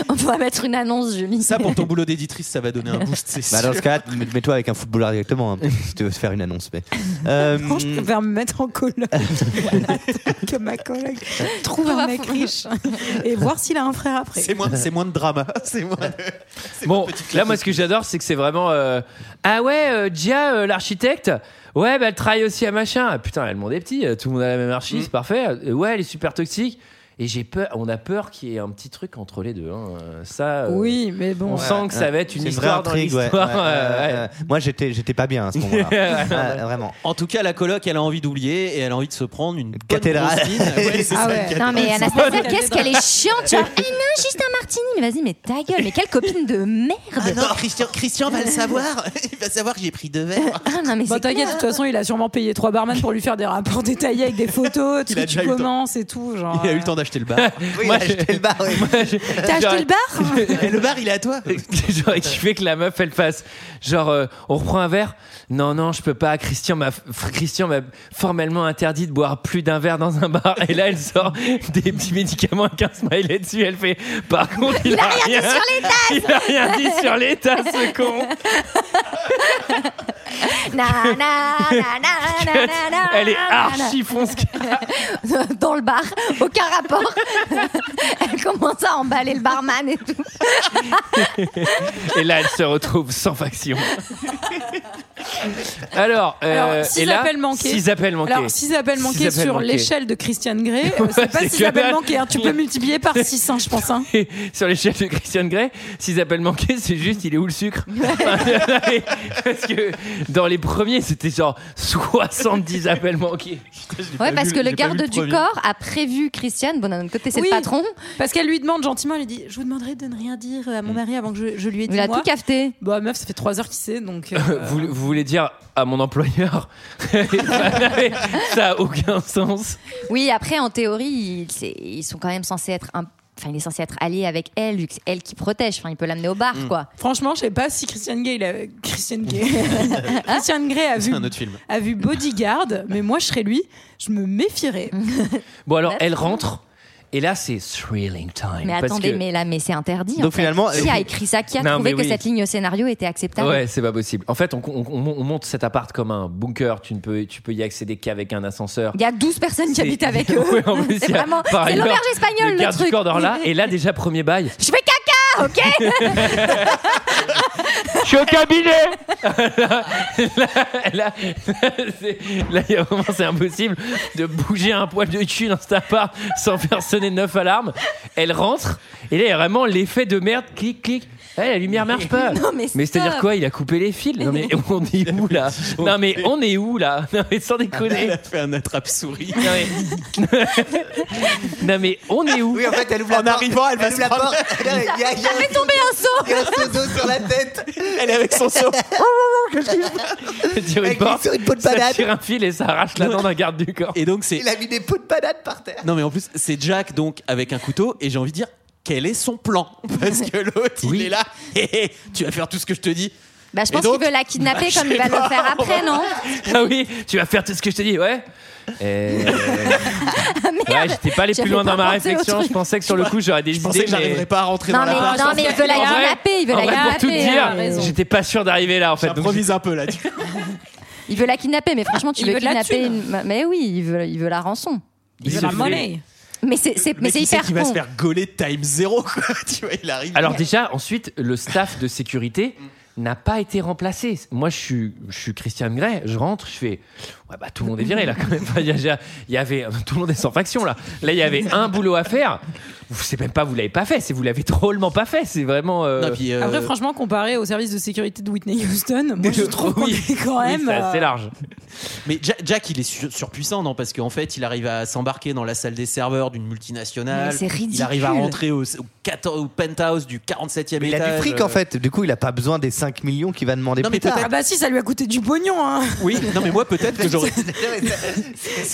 S10: on pourrait mettre une annonce, Julie.
S11: Ça, pour ton boulot d'éditrice, ça va donner un boost, c'est
S7: Bah, dans ce
S11: sûr.
S7: cas, mets-toi avec un footballeur directement hein, si tu veux faire une annonce. Mais euh,
S8: Non, je préfère me mettre en coloc que ma coloc trouve un mec riche
S10: Euh,
S8: et voir s'il a un frère après.
S11: C'est moins, c'est moins de drama. C'est moins de- c'est moins
S1: Bon,
S11: de petite
S1: là moi
S11: classe.
S1: ce que j'adore c'est que c'est vraiment euh, ah ouais euh, Gia euh, l'architecte ouais bah elle travaille aussi à machin Ah, putain elle monde est petit euh, tout le monde a la même archi
S11: Mm.
S1: c'est parfait Euh, ouais elle est super toxique et j'ai peur on a peur qu'il y ait un petit truc entre les deux hein. Euh, ça euh,
S8: Oui, mais
S1: on
S8: bon.
S1: sent que ça va être une
S7: c'est une vraie
S1: histoire dans
S7: intrigue, ouais,
S1: l'histoire
S7: ouais, ouais,
S1: euh,
S7: ouais.
S1: ouais.
S7: Moi, j'étais, j'étais pas bien à ce moment-là. Ouais, vraiment.
S11: En tout cas, la coloc, elle a envie d'oublier et elle a envie de se prendre une bonne
S7: Cathédrale.
S11: grosse mine. Ouais, c'est
S8: Ah
S11: ça,
S8: ouais.
S11: une
S10: Non
S11: cathédrale.
S10: mais
S8: C'est
S10: Anastasia,
S8: pas-
S10: qu'est-ce qu'elle est chiante genre, Eh non, juste un martini. Mais vas-y, mais ta gueule, mais quelle copine de
S8: Ah
S10: merde.
S11: Ah non, Christian, Christian va le savoir. Il va savoir que j'ai pris deux verres.
S10: Ah non mais
S8: Bah
S10: c'est
S8: t'inquiète, de toute façon, il a sûrement payé trois barman pour lui faire des rapports détaillés avec des photos, tout
S11: Il a
S8: ce que tu
S11: déjà eu le temps.
S8: commences et tout. Genre, euh.
S11: Il a eu le temps d'acheter acheté le bar.
S1: Oui, Moi, il a j'ai- acheté le
S11: bar,
S8: T'as acheté le bar
S11: Et le bar, il est à toi
S1: J'aurais kiffé que la meuf elle fasse genre euh, on reprend un verre. Non non je peux pas. Christian m'a f- Christian m'a formellement interdit de boire plus d'un verre dans un bar. Et là elle sort des petits médicaments avec un smiley dessus. Elle fait par contre il,
S2: Il
S1: a,
S2: a rien dit sur les tasses
S1: Il a rien dit sur les tasses ce con.
S10: Na, na, na, na, na, na, na,
S1: Elle est
S10: na, na, na.
S1: archi fonce.
S10: Dans le bar, aucun rapport. Elle commence à emballer le barman et tout.
S1: Et là elle se retrouve sans faction. Alors, euh,
S8: Alors,
S1: et
S8: six
S1: là,
S8: appels manqués.
S1: six appels manqués.
S8: Alors, six appels
S1: Six
S8: manqués
S1: appels
S8: sur
S1: manqués.
S8: l'échelle de Christiane Grey, euh,
S1: Ouais,
S8: c'est pas
S1: c'est
S8: six
S1: que
S8: appels
S1: dalle.
S8: manqués. hein. Tu peux multiplier par 600, je pense. hein.
S1: Et sur l'échelle de Christian Grey, s'ils appellent manqué, c'est juste il est où le sucre Parce que dans les premiers, c'était genre 70 appels manqués.
S10: Ouais, parce que le garde du corps a prévu Christiane. Bon, d'un autre côté, c'est
S8: Oui,
S10: le patron.
S8: Parce qu'elle lui demande gentiment, elle lui dit Je vous demanderai de ne rien dire à mon mari avant que je, je lui ai dit.
S10: Il a
S8: moi.
S10: tout cafeté.
S8: Bah, meuf, ça fait 3 heures qu'il sait, donc. euh,
S1: Vous, vous voulez dire à mon employeur Ça a aucun sens.
S10: Oui, après, en théorie, ils, c'est- ils sont quand même censés être un. Enfin, il est censé être allié avec elle, vu que c'est elle qui protège. Enfin, il peut l'amener au bar,
S1: Hmm.
S11: Mm.
S10: quoi.
S8: Franchement, je sais pas si Christiane Grey, il a... Christiane Grey. Christiane Grey a
S11: C'est
S8: vu,
S11: un autre film.
S8: a vu Bodyguard, mais moi, je serais lui, je me méfierais.
S1: Bon, alors elle rentre, et là c'est thrilling time.
S10: Mais
S1: parce
S10: attendez,
S1: que-
S10: mais là, mais c'est interdit.
S1: Donc
S10: en fait.
S1: finalement,
S10: qui
S1: euh,
S10: a écrit ça Qui a
S1: Non,
S10: trouvé
S1: mais
S10: que
S1: oui.
S10: cette ligne au scénario était acceptable
S1: Ouais, c'est pas possible. En fait, on, on- on- on monte cet appart comme un bunker. Tu ne peux, tu peux y accéder qu'avec un ascenseur.
S10: Il y a 12 personnes qui
S1: C'est-
S10: habitent avec eux.
S1: Ouais, en plus,
S10: c'est
S1: il y a-
S10: vraiment.
S1: par
S10: C'est
S1: ailleurs,
S10: l'auberge espagnole, le,
S1: garde
S10: truc.
S1: du corps dort là, et là déjà premier bail.
S10: Je fais caca, ok
S1: Je suis au cabinet Là, là, c'est- là, il y a vraiment, c'est impossible de bouger un poil de cul dans cet appart sans faire sonner neuf alarmes. Elle rentre, et là, il y a vraiment l'effet de merde, clic, clic. Eh, la lumière marche pas.
S10: Non, mais
S1: c'est-à-dire
S10: stop.
S1: quoi Il a coupé les fils Non, mais on est où là Non, mais on est où là Non, mais sans déconner.
S11: Elle a fait un attrape-souris.
S1: Non, mais... non, mais on est où
S13: Oui, en fait, elle ouvre la
S11: En arrivant, elle va
S13: elle
S11: se
S13: ouvre la
S11: prendre-
S13: porte. Il y a- il y a-
S10: fait tomber un seau
S13: il y a un seau d'eau sur la tête.
S11: Elle est avec son seau.
S1: Sur une
S13: Elle glisse
S1: porte,
S13: sur une peau de
S1: ça
S13: banane.
S1: tire un fil et ça arrache la dent d'un garde du corps.
S11: Et donc, c'est.
S13: Il a mis des pots de panates par terre.
S11: Non, mais en plus, c'est Jack, donc, avec un couteau, et j'ai envie de dire. Quel est son plan Parce que l'autre, il est là. Hé, hé, tu vas faire tout ce que je te dis.
S10: Bah, je
S11: Et
S10: pense
S11: donc-
S10: qu'il veut la kidnapper
S11: Bah, je
S10: comme il
S11: sais
S10: va
S11: pas,
S10: le faire
S11: on
S10: après,
S11: va-
S10: non
S1: Ah oui, tu vas faire tout ce que je te dis, ouais. Euh, ouais, j'étais pas allé plus
S10: Ah, J'avais
S1: loin dans ma
S10: pas pensé au
S1: réflexion.
S10: truc.
S1: Je pensais que sur le coup, j'aurais des
S11: Je pensais
S1: idées,
S11: que j'arriverais
S1: mais-
S11: pas à rentrer
S10: Non,
S11: dans
S10: mais,
S11: la
S10: non, mais il veut la
S1: En vrai-
S10: kidnapper, il veut
S1: en
S10: la
S1: vrai, pour tout
S10: kidnapper. hein,
S1: te dire,
S10: raison.
S1: j'étais pas sûr d'arriver là en fait. Donc,
S11: Improvise un peu là. tu-
S10: Il veut la kidnapper, mais franchement, tu
S8: Il
S10: veux
S8: veut de la
S10: kidnapper.
S8: thune.
S10: une- Mais oui, il veut, il veut la rançon.
S1: il
S8: Il veut
S1: se
S8: la
S1: fait-
S8: monnaie.
S10: Mais c'est c'est- mais
S11: mec,
S10: c'est
S11: il sait
S10: hyper
S11: qu'il va se
S10: con.
S11: faire gauler time zéro, quoi. Tu vois, il arrive.
S1: Alors déjà, ensuite, le staff de sécurité n'a pas été remplacé. Moi, je suis, je suis Christiane Grey, je rentre, je fais, ouais, bah, tout le monde est viré là quand même. Il y, a- il y avait, tout le monde est sans faction là. Là, il y avait un boulot à faire. Vous savez même pas, vous l'avez pas fait, c'est vous l'avez drôlement pas fait. C'est vraiment. euh,
S11: Non, puis, euh,
S8: Après, franchement, comparé au service de sécurité de Whitney Houston, moi, je trouve qu'on
S1: Oui,
S8: est quand
S1: oui,
S8: même.
S1: c'est assez
S8: euh,
S1: large.
S11: Mais Ja- Jack, il est sur- surpuissant, non Parce qu'en fait, il arrive à s'embarquer dans la salle des serveurs d'une multinationale.
S10: Mais c'est ridicule.
S11: Il arrive à rentrer au, au 14 au penthouse du 47e
S7: Mais il
S11: étage.
S7: a du fric en
S11: euh.
S7: fait. Du coup, il a pas besoin des 5 millions qu'il va demander
S11: Non, mais
S7: plus tard.
S8: Ah bah si, ça lui a coûté du pognon. Hein.
S11: Oui, non, mais moi, peut-être que j'aurais.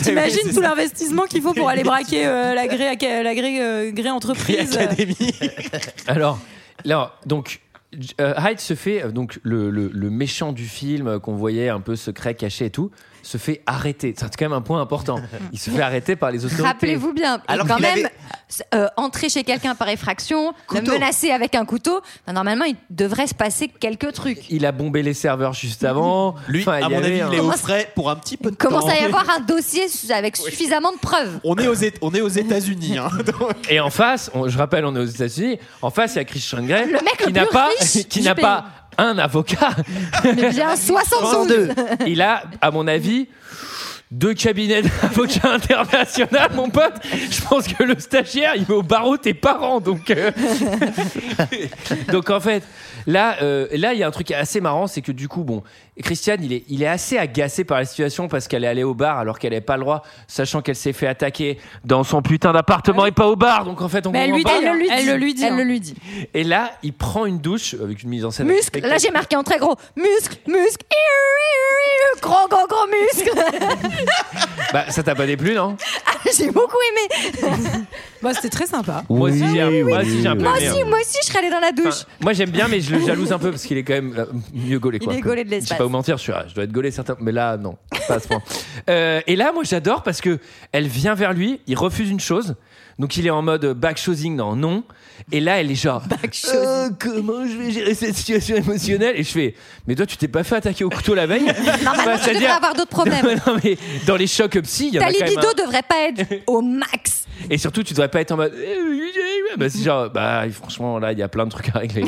S8: T'imagines
S11: c'est
S8: tout l'investissement qu'il faut pour aller braquer euh, la Grey, Aca- la Grey, euh, Grey entreprise.
S11: Académie.
S1: Alors, là, donc. J- euh, Hyde se fait euh, donc le, le- le méchant du film euh, qu'on voyait un peu secret caché et tout se fait arrêter c'est quand même un point important il se fait arrêter par les autorités
S10: Rappelez-vous bien, et
S13: Alors
S10: quand
S13: qu'il
S10: même,
S13: avait-
S10: s- euh, entrer chez quelqu'un par effraction, le
S13: Couteau.
S10: menacer avec un couteau, ben, normalement, il devrait se passer quelques trucs.
S1: il a bombé les serveurs juste avant
S11: Lui,
S1: Enfin, il
S11: à
S1: y
S11: mon
S1: avait
S11: avis,
S1: un-
S11: il est au frais pour un petit peu de
S10: Commence
S11: temps.
S10: à y avoir un dossier su- avec suffisamment de preuves.
S11: On est aux, Éta- on est aux États-Unis. hein, donc-
S1: et en face on- je rappelle on est aux États-Unis en face il y a Christian Grey
S10: Le mec
S1: qui
S10: le
S1: n'a
S10: plus
S1: pas
S10: riche
S1: qui
S10: du
S1: n'a
S10: pays.
S1: pas un avocat
S10: Mais bien 72
S1: Il a, à mon avis, deux cabinets d'avocats internationaux, mon pote. Je pense que le stagiaire, il met au barreau tes parents. Donc, euh, donc en fait, là, euh, là, il y a un truc assez marrant, c'est que du coup, bon, Christiane, il est, il est assez agacé par la situation parce qu'elle est allée au bar alors qu'elle n'avait pas le droit, sachant qu'elle s'est fait attaquer dans son putain d'appartement et pas au bar. Donc en fait, on
S8: Ah Mais elle
S1: comprend
S8: lui dit,
S1: pas.
S10: Elle
S8: Elle
S10: le lui dit.
S8: le lui dit,
S10: Elle
S8: hein.
S10: le lui dit.
S1: Et là, il prend une douche avec une mise en scène.
S10: Muscle. Là, j'ai marqué en très gros. Muscle, muscle. iu, iu, iu, Gros, gros, gros muscle.
S1: Bah, ça t'a pas déplu, non
S10: J'ai beaucoup aimé.
S8: Bah, c'était très sympa.
S1: Moi aussi, j'ai un- moi aussi, j'ai un peu
S10: Moi
S1: aimé,
S10: aussi,
S1: hein.
S10: moi aussi, je serais allée dans la douche.
S1: Ah, Moi j'aime bien, mais je le jalouse un peu parce qu'il est quand même euh, mieux gaulé.
S10: Il
S1: Quoi.
S10: est gaulé de
S1: Je vais
S10: l'espace.
S1: pas vous mentir, je, suis, je dois être gaulé certains, mais là non, pas à ce point. Euh, et là, moi j'adore parce que elle vient vers lui, il refuse une chose, donc il est en mode back choosing dans non, et là elle est genre Euh, comment je vais gérer cette situation émotionnelle Et je fais, mais toi tu t'es pas fait attaquer au couteau la veille
S10: Normalement,
S1: Bah,
S10: tu devrais
S1: c'est-à-dire-
S10: avoir d'autres problèmes.
S1: Non, mais dans les chocs psy, il y en a
S10: Ta
S1: quand même hein.
S10: libido
S1: un-
S10: devrait pas être au max.
S1: Et surtout, tu devrais pas être en mode. Eh, Bah, c'est genre, bah franchement, là, il y a plein de trucs à régler.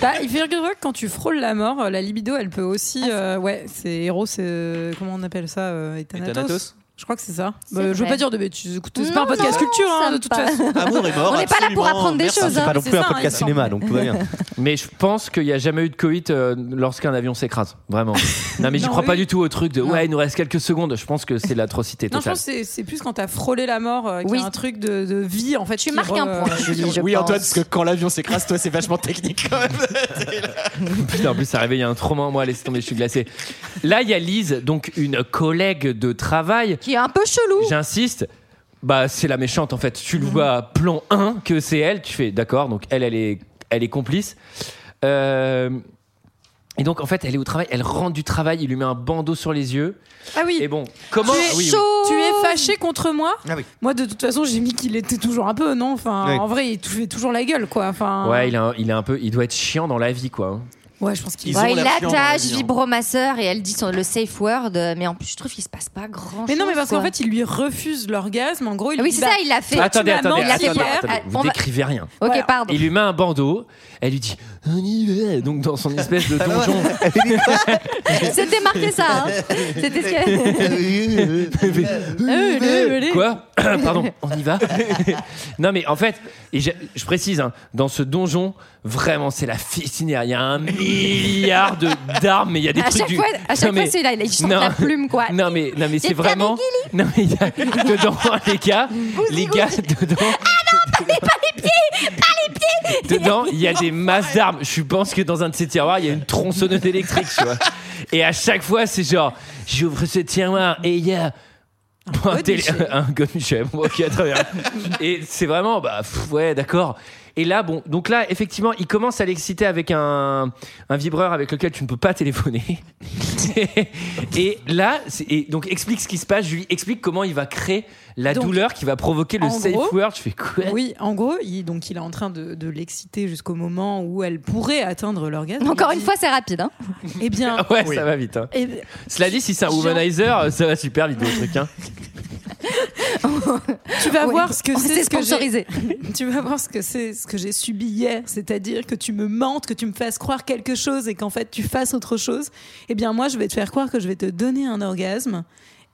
S8: Bah, il faut dire que quand tu frôles la mort, euh, la libido, elle peut aussi. euh, ouais, c'est héros, c'est. euh, comment on appelle ça euh, et Thanatos
S11: Thanatos
S8: Je crois que c'est ça.
S11: C'est
S8: Bah, je veux
S11: vrai.
S8: pas dire de bêtises. Écoutez, c'est
S11: Non,
S8: pas un podcast
S11: non,
S8: culture, hein,
S11: ça
S8: de
S11: me
S8: toute
S11: parle.
S8: façon.
S11: Amour et mort,
S8: On n'est pas là pour
S11: absolument.
S8: apprendre des
S11: Merci.
S8: choses.
S11: C'est pas
S8: hein,
S11: non
S8: c'est
S11: plus un
S8: ça, hein,
S11: podcast
S8: il me semble.
S11: cinéma, donc tout va bien.
S1: Mais je pense qu'il n'y a jamais eu de coït euh, lorsqu'un avion s'écrase, vraiment. Non, mais j'y
S8: Non,
S1: crois pas
S8: oui.
S1: du tout au truc de ouais, il nous reste quelques secondes. Je pense que c'est l'atrocité
S8: Non, je
S1: totale.
S8: pense que c'est- c'est plus quand t'as frôlé la mort, euh, qu'il y a un truc de, de vie, en fait. Tu
S10: marques un point,
S11: Julie, oui, Antoine, parce que quand l'avion s'écrase, toi, c'est vachement technique quand même.
S1: Putain, en plus, ça réveille un trauma. Moi, laisse tomber, je suis glacé. Là, il y a Lise, donc une collègue de travail.
S10: Qui est un peu chelou.
S1: J'insiste. Bah, c'est la méchante, en fait. Tu
S8: Mhm.
S1: le vois à plan 1 que c'est elle. Tu fais, d'accord, donc elle, elle est, elle est complice. Euh, Et donc, en fait, elle est au travail. Elle rentre du travail. Il lui met un bandeau sur les yeux.
S8: Ah oui.
S1: Et bon, comment
S8: tu es,
S1: ah Oui, oui.
S8: tu es fâché contre moi
S1: Ah oui.
S8: Moi, de toute façon, j'ai mis qu'il était toujours un peu, non Enfin,
S1: Oui.
S8: en vrai, il touchait toujours la gueule, quoi. Enfin,
S1: Ouais, il, est un- il est un peu, il doit être chiant dans la vie, quoi. hein.
S8: Ouais, je pense
S10: Ouais, il attache vibromasseur et elle dit son- le safe word, euh, mais en plus je trouve qu'il se passe pas grand chose.
S8: Mais non, mais parce qu'en fait, il lui refuse l'orgasme. En gros, il
S10: Ah
S8: lui
S10: oui,
S8: dit,
S10: c'est
S8: bah,
S10: ça, il l'a fait.
S1: Attendez,
S10: Tu m'as
S1: attendez,
S10: menti
S1: attendez,
S10: hier.
S1: attendez.
S10: On
S1: vous
S10: va-
S1: décrivez rien.
S10: Ok, pardon.
S1: Il lui met un bandeau, elle lui dit On y va Donc dans son espèce de donjon.
S10: C'était marqué ça. hein. C'était ce que.
S1: Quoi Pardon, on y va Non mais en fait, et je, je précise, hein, dans ce donjon, vraiment c'est la ficinière. Il y a un milliard de- d'armes, mais il y a des
S10: À
S1: trucs
S10: chaque
S1: du-
S10: fois, à chaque
S1: Non, mais-
S10: fois, c'est là, il sort
S1: Non.
S10: la plume, quoi.
S1: Non mais, non, mais
S10: Et
S1: c'est vraiment... Non mais il y a dedans les gars, les gars dedans... Dedans, il y a des masses d'armes. Je pense que dans un de ces tiroirs, il y a une tronçonneuse électrique, tu vois. Et à chaque fois, c'est genre, j'ouvre ce tiroir et il y a un, télé- un godmichet, bon, ok, à travers. Et c'est vraiment, bah, pff, ouais, d'accord. Et là, bon, donc là, effectivement, il commence à l'exciter avec un, un vibreur avec lequel tu ne peux pas téléphoner. et là, c'est- et donc explique ce qui se passe. Je lui explique comment il va créer la
S8: Donc,
S1: douleur qui va provoquer le
S8: en
S1: safe
S8: gros,
S1: word. Je fais quoi
S8: Oui, en gros, il, donc il est en train de, de l'exciter jusqu'au moment où elle pourrait atteindre l'orgasme.
S10: Encore
S8: Il
S10: une
S8: dit,
S10: fois, c'est rapide. hein.
S8: Eh bien,
S1: Ouais, ça va vite. hein.
S8: eh bien,
S1: Cela dit, si c'est un womanizer, euh, ça va super vite le truc. Hein.
S8: tu vas
S10: Ouais.
S8: voir ce que
S10: On s'est
S8: c'est ce que
S10: sponsorisé.
S8: j'ai. tu vas voir ce que c'est ce que j'ai subi hier, c'est-à-dire que tu me mentes, que tu me fasses croire quelque chose et qu'en fait tu fasses autre chose. Eh bien moi, je vais te faire croire que je vais te donner un orgasme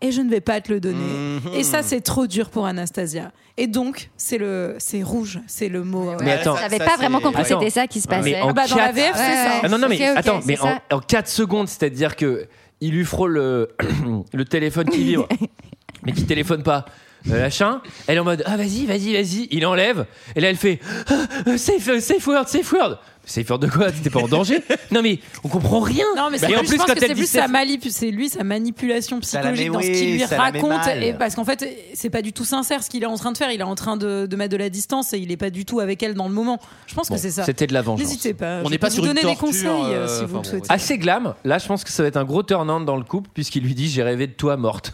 S8: et je ne vais pas te le donner.
S1: Mhm.
S8: Et ça, c'est trop dur pour Anastasia. Et donc, c'est le c'est rouge, c'est le mot. euh,
S1: Mais attends,
S10: J'avais pas vraiment compris que
S1: Attends.
S10: c'était ça qui se passait.
S1: Mais en
S10: Ah bah, dans
S1: quatre-
S10: la VF, c'est ça.
S1: Ah non, non, mais
S10: Ok, ok,
S1: attends,
S10: c'est
S1: mais en,
S10: ça.
S1: 4 secondes, c'est-à-dire que il lui frôle le, le téléphone qui vibre, mais qui téléphone pas. Euh, Lachin, elle est en mode ah vas-y vas-y vas-y, il enlève et là elle fait Ah, euh, safe euh, safe word safe word safe word de quoi t'étais pas en danger non mais on comprend rien
S8: Non, mais c'est
S1: et
S8: plus,
S1: en
S8: je
S1: plus
S8: pense
S1: quand
S8: que
S1: elle
S8: c'est
S1: dit
S8: plus sa
S1: safe-
S8: manip- c'est lui sa manipulation
S1: Ça la met-
S8: psychologique dans ce
S1: oui,
S8: qu'il lui
S1: ça la met
S8: raconte
S1: mal.
S8: et parce qu'en fait c'est pas du tout sincère ce qu'il est en train de faire il est en train de, de mettre de la distance et il est pas du tout avec elle dans le moment je pense
S1: Bon,
S8: que c'est ça
S1: c'était de la vengeance.
S8: n'hésitez pas
S1: On
S8: je
S1: n'est
S8: peux
S1: pas
S8: vous
S1: sur une
S8: donner des
S1: torture,
S8: conseils
S1: euh,
S8: euh, si vous
S1: enfin
S8: le souhaitez
S1: assez glam là je pense que ça va être un gros turn on dans le couple puisqu'il lui dit j'ai rêvé de toi morte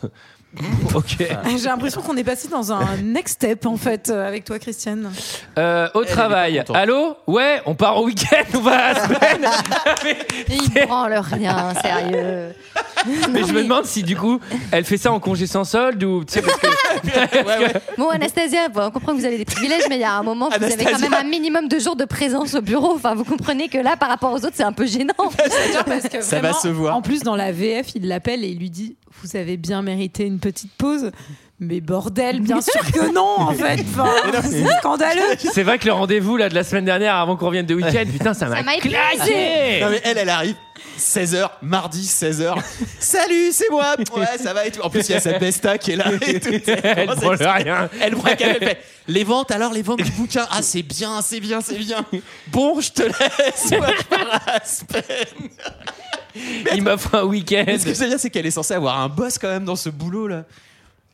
S1: ok
S8: j'ai l'impression qu'on est passé dans un next step en fait euh, avec toi Christiane
S1: Euh, au travail. Allô Ouais, on part au week-end, on va à la semaine.
S10: Et il prend le rien, sérieux.
S1: mais je me demande si du coup, elle fait ça en congé sans solde ou tu sais parce que.
S10: Bon, Anastasia, bon, on comprend que vous avez des privilèges, mais il y a un moment, vous avez quand
S1: Anastasia.
S10: même un minimum de jours de présence au bureau. Enfin, vous comprenez que là, par rapport aux autres, c'est un peu gênant.
S8: parce que
S11: Ça
S8: vraiment,
S11: va se voir.
S8: En plus, dans la VF, il l'appelle et il lui dit Vous avez bien mérité une petite pause. Mais bordel, bien sûr que non, en fait. Enfin, c'est scandaleux.
S1: C'est vrai que le rendez-vous là de la semaine dernière avant qu'on revienne de week-end, putain, ça
S10: Ah,
S1: m'a. claqué
S11: Non, mais elle, elle arrive. 16h, mardi 16h. Salut, c'est moi! Ouais, ça va et tout. En plus, il y a sa besta qui est là et tout.
S1: Elle prend le rien.
S11: Elle prend le café, elle fait, Les ventes, alors, les ventes du bouquin. Ah, c'est bien, c'est bien, c'est bien. Bon, je te laisse. Moi, je pars à Aspen.
S1: Il m'offre un week-end.
S11: Ce que je veux dire, c'est qu'elle est censée avoir un boss quand même dans ce boulot là.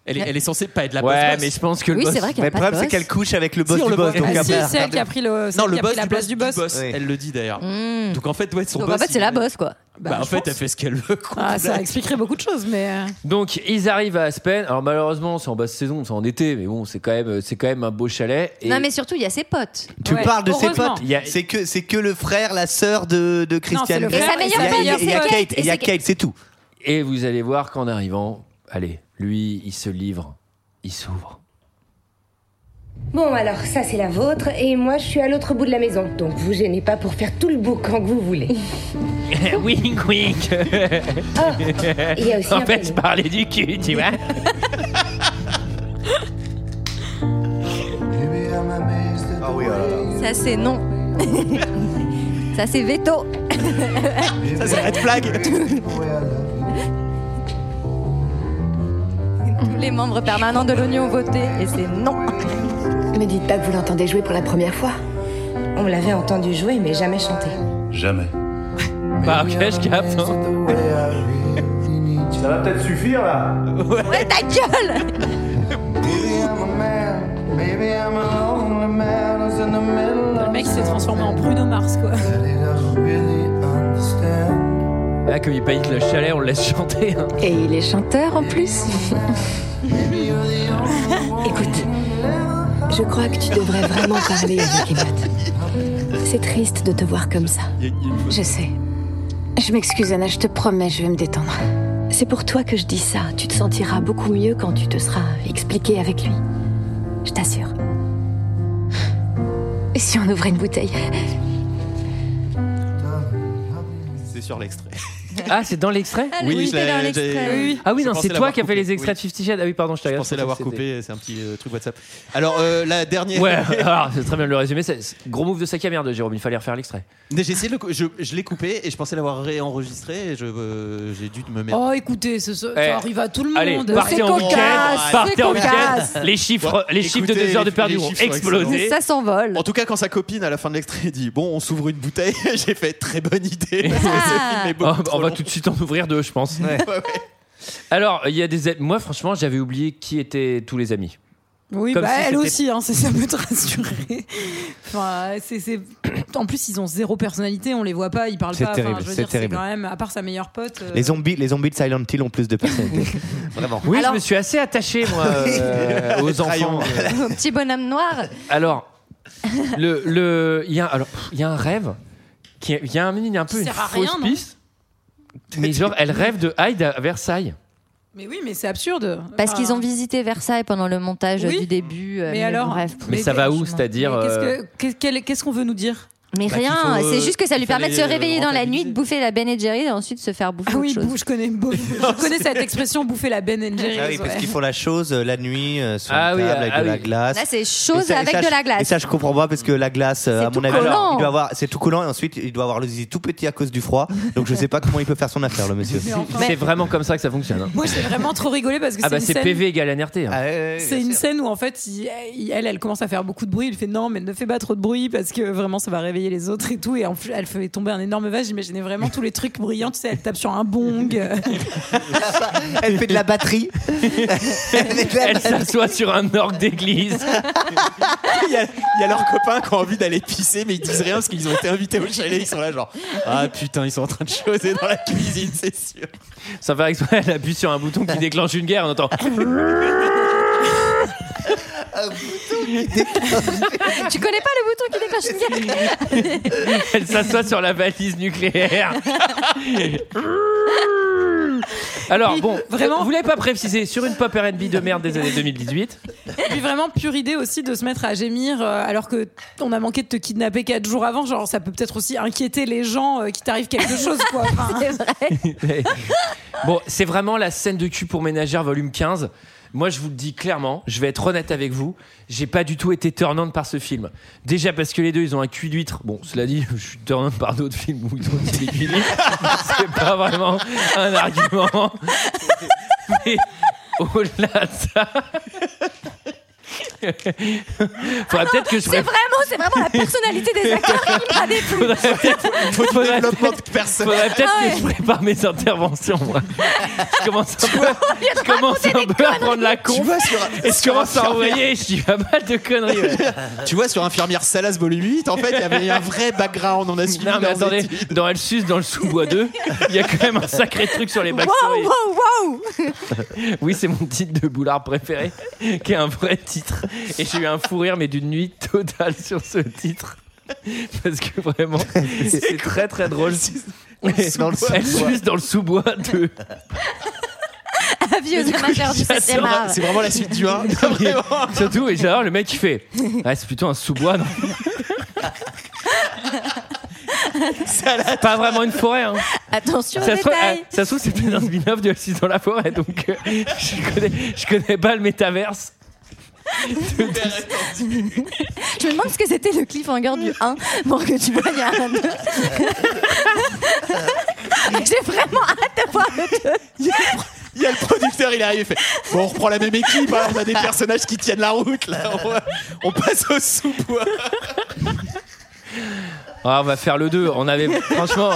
S11: Elle est, elle est censée pas être la boss.
S1: Ouais, mais je pense que le Oui, boss- c'est vrai qu'elle a
S11: Mais
S1: pas de boss.
S7: couche avec le
S1: Si, on le voit.
S11: donc
S1: Ah,
S11: après-
S1: si,
S8: C'est elle qui a pris le. c'est
S11: Non,
S8: elle
S11: le
S8: qui a pris
S11: boss,
S8: la place du boss.
S11: Elle le dit d'ailleurs.
S8: Mm.
S11: Donc en fait, ouais, son
S8: Donc, en
S11: boss.
S8: fait, c'est
S11: il-
S8: la boss, quoi.
S11: Bah,
S8: Bah,
S11: en
S8: je
S11: fait,
S8: pense.
S11: elle fait ce qu'elle veut. quoi.
S8: Ah, ça expliquerait beaucoup de choses, mais. euh,
S1: Donc ils arrivent à Aspen. Alors malheureusement, c'est en basse saison, c'est en été, mais bon, c'est quand même, c'est quand même un beau chalet. Et
S10: Non, mais surtout, il y a ses potes.
S7: Tu parles de ses
S10: Heureusement.
S7: potes. C'est que c'est que le frère, la sœur de, de Christian.
S10: le frère, Et sa meilleure
S7: il y a-
S10: pote,
S7: il y a
S10: c'est
S7: Kate.
S10: Kate.
S7: Il y a
S10: Et c'est
S7: Kate, c'est tout.
S1: Et vous allez voir qu'en arrivant, allez, lui, il se livre, il s'ouvre.
S14: Bon, alors ça c'est la vôtre, et moi je suis à l'autre bout de la maison, donc vous gênez pas pour faire tout le boucan que vous voulez.
S1: wink wink.
S14: il y a aussi
S1: en
S14: un
S1: fait,
S14: prénom.
S1: je parlais du cul, tu vois.
S7: Ah oui,
S10: Ça, c'est non. ça, c'est veto.
S11: Ça, c'est red flag.
S10: Tous les membres permanents de l'ONU ont voté et c'est non.
S12: Me dites pas que vous l'entendez jouer pour la première fois.
S14: On me l'avait entendu jouer, mais jamais chanter.
S15: Jamais.
S1: Bah, ok, je capte.
S15: Ça va peut-être suffire là.
S10: Ouais, ta gueule
S8: Le mec s'est transformé en Bruno Mars, quoi.
S1: Là, Ah, comme il paye le chalet, on le laisse chanter. hein.
S12: Et il est chanteur en plus. Écoute, je crois que tu devrais vraiment parler avec Emma. C'est triste de te voir comme ça. Je sais. Je m'excuse, Anna, je te promets, je vais me détendre. C'est pour toi que je dis ça. Tu te sentiras beaucoup mieux quand tu te seras expliqué avec lui. Je t'assure. Et si on ouvrait une bouteille
S11: C'est sur l'extrait.
S1: Ah, c'est dans l'extrait
S11: Ah, Oui, oui, je c'est l'ai- dans l'extrait, j'ai- oui.
S1: Ah oui,
S11: Je
S1: non,
S11: pensais
S1: c'est toi
S11: l'avoir
S1: qui as fait
S11: coupé,
S1: les extraits de Fifty Shades. Ah oui, pardon, je t'ai
S11: Je pensais l'avoir coupé, c'est un petit euh, truc WhatsApp. Alors, euh, la dernière.
S1: Ouais, alors, c'est très bien de le résumer. c'est- c'est- Gros move de sa caméra de Jérôme, il fallait refaire l'extrait.
S11: Mais J'ai essayé de le cou- je, je l'ai coupé et je pensais l'avoir réenregistré et je, euh, j'ai dû me mettre.
S8: Oh, écoutez, ce- ce-
S11: Eh,
S8: ça arrive à tout le
S11: allez,
S8: monde.
S11: partez
S8: C'est
S11: en
S8: cocasse,
S11: week-end,
S8: c'est
S11: partez en
S8: cocasse.
S11: week-end.
S1: Les chiffres,
S11: Ouais,
S1: les chiffres de
S11: écoutez,
S1: deux heures de
S11: les
S1: perdu ont
S11: chiffres sont
S1: explosé.
S11: excellents.
S10: s'envole.
S11: En tout cas, quand sa copine, à la fin de l'extrait, dit Bon, on s'ouvre une bouteille, j'ai fait très bonne idée. parce que ce film est beaucoup
S1: Oh,
S11: trop
S1: on va
S11: long.
S1: tout de suite en ouvrir deux, je pense. Alors, il y a des. Moi, franchement, j'avais oublié qui étaient tous les amis.
S8: Oui,
S1: Comme
S8: bah,
S1: si
S8: elle
S1: c'était-
S8: aussi, hein, c'est- ça peut te rassurer. Enfin, c'est- c'est- En plus, ils ont zéro personnalité, on les voit pas, ils parlent
S7: C'est
S8: pas. Enfin,
S7: terrible,
S8: je veux
S7: c'est
S8: dire,
S7: terrible.
S8: quand même, à part sa meilleure pote. euh,
S7: Les zombies, les zombies de Silent Hill ont plus de personnalité. Vraiment.
S1: Oui, je me suis assez attaché, moi, euh, aux enfants.
S10: Au petit bonhomme noir.
S1: Alors, le, le, il y a, alors, pff, il y a un rêve, qui est- il y a un, il y a un peu une
S8: Qui sert à
S1: fausse
S8: rien, non
S1: piste, mais genre, elle rêve de Hyde à Versailles.
S8: Mais oui, mais c'est absurde.
S10: Parce
S8: Enfin,
S10: qu'ils ont visité Versailles pendant le montage euh,
S8: Oui.
S10: du début. euh,
S8: Mais alors
S10: bref.
S1: Mais ça va où, c'est-à-dire
S8: Qu'est-ce
S1: euh,
S8: que- qu'est- quel- qu'est-ce qu'on veut nous dire
S10: Mais
S1: Bah,
S10: rien,
S1: qu'il faut, euh,
S10: c'est juste que ça lui
S1: qu'il
S10: permet de se
S1: fallait, euh,
S10: réveiller dans la nuit, de bouffer la Ben Jerry et ensuite se faire bouffer
S8: Ah
S10: autre
S8: oui,
S10: chose.
S8: bou- je connais, bou- je connais cette expression bouffer la Ben Jerry's.
S7: Ah oui, parce
S8: ouais.
S7: qu'ils font la chose euh, la nuit euh, sur
S1: Ah
S7: une
S1: oui,
S7: table
S1: ah
S7: avec de la
S1: oui.
S7: glace.
S10: Là, c'est chose
S7: Et ça- et
S10: avec
S7: ça,
S10: de
S7: je-
S10: la glace.
S7: Et ça, je comprends pas parce que la glace, euh, à mon avis,
S10: collant.
S7: il doit avoir, c'est tout collant et ensuite il doit avoir le zizi tout petit à cause du froid. Donc je sais pas comment il peut faire son affaire, le monsieur.
S8: Mais enfin-
S1: C'est vraiment comme ça que ça fonctionne. hein.
S8: Moi, j'ai vraiment trop rigolé parce que
S1: Ah bah
S8: une
S1: c'est
S8: scène-
S1: PV égale NRT.
S7: Ah,
S1: hein.
S8: C'est une scène où en fait, il- il- elle, elle commence à faire beaucoup de bruit. Il fait non, mais ne fais pas trop de bruit parce que vraiment, ça va réveiller les autres et tout. Et en plus, elle fait tomber un énorme vase. J'imaginais vraiment tous les trucs brillants. Tu sais, elle tape sur un bong.
S13: Elle fait de la batterie.
S1: Elle s'assoit sur un orgue d'église.
S11: Il y, a, il y a leurs copains qui ont envie d'aller pisser, mais ils disent rien parce qu'ils ont été invités au chalet. Ils sont là, genre Ah putain, ils sont en train de choser dans la cuisine, c'est sûr.
S1: Sans faire exprès, elle appuie sur un bouton qui déclenche une guerre. On entend.
S10: tu connais pas le bouton qui déclenche une guerre
S1: Elle s'assoit sur la valise nucléaire. Alors bon, vraiment, vous l'avez pas précisé sur une pop R&B de merde des années 2018.
S8: Et puis vraiment, pure idée aussi de se mettre à gémir euh, alors que on a manqué de te kidnapper quatre jours avant. Genre, ça peut peut-être aussi inquiéter les gens euh, qui t'arrive quelque chose, quoi. Enfin,
S10: C'est vrai.
S1: Bon, c'est vraiment la scène de cul pour ménagère volume 15. Moi, je vous le dis clairement, je vais être honnête avec vous, j'ai pas du tout été turnante par ce film. Déjà parce que les deux, ils ont un cul d'huître. Bon, cela dit, je suis turnante par d'autres films où ils ont aussi des culs d'huître. C'est pas vraiment un argument. Mais au-delà de ça, Faudrait peut-être que je
S10: C'est vraiment, c'est vraiment la personnalité des acteurs qui me bat des
S1: Faudrait
S10: plombs.
S1: peut-être faudrait peut-être- faudrait peut-être
S10: Ah
S1: que je
S10: ouais.
S1: prépare mes interventions. moi. je commence un peu,
S10: je
S1: commence un peu à prendre la con.
S11: vois, sur-
S1: et je
S11: sur
S1: commence à
S11: infirmière.
S1: envoyer. Je dis pas mal de conneries. ouais.
S11: tu vois, sur Infirmière Salas Volume 8, en fait, il y avait un vrai background. On a suivi
S1: Non mais
S11: leurs
S1: attendez, dans Elsus, dans le sous-bois 2, il y a quand même un sacré truc sur les backstories.
S10: waouh, waouh
S1: Oui, c'est mon titre de boulard préféré, qui est un vrai titre. Et j'ai eu un fou rire, mais d'une nuit totale sur ce titre. Parce que vraiment, c'est très très drôle.
S7: Dans le
S1: Elle
S7: sous-bois.
S1: suce dans le sous-bois de.
S10: Un vieux amateur du 7
S1: C'est vraiment la suite du 1. Surtout, et j'adore le mec qui fait Ouais, c'est plutôt un sous-bois. non C'est pas vraiment une forêt. Hein.
S10: Attention aux
S1: ça se, trouve,
S10: détails.
S1: euh, ça se trouve, c'est peut-être un spin-off de Alice dans la forêt, donc euh, je, connais, je connais pas le métaverse.
S10: Je me demande ce que c'était le cliffhanger du 1. Bon, que tu vois, il y a un 2. J'ai vraiment hâte de voir le 2.
S11: Il y a le producteur, il arrive et fait Bon, on reprend la même équipe, hein, on a des personnages qui tiennent la route, là, on, on passe au sous-bois.
S1: Ah, on va faire le 2. On avait franchement.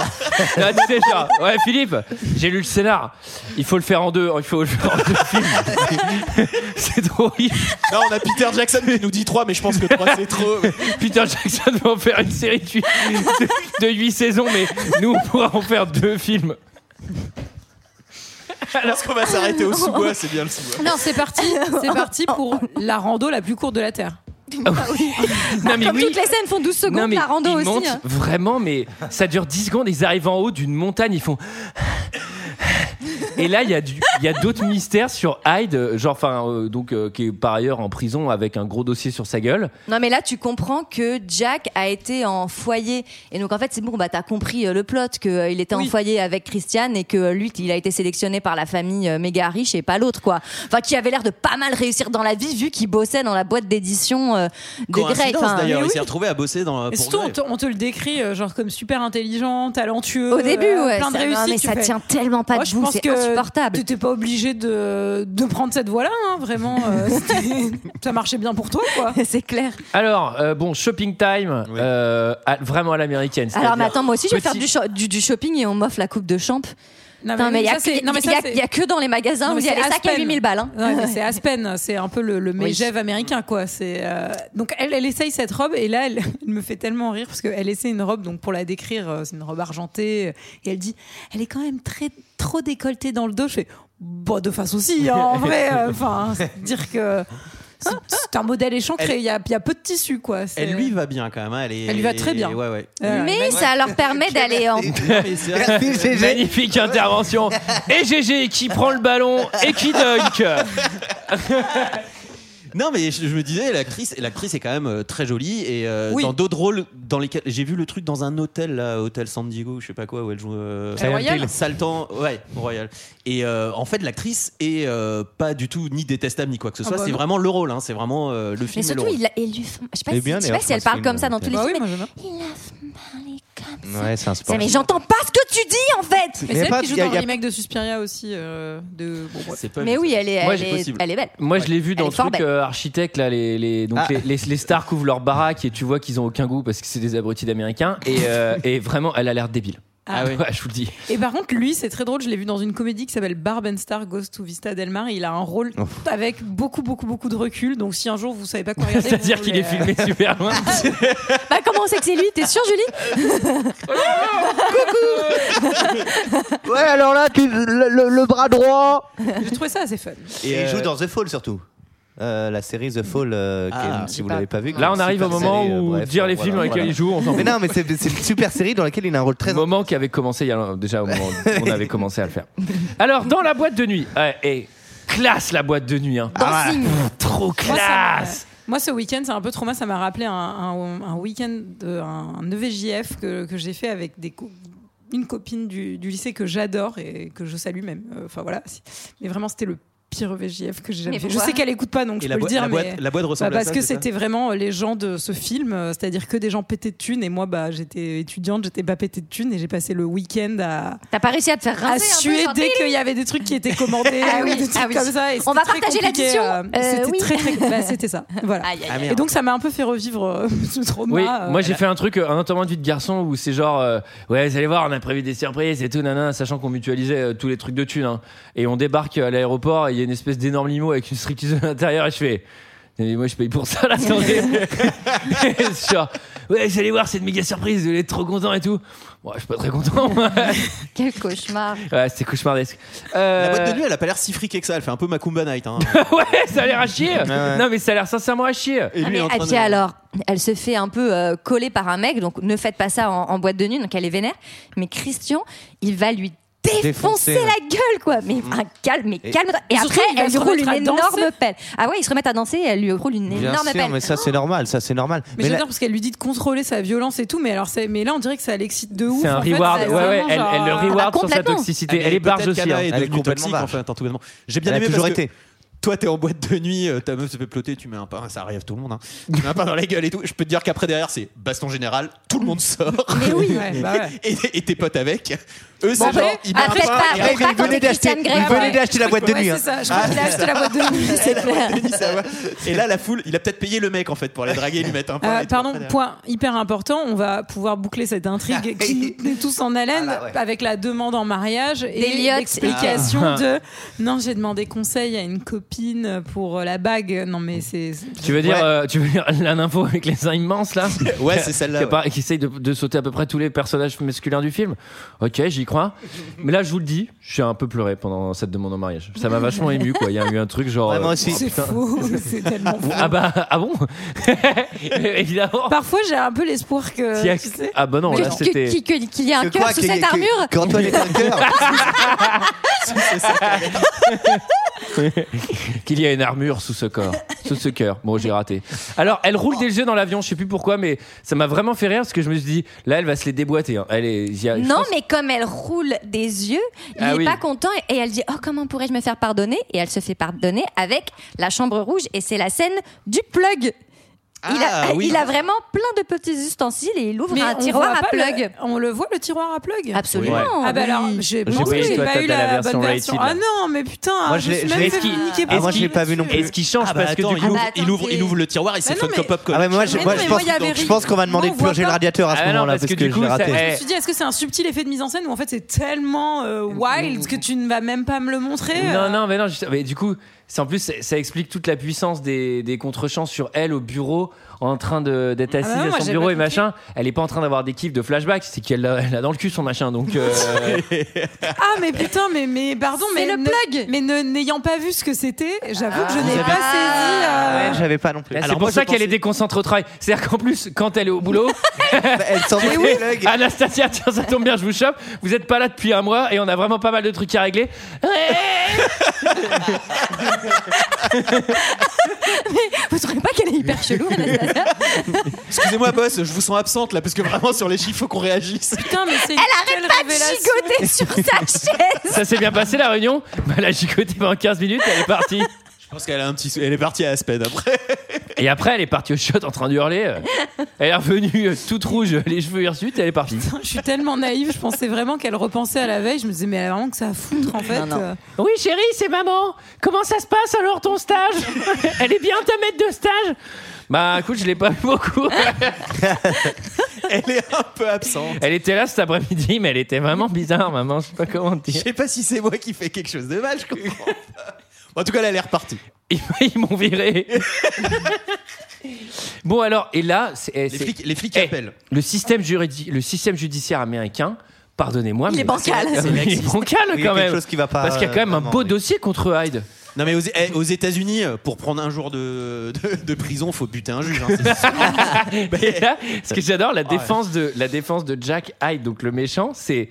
S1: Là, tu sais, genre, ouais, Philippe, j'ai lu le scénar. Il faut le faire en deux. Il faut le faire en deux films. c'est trop horrible.
S11: Là, on a Peter Jackson qui nous dit 3, mais je pense que 3 c'est trop.
S1: Peter Jackson va en faire une série de 8, saisons, mais nous, on pourra en faire deux films.
S11: Alors qu'on va s'arrêter au sous-bois, c'est bien le sous-bois.
S8: Non, c'est parti, c'est parti pour la rando la plus courte de la Terre.
S1: Non, Ah, mais
S10: Comme
S1: oui.
S10: toutes les scènes font 12 secondes,
S1: Non, mais
S10: la rando
S1: ils
S10: aussi.
S1: montent
S10: hein.
S1: Vraiment, mais ça dure 10 secondes. Ils arrivent en haut d'une montagne, ils font. Et là, il y a du- il y a d'autres mystères sur Hyde, euh, genre, enfin, euh, donc, euh, qui est par ailleurs en prison avec un gros dossier sur sa gueule.
S10: Non, mais là, tu comprends que Jack a été en foyer. Et donc, en fait, c'est bon, bah, t'as compris euh, le plot, qu'il était en foyer avec Christiane et que euh, lui, il a été sélectionné par la famille euh, méga riche et pas l'autre, quoi. Enfin, qui avait l'air de pas mal réussir dans la vie, vu qu'il bossait dans la boîte d'édition euh, de Greg.
S11: Coïncidence,
S10: Enfin,
S11: d'ailleurs,
S10: mais
S11: il
S10: oui.
S11: s'est retrouvé à bosser dans, euh,
S8: Et
S11: pour
S8: surtout, on
S11: Grey.
S8: te, on te le décrit euh, genre comme super intelligent, talentueux.
S10: Au début,
S8: euh,
S10: ouais,
S8: plein de
S10: ça- non,
S8: réussite.
S10: mais
S8: tu
S10: ça
S8: fais,
S10: tient tellement pas
S8: Moi,
S10: debout,
S8: je pense
S10: c'est
S8: que
S10: insupportable.
S8: T'étais pas obligé de, de prendre cette voie-là, hein, vraiment. euh, c'était- ça marchait bien pour toi, quoi.
S10: C'est clair.
S1: Alors, euh, bon, shopping time, euh, à- vraiment à l'américaine.
S10: Alors, mais
S1: c'est-à-dire
S10: attends, moi aussi, je vais faire
S1: petit-
S10: du, cho- du- du shopping et on m'offre la coupe de champ.
S8: Non,
S10: Putain, mais il y a
S8: Ah ça, c'est-
S10: que-
S8: non, mais
S10: il y a-
S8: ça, c'est-
S10: il y a que dans les magasins
S8: Non,
S10: où
S8: mais
S10: il y a
S8: c'est
S10: des sacs à
S8: Aspen.
S10: 8000 balles. hein.
S8: Ouais, mais c'est Aspen, c'est un peu le, le Megève américain, quoi. C'est euh, donc elle, elle essaye cette robe et là, elle, elle me fait tellement rire parce qu'elle essaie une robe, donc pour la décrire, euh, c'est une robe argentée euh, et elle dit, elle est quand même très trop décolletée dans le dos. Je fais, bah de façon si, hein, en vrai, euh, enfin c'est dire que c'est- c'est un modèle échancré. Il y a, il y a peu de tissu, quoi. C'est-
S11: Elle lui va bien quand même. hein, Elle, est-
S8: Elle lui va très bien.
S11: Ouais, ouais.
S8: Euh,
S10: Mais ça leur permet d'aller en.
S11: Non, mais c'est vrai.
S1: Magnifique intervention. Et GG qui prend le ballon et qui dunk.
S11: Non, mais je, je me disais, l'actrice, l'actrice est quand même euh, très jolie et euh,
S8: Oui.
S11: dans d'autres rôles dans lesquels j'ai vu le truc dans un hôtel là, hôtel San Diego, je sais pas quoi, où elle joue. euh,
S8: Silent Royal Hill.
S11: Saltan, ouais, Royal. Et euh, en fait, l'actrice est euh, pas du tout ni détestable ni quoi que ce
S8: Ah
S11: soit.
S8: bah
S11: c'est
S8: non.
S11: vraiment le rôle, hein, c'est vraiment euh, le
S10: Mais
S11: film. et le
S10: surtout,
S11: rôle.
S10: il a- et lui, je sais pas
S11: Elle est
S10: si,
S11: bien,
S10: je sais
S11: d'ailleurs,
S10: pas si elle
S11: Francine,
S10: parle comme ça dans tous les
S8: Bah oui,
S10: films.
S8: moi, j'aime bien.
S10: mais Il a parlé comme ça.
S7: Ouais, c'est un sport.
S10: Ça, mais j'entends pas ce que tu dis en
S8: Mais
S10: fait.
S7: y a
S8: c'est
S7: pas-
S8: elle qui joue
S7: y a-
S8: dans
S7: y
S8: le
S7: a-
S8: remake de Suspiria aussi. euh, de... bon, bref.
S11: C'est pas
S10: Mais oui, elle est,
S1: Moi,
S10: elle
S1: j'ai
S10: est,
S1: possible.
S10: elle est belle.
S1: Moi, je l'ai vu dans
S10: Elle
S1: le
S10: est fort
S1: truc
S10: belle.
S1: euh, architecte là, les, les-
S7: Ah.
S1: donc les, les- les stars couvrent leur baraque et tu vois qu'ils ont aucun goût parce que c'est des abrutis d'américains et, euh, et vraiment, elle a l'air débile.
S8: Ah
S1: ouais, je vous le dis.
S8: Et par contre, lui, c'est très drôle. Je l'ai vu dans une comédie qui s'appelle Barb and Star Goes to Vista Del Mar. Et il a un rôle avec beaucoup, beaucoup, beaucoup de recul. Donc, si un jour vous savez pas quoi regarder,
S1: C'est-à-dire
S8: vous
S1: qu'il
S8: voulez,
S1: est filmé super loin.
S10: Bah, comment on sait que c'est lui T'es sûre, Julie
S13: Ouais, alors là, tu, le, le- le bras droit.
S8: euh, J'ai trouvé ça assez fun.
S7: Et,
S11: Et
S7: il joue
S11: euh,
S7: dans The Fall surtout. Euh, la série The Fall, euh, qui est-
S11: Ah.
S7: si vous l'avez pas euh, vu.
S1: Là, on arrive au moment où dire les films dans lesquels il joue, on s'en
S7: Mais
S1: fout.
S7: non, mais c'est c'est une super série dans laquelle il a un rôle très.
S1: Moment qui avait commencé il y a, déjà au moment où on avait commencé à le faire. Alors, dans la boîte de nuit, ouais, et classe la boîte de nuit. hein.
S7: Ah
S10: Dancing.
S1: Pff, trop
S8: Moi, ça m'a-
S1: classe.
S8: Moi, ce week-end, c'est un peu trauma. Ça m'a rappelé un, un- un week-end, de, un E EVJF que, que j'ai fait avec des co- une copine du, du lycée que j'adore et que je salue même. Euh, Enfin voilà. Si- Mais vraiment, c'était le pire VJF que j'ai
S10: Mais
S8: jamais fait. Je
S10: pourquoi
S8: sais qu'elle écoute pas, donc
S11: Et
S8: je
S11: la
S8: peux le
S11: boi-
S8: dire.
S11: la
S8: mais-
S11: boîte- la boîte
S8: Bah,
S11: ressemble à
S8: Parce
S11: ça,
S8: que
S11: c'est ça
S8: c'était vraiment euh, les gens de ce film, euh, c'est-à-dire que des gens pétés de thunes. Et moi, bah, j'étais étudiante, j'étais pas pétée de thunes, et j'ai passé le week-end à.
S10: T'as pas réussi à te faire
S8: à
S10: rincer un peu,
S8: suer
S10: genre,
S8: dès
S10: ding,
S8: qu'il y avait des trucs qui étaient commandés
S10: Ah
S8: ou
S10: oui,
S8: des trucs
S10: ah oui.
S8: comme ça. et
S10: On va
S8: c'était très
S10: partager
S8: compliqué,
S10: l'addition. Euh,
S8: c'était
S10: oui.
S8: très, très- bah, c'était ça. Voilà.
S11: aïe, aïe.
S8: et donc ça m'a un peu fait revivre euh, ce trauma.
S1: Oui,
S8: euh,
S1: moi j'ai
S8: voilà.
S1: fait un truc, euh, un enterrement de vie de garçon où c'est genre, euh, ouais, vous allez voir, on a prévu des surprises et tout, nanana, sachant qu'on mutualisait euh, tous les trucs de thunes. hein. et on débarque à l'aéroport, et il y a une espèce d'énorme limo avec une striptease à l'intérieur et je fais. Et moi je paye pour ça la soirée. Et c'est genre, ouais, vous allez voir, c'est une méga surprise, vous allez être trop content et tout. Bon, je suis pas très content. moi.
S10: Quel cauchemar.
S1: ouais, c'était cauchemardesque.
S11: La
S1: Euh,
S11: boîte de nuit, elle a pas l'air si friquée que ça. Elle fait un peu Macumba Night. hein.
S1: ouais, ça a l'air à chier.
S11: ouais.
S1: Non, mais ça a l'air sincèrement à chier.
S11: Et lui, il est en
S10: Ah,
S11: train
S10: puis
S11: de-
S10: alors, elle se fait un peu euh, coller par un mec, donc ne faites pas ça en, en boîte de nuit, donc elle est vénère. Mais Christian, il va lui
S7: Défoncer,
S10: défoncer
S7: ouais. Mm.
S10: la gueule, quoi. Mais un calme, mais
S7: Et-
S10: calme. Et,
S8: Et surtout,
S10: après,
S8: il va
S10: elle
S8: se
S10: lui roule une
S8: remettre à danser.
S10: énorme pelle. Ah ouais, ils se remettent à danser et elle lui roule une
S7: Bien
S10: énorme
S7: sûr,
S10: pelle.
S7: mais ça c'est normal, ça c'est normal.
S8: Mais,
S7: la-
S8: j'adore parce qu'elle lui dit de contrôler sa violence et tout, mais alors c'est- mais là on dirait que ça l'excite de ouf.
S1: C'est un
S8: en fait,
S1: reward.
S8: c'est
S1: Ouais, ouais,
S8: vraiment
S1: elle,
S8: genre,
S1: elle le
S8: euh,
S1: reward sur sa
S10: complètement.
S1: toxicité.
S11: Ah,
S1: Elle
S11: mais
S1: est barge
S11: peut-être
S1: aussi.
S11: qu'Anna
S1: hein.
S11: est
S7: Elle est
S11: devenue
S7: complètement
S11: toxique,
S7: barge.
S11: en fait, hein, tout bêtement. J'ai bien
S7: Elle a
S11: aimé
S7: toujours
S11: parce que
S7: été.
S11: Toi, t'es en boîte de nuit, euh, ta meuf se fait ploter, tu mets un pain, ça arrive tout le monde. Hein. Tu mets un pain dans la gueule et tout. Je peux te dire qu'après, derrière, c'est baston général, tout le monde sort.
S10: Mais oui.
S8: Ouais, bah ouais.
S11: Et, et tes potes avec. Eux,
S10: Bon,
S11: c'est genre, ils mettent un
S10: après,
S11: pain
S10: pas-
S11: et
S10: après,
S11: après,
S10: pas quand t'es Christiane Grey.
S7: il
S8: Ah ouais.
S7: venait d'acheter la boîte de
S8: Ouais,
S7: nuit. hein.
S8: c'est ça, je crois qu'il a acheté la boîte de nuit.
S10: C'est clair.
S11: ils disent, ah ouais. Et là, la foule, il a peut-être payé le mec en fait pour les draguer, lui mettre un pain.
S8: Euh,
S11: et tout.
S8: pardon,
S11: Après, Ah, derrière.
S8: point hyper important, on va pouvoir boucler cette intrigue qui nous tenait tous
S11: Ah,
S8: en haleine avec la demande en mariage et
S10: D'Eliott.
S8: l'explication
S1: Ah.
S8: de non, j'ai demandé conseil à une copine pour euh, la bague. Non mais c'est c'est-
S1: Tu veux dire,
S11: Ouais.
S1: euh, tu veux dire la nympho avec les seins immenses là
S11: Ouais, c'est celle-là.
S1: qui, a
S11: ouais.
S1: pas- qui essaye de, de sauter à peu près tous les personnages masculins du film. Ok, j'y crois. Mais là, je vous le dis, je suis un peu pleuré pendant cette demande en mariage. Ça m'a vachement ému, quoi. Il y a eu un truc genre.
S7: Ouais, moi
S1: euh,
S7: aussi.
S8: c'est
S7: Putain.
S8: faux, c'est tellement faux.
S1: Ah bah, ah bon Évidemment.
S8: Parfois, j'ai un peu l'espoir que
S11: euh,
S1: S'il y a-
S8: tu sais,
S1: Ah bah non,
S10: Mais
S1: là
S10: que-
S1: c'était.
S10: qui- que- Qu'il y ait un
S7: Que
S10: cœur
S7: quoi,
S10: sous
S7: qu'il y
S10: cette
S7: ait- que-
S10: armure.
S7: Qu'Antoine est un cœur.
S1: qu'il y a une armure sous ce corps, sous ce cœur. Bon, j'ai raté. Alors, elle roule des yeux dans l'avion, je sais plus pourquoi, mais ça m'a vraiment fait rire parce que je me suis dit, là, elle va se les déboîter. hein. Elle est, j'y a- je
S10: Non,
S1: pense-
S10: mais comme elle roule des yeux, il
S1: Ah
S10: n'est
S1: oui.
S10: pas content et elle dit Oh, comment pourrais-je me faire pardonner Et elle se fait pardonner avec la chambre rouge et c'est la scène du plug. il, a,
S11: Ah, oui.
S10: il a vraiment plein de petits ustensiles et il ouvre
S8: mais
S10: un
S8: on
S10: tiroir
S8: voit
S10: à
S8: pas le-
S10: plug.
S8: on le voit le tiroir à plug.
S10: Absolument.
S1: Ouais.
S8: Ah bah alors, j'ai
S1: J'ai
S8: pensé
S1: pas
S8: que
S1: eu,
S8: j'ai
S1: toi,
S8: pas
S1: t'as
S8: eu
S1: la
S8: la
S1: version
S8: bonne version.
S1: rated,
S8: Ah
S1: là.
S8: non, mais putain,
S7: Moi, je
S8: je me
S7: l'ai-
S8: suis
S7: je
S8: même
S7: l'ai-
S8: fait
S1: Est-ce qu'il-
S8: niquer
S7: Ah,
S8: parce
S7: moi, je
S8: qu'il-
S7: l'ai pas vu non
S1: Et
S7: plus.
S1: ce qui change
S11: Ah bah,
S1: parce
S11: attends,
S1: que du
S11: il,
S1: coup.
S11: ouvre,
S10: Ah bah,
S11: il, ouvre,
S10: attends,
S11: il ouvre le tiroir et c'est
S8: Ah non,
S11: Fun
S8: mais-
S11: Cop Pop.
S7: Ah ouais, mais moi, je,
S8: Mais
S7: moi,
S8: non,
S7: je
S8: mais
S7: pense,
S8: moi, il y avait
S7: je pense qu'on m'a demandé
S8: Non,
S7: de
S8: on voit
S7: purger le
S8: pas.
S7: radiateur à ce
S1: Ah non,
S7: moment-là
S1: parce
S7: parce
S1: que
S7: que,
S1: du
S7: je
S1: coup,
S7: l'ai
S1: ça- Eh.
S7: raté.
S8: Je me suis dit, est-ce que c'est un subtil effet de mise en scène ou en fait c'est tellement euh, wild que tu ne vas même pas me le montrer euh.
S1: Non, non, mais non, juste- mais du coup, c'est en plus, ça- ça explique toute la puissance des, des contrechamps sur elle au bureau, en train de- d'être assise
S8: Ah bah non, moi,
S1: à son
S8: j'ai
S1: bureau
S8: pas
S1: et
S8: compris.
S1: machin. Elle est pas en train d'avoir des kiffs de flashback, c'est qu'elle l'a elle a dans le cul son machin, donc. euh,
S8: Ah mais putain, mais, mais pardon,
S10: C'est
S8: mais
S10: le
S8: ne-
S10: plug.
S8: Mais ne- n'ayant pas vu ce que c'était, j'avoue que je n'ai
S7: Vous
S8: pas
S7: avez-
S8: saisi. euh,
S7: Ouais, J'avais pas non plus.
S1: là, c'est
S11: Alors,
S1: pour
S11: moi, je
S1: ça qu'elle
S11: pensais-
S1: est déconcentrée au travail. C'est-à-dire qu'en plus, quand elle est au boulot,
S7: Elle s'en fout.
S1: Et Anastasia, tiens, ça tombe bien, je vous chope. Vous êtes pas là depuis un mois et on a vraiment pas mal de trucs à régler.
S10: Vous trouvez pas qu'elle est hyper chelou Anastasia
S11: Excusez-moi, boss, je vous sens absente là parce que vraiment sur les chiffres, faut qu'on réagisse.
S8: Putain, mais c'est une
S10: Elle
S8: telle
S10: arrête pas de
S8: révélation.
S10: chigoter sur sa chaise.
S1: Ça s'est bien passé la réunion bah, Elle a gigoté pendant 15 minutes, elle est partie.
S11: Je pense qu'elle a un petit. sou- Elle est partie à Aspen après.
S1: Et après, elle est partie au shot en train de hurler. Elle est revenue euh, toute rouge, les cheveux hirsutes, elle est partie.
S8: Je suis tellement naïve, je pensais vraiment qu'elle repensait à la veille. Je me disais, mais elle a vraiment que ça à foutre en fait. euh.
S1: Oui, chérie, c'est maman. Comment ça se passe alors ton stage Elle est bien ta maître de stage Bah écoute, je l'ai pas vu beaucoup.
S11: Elle est un peu absente.
S1: Elle était là cet après-midi, mais elle était vraiment bizarre, maman. Je sais pas comment te
S11: Je
S1: dire.
S11: sais pas si c'est moi qui fais quelque chose de mal, je comprends. pas. Bon, en tout cas, là, elle est repartie.
S1: Ils, ils m'ont viré. bon alors, et là, c'est, eh,
S11: Les
S1: c'est-
S11: flics, les flics
S1: Eh,
S11: appellent.
S1: le système juridique, le système judiciaire américain. Pardonnez-moi,
S10: Il
S1: mais
S10: est bancal.
S1: Il
S10: C'est
S1: est bancal
S7: Il y a
S1: quand
S7: quelque
S1: même.
S7: chose qui va pas.
S1: Parce qu'il y a quand même un
S7: vraiment,
S1: beau
S7: oui.
S1: dossier contre Hyde.
S11: Non, mais aux, eh, aux États-Unis, pour prendre un jour de, de, de prison, faut buter un juge. hein, c'est sûr.
S1: Et là, ce que j'adore, la défense de la défense de Jack Hyde, donc le méchant, c'est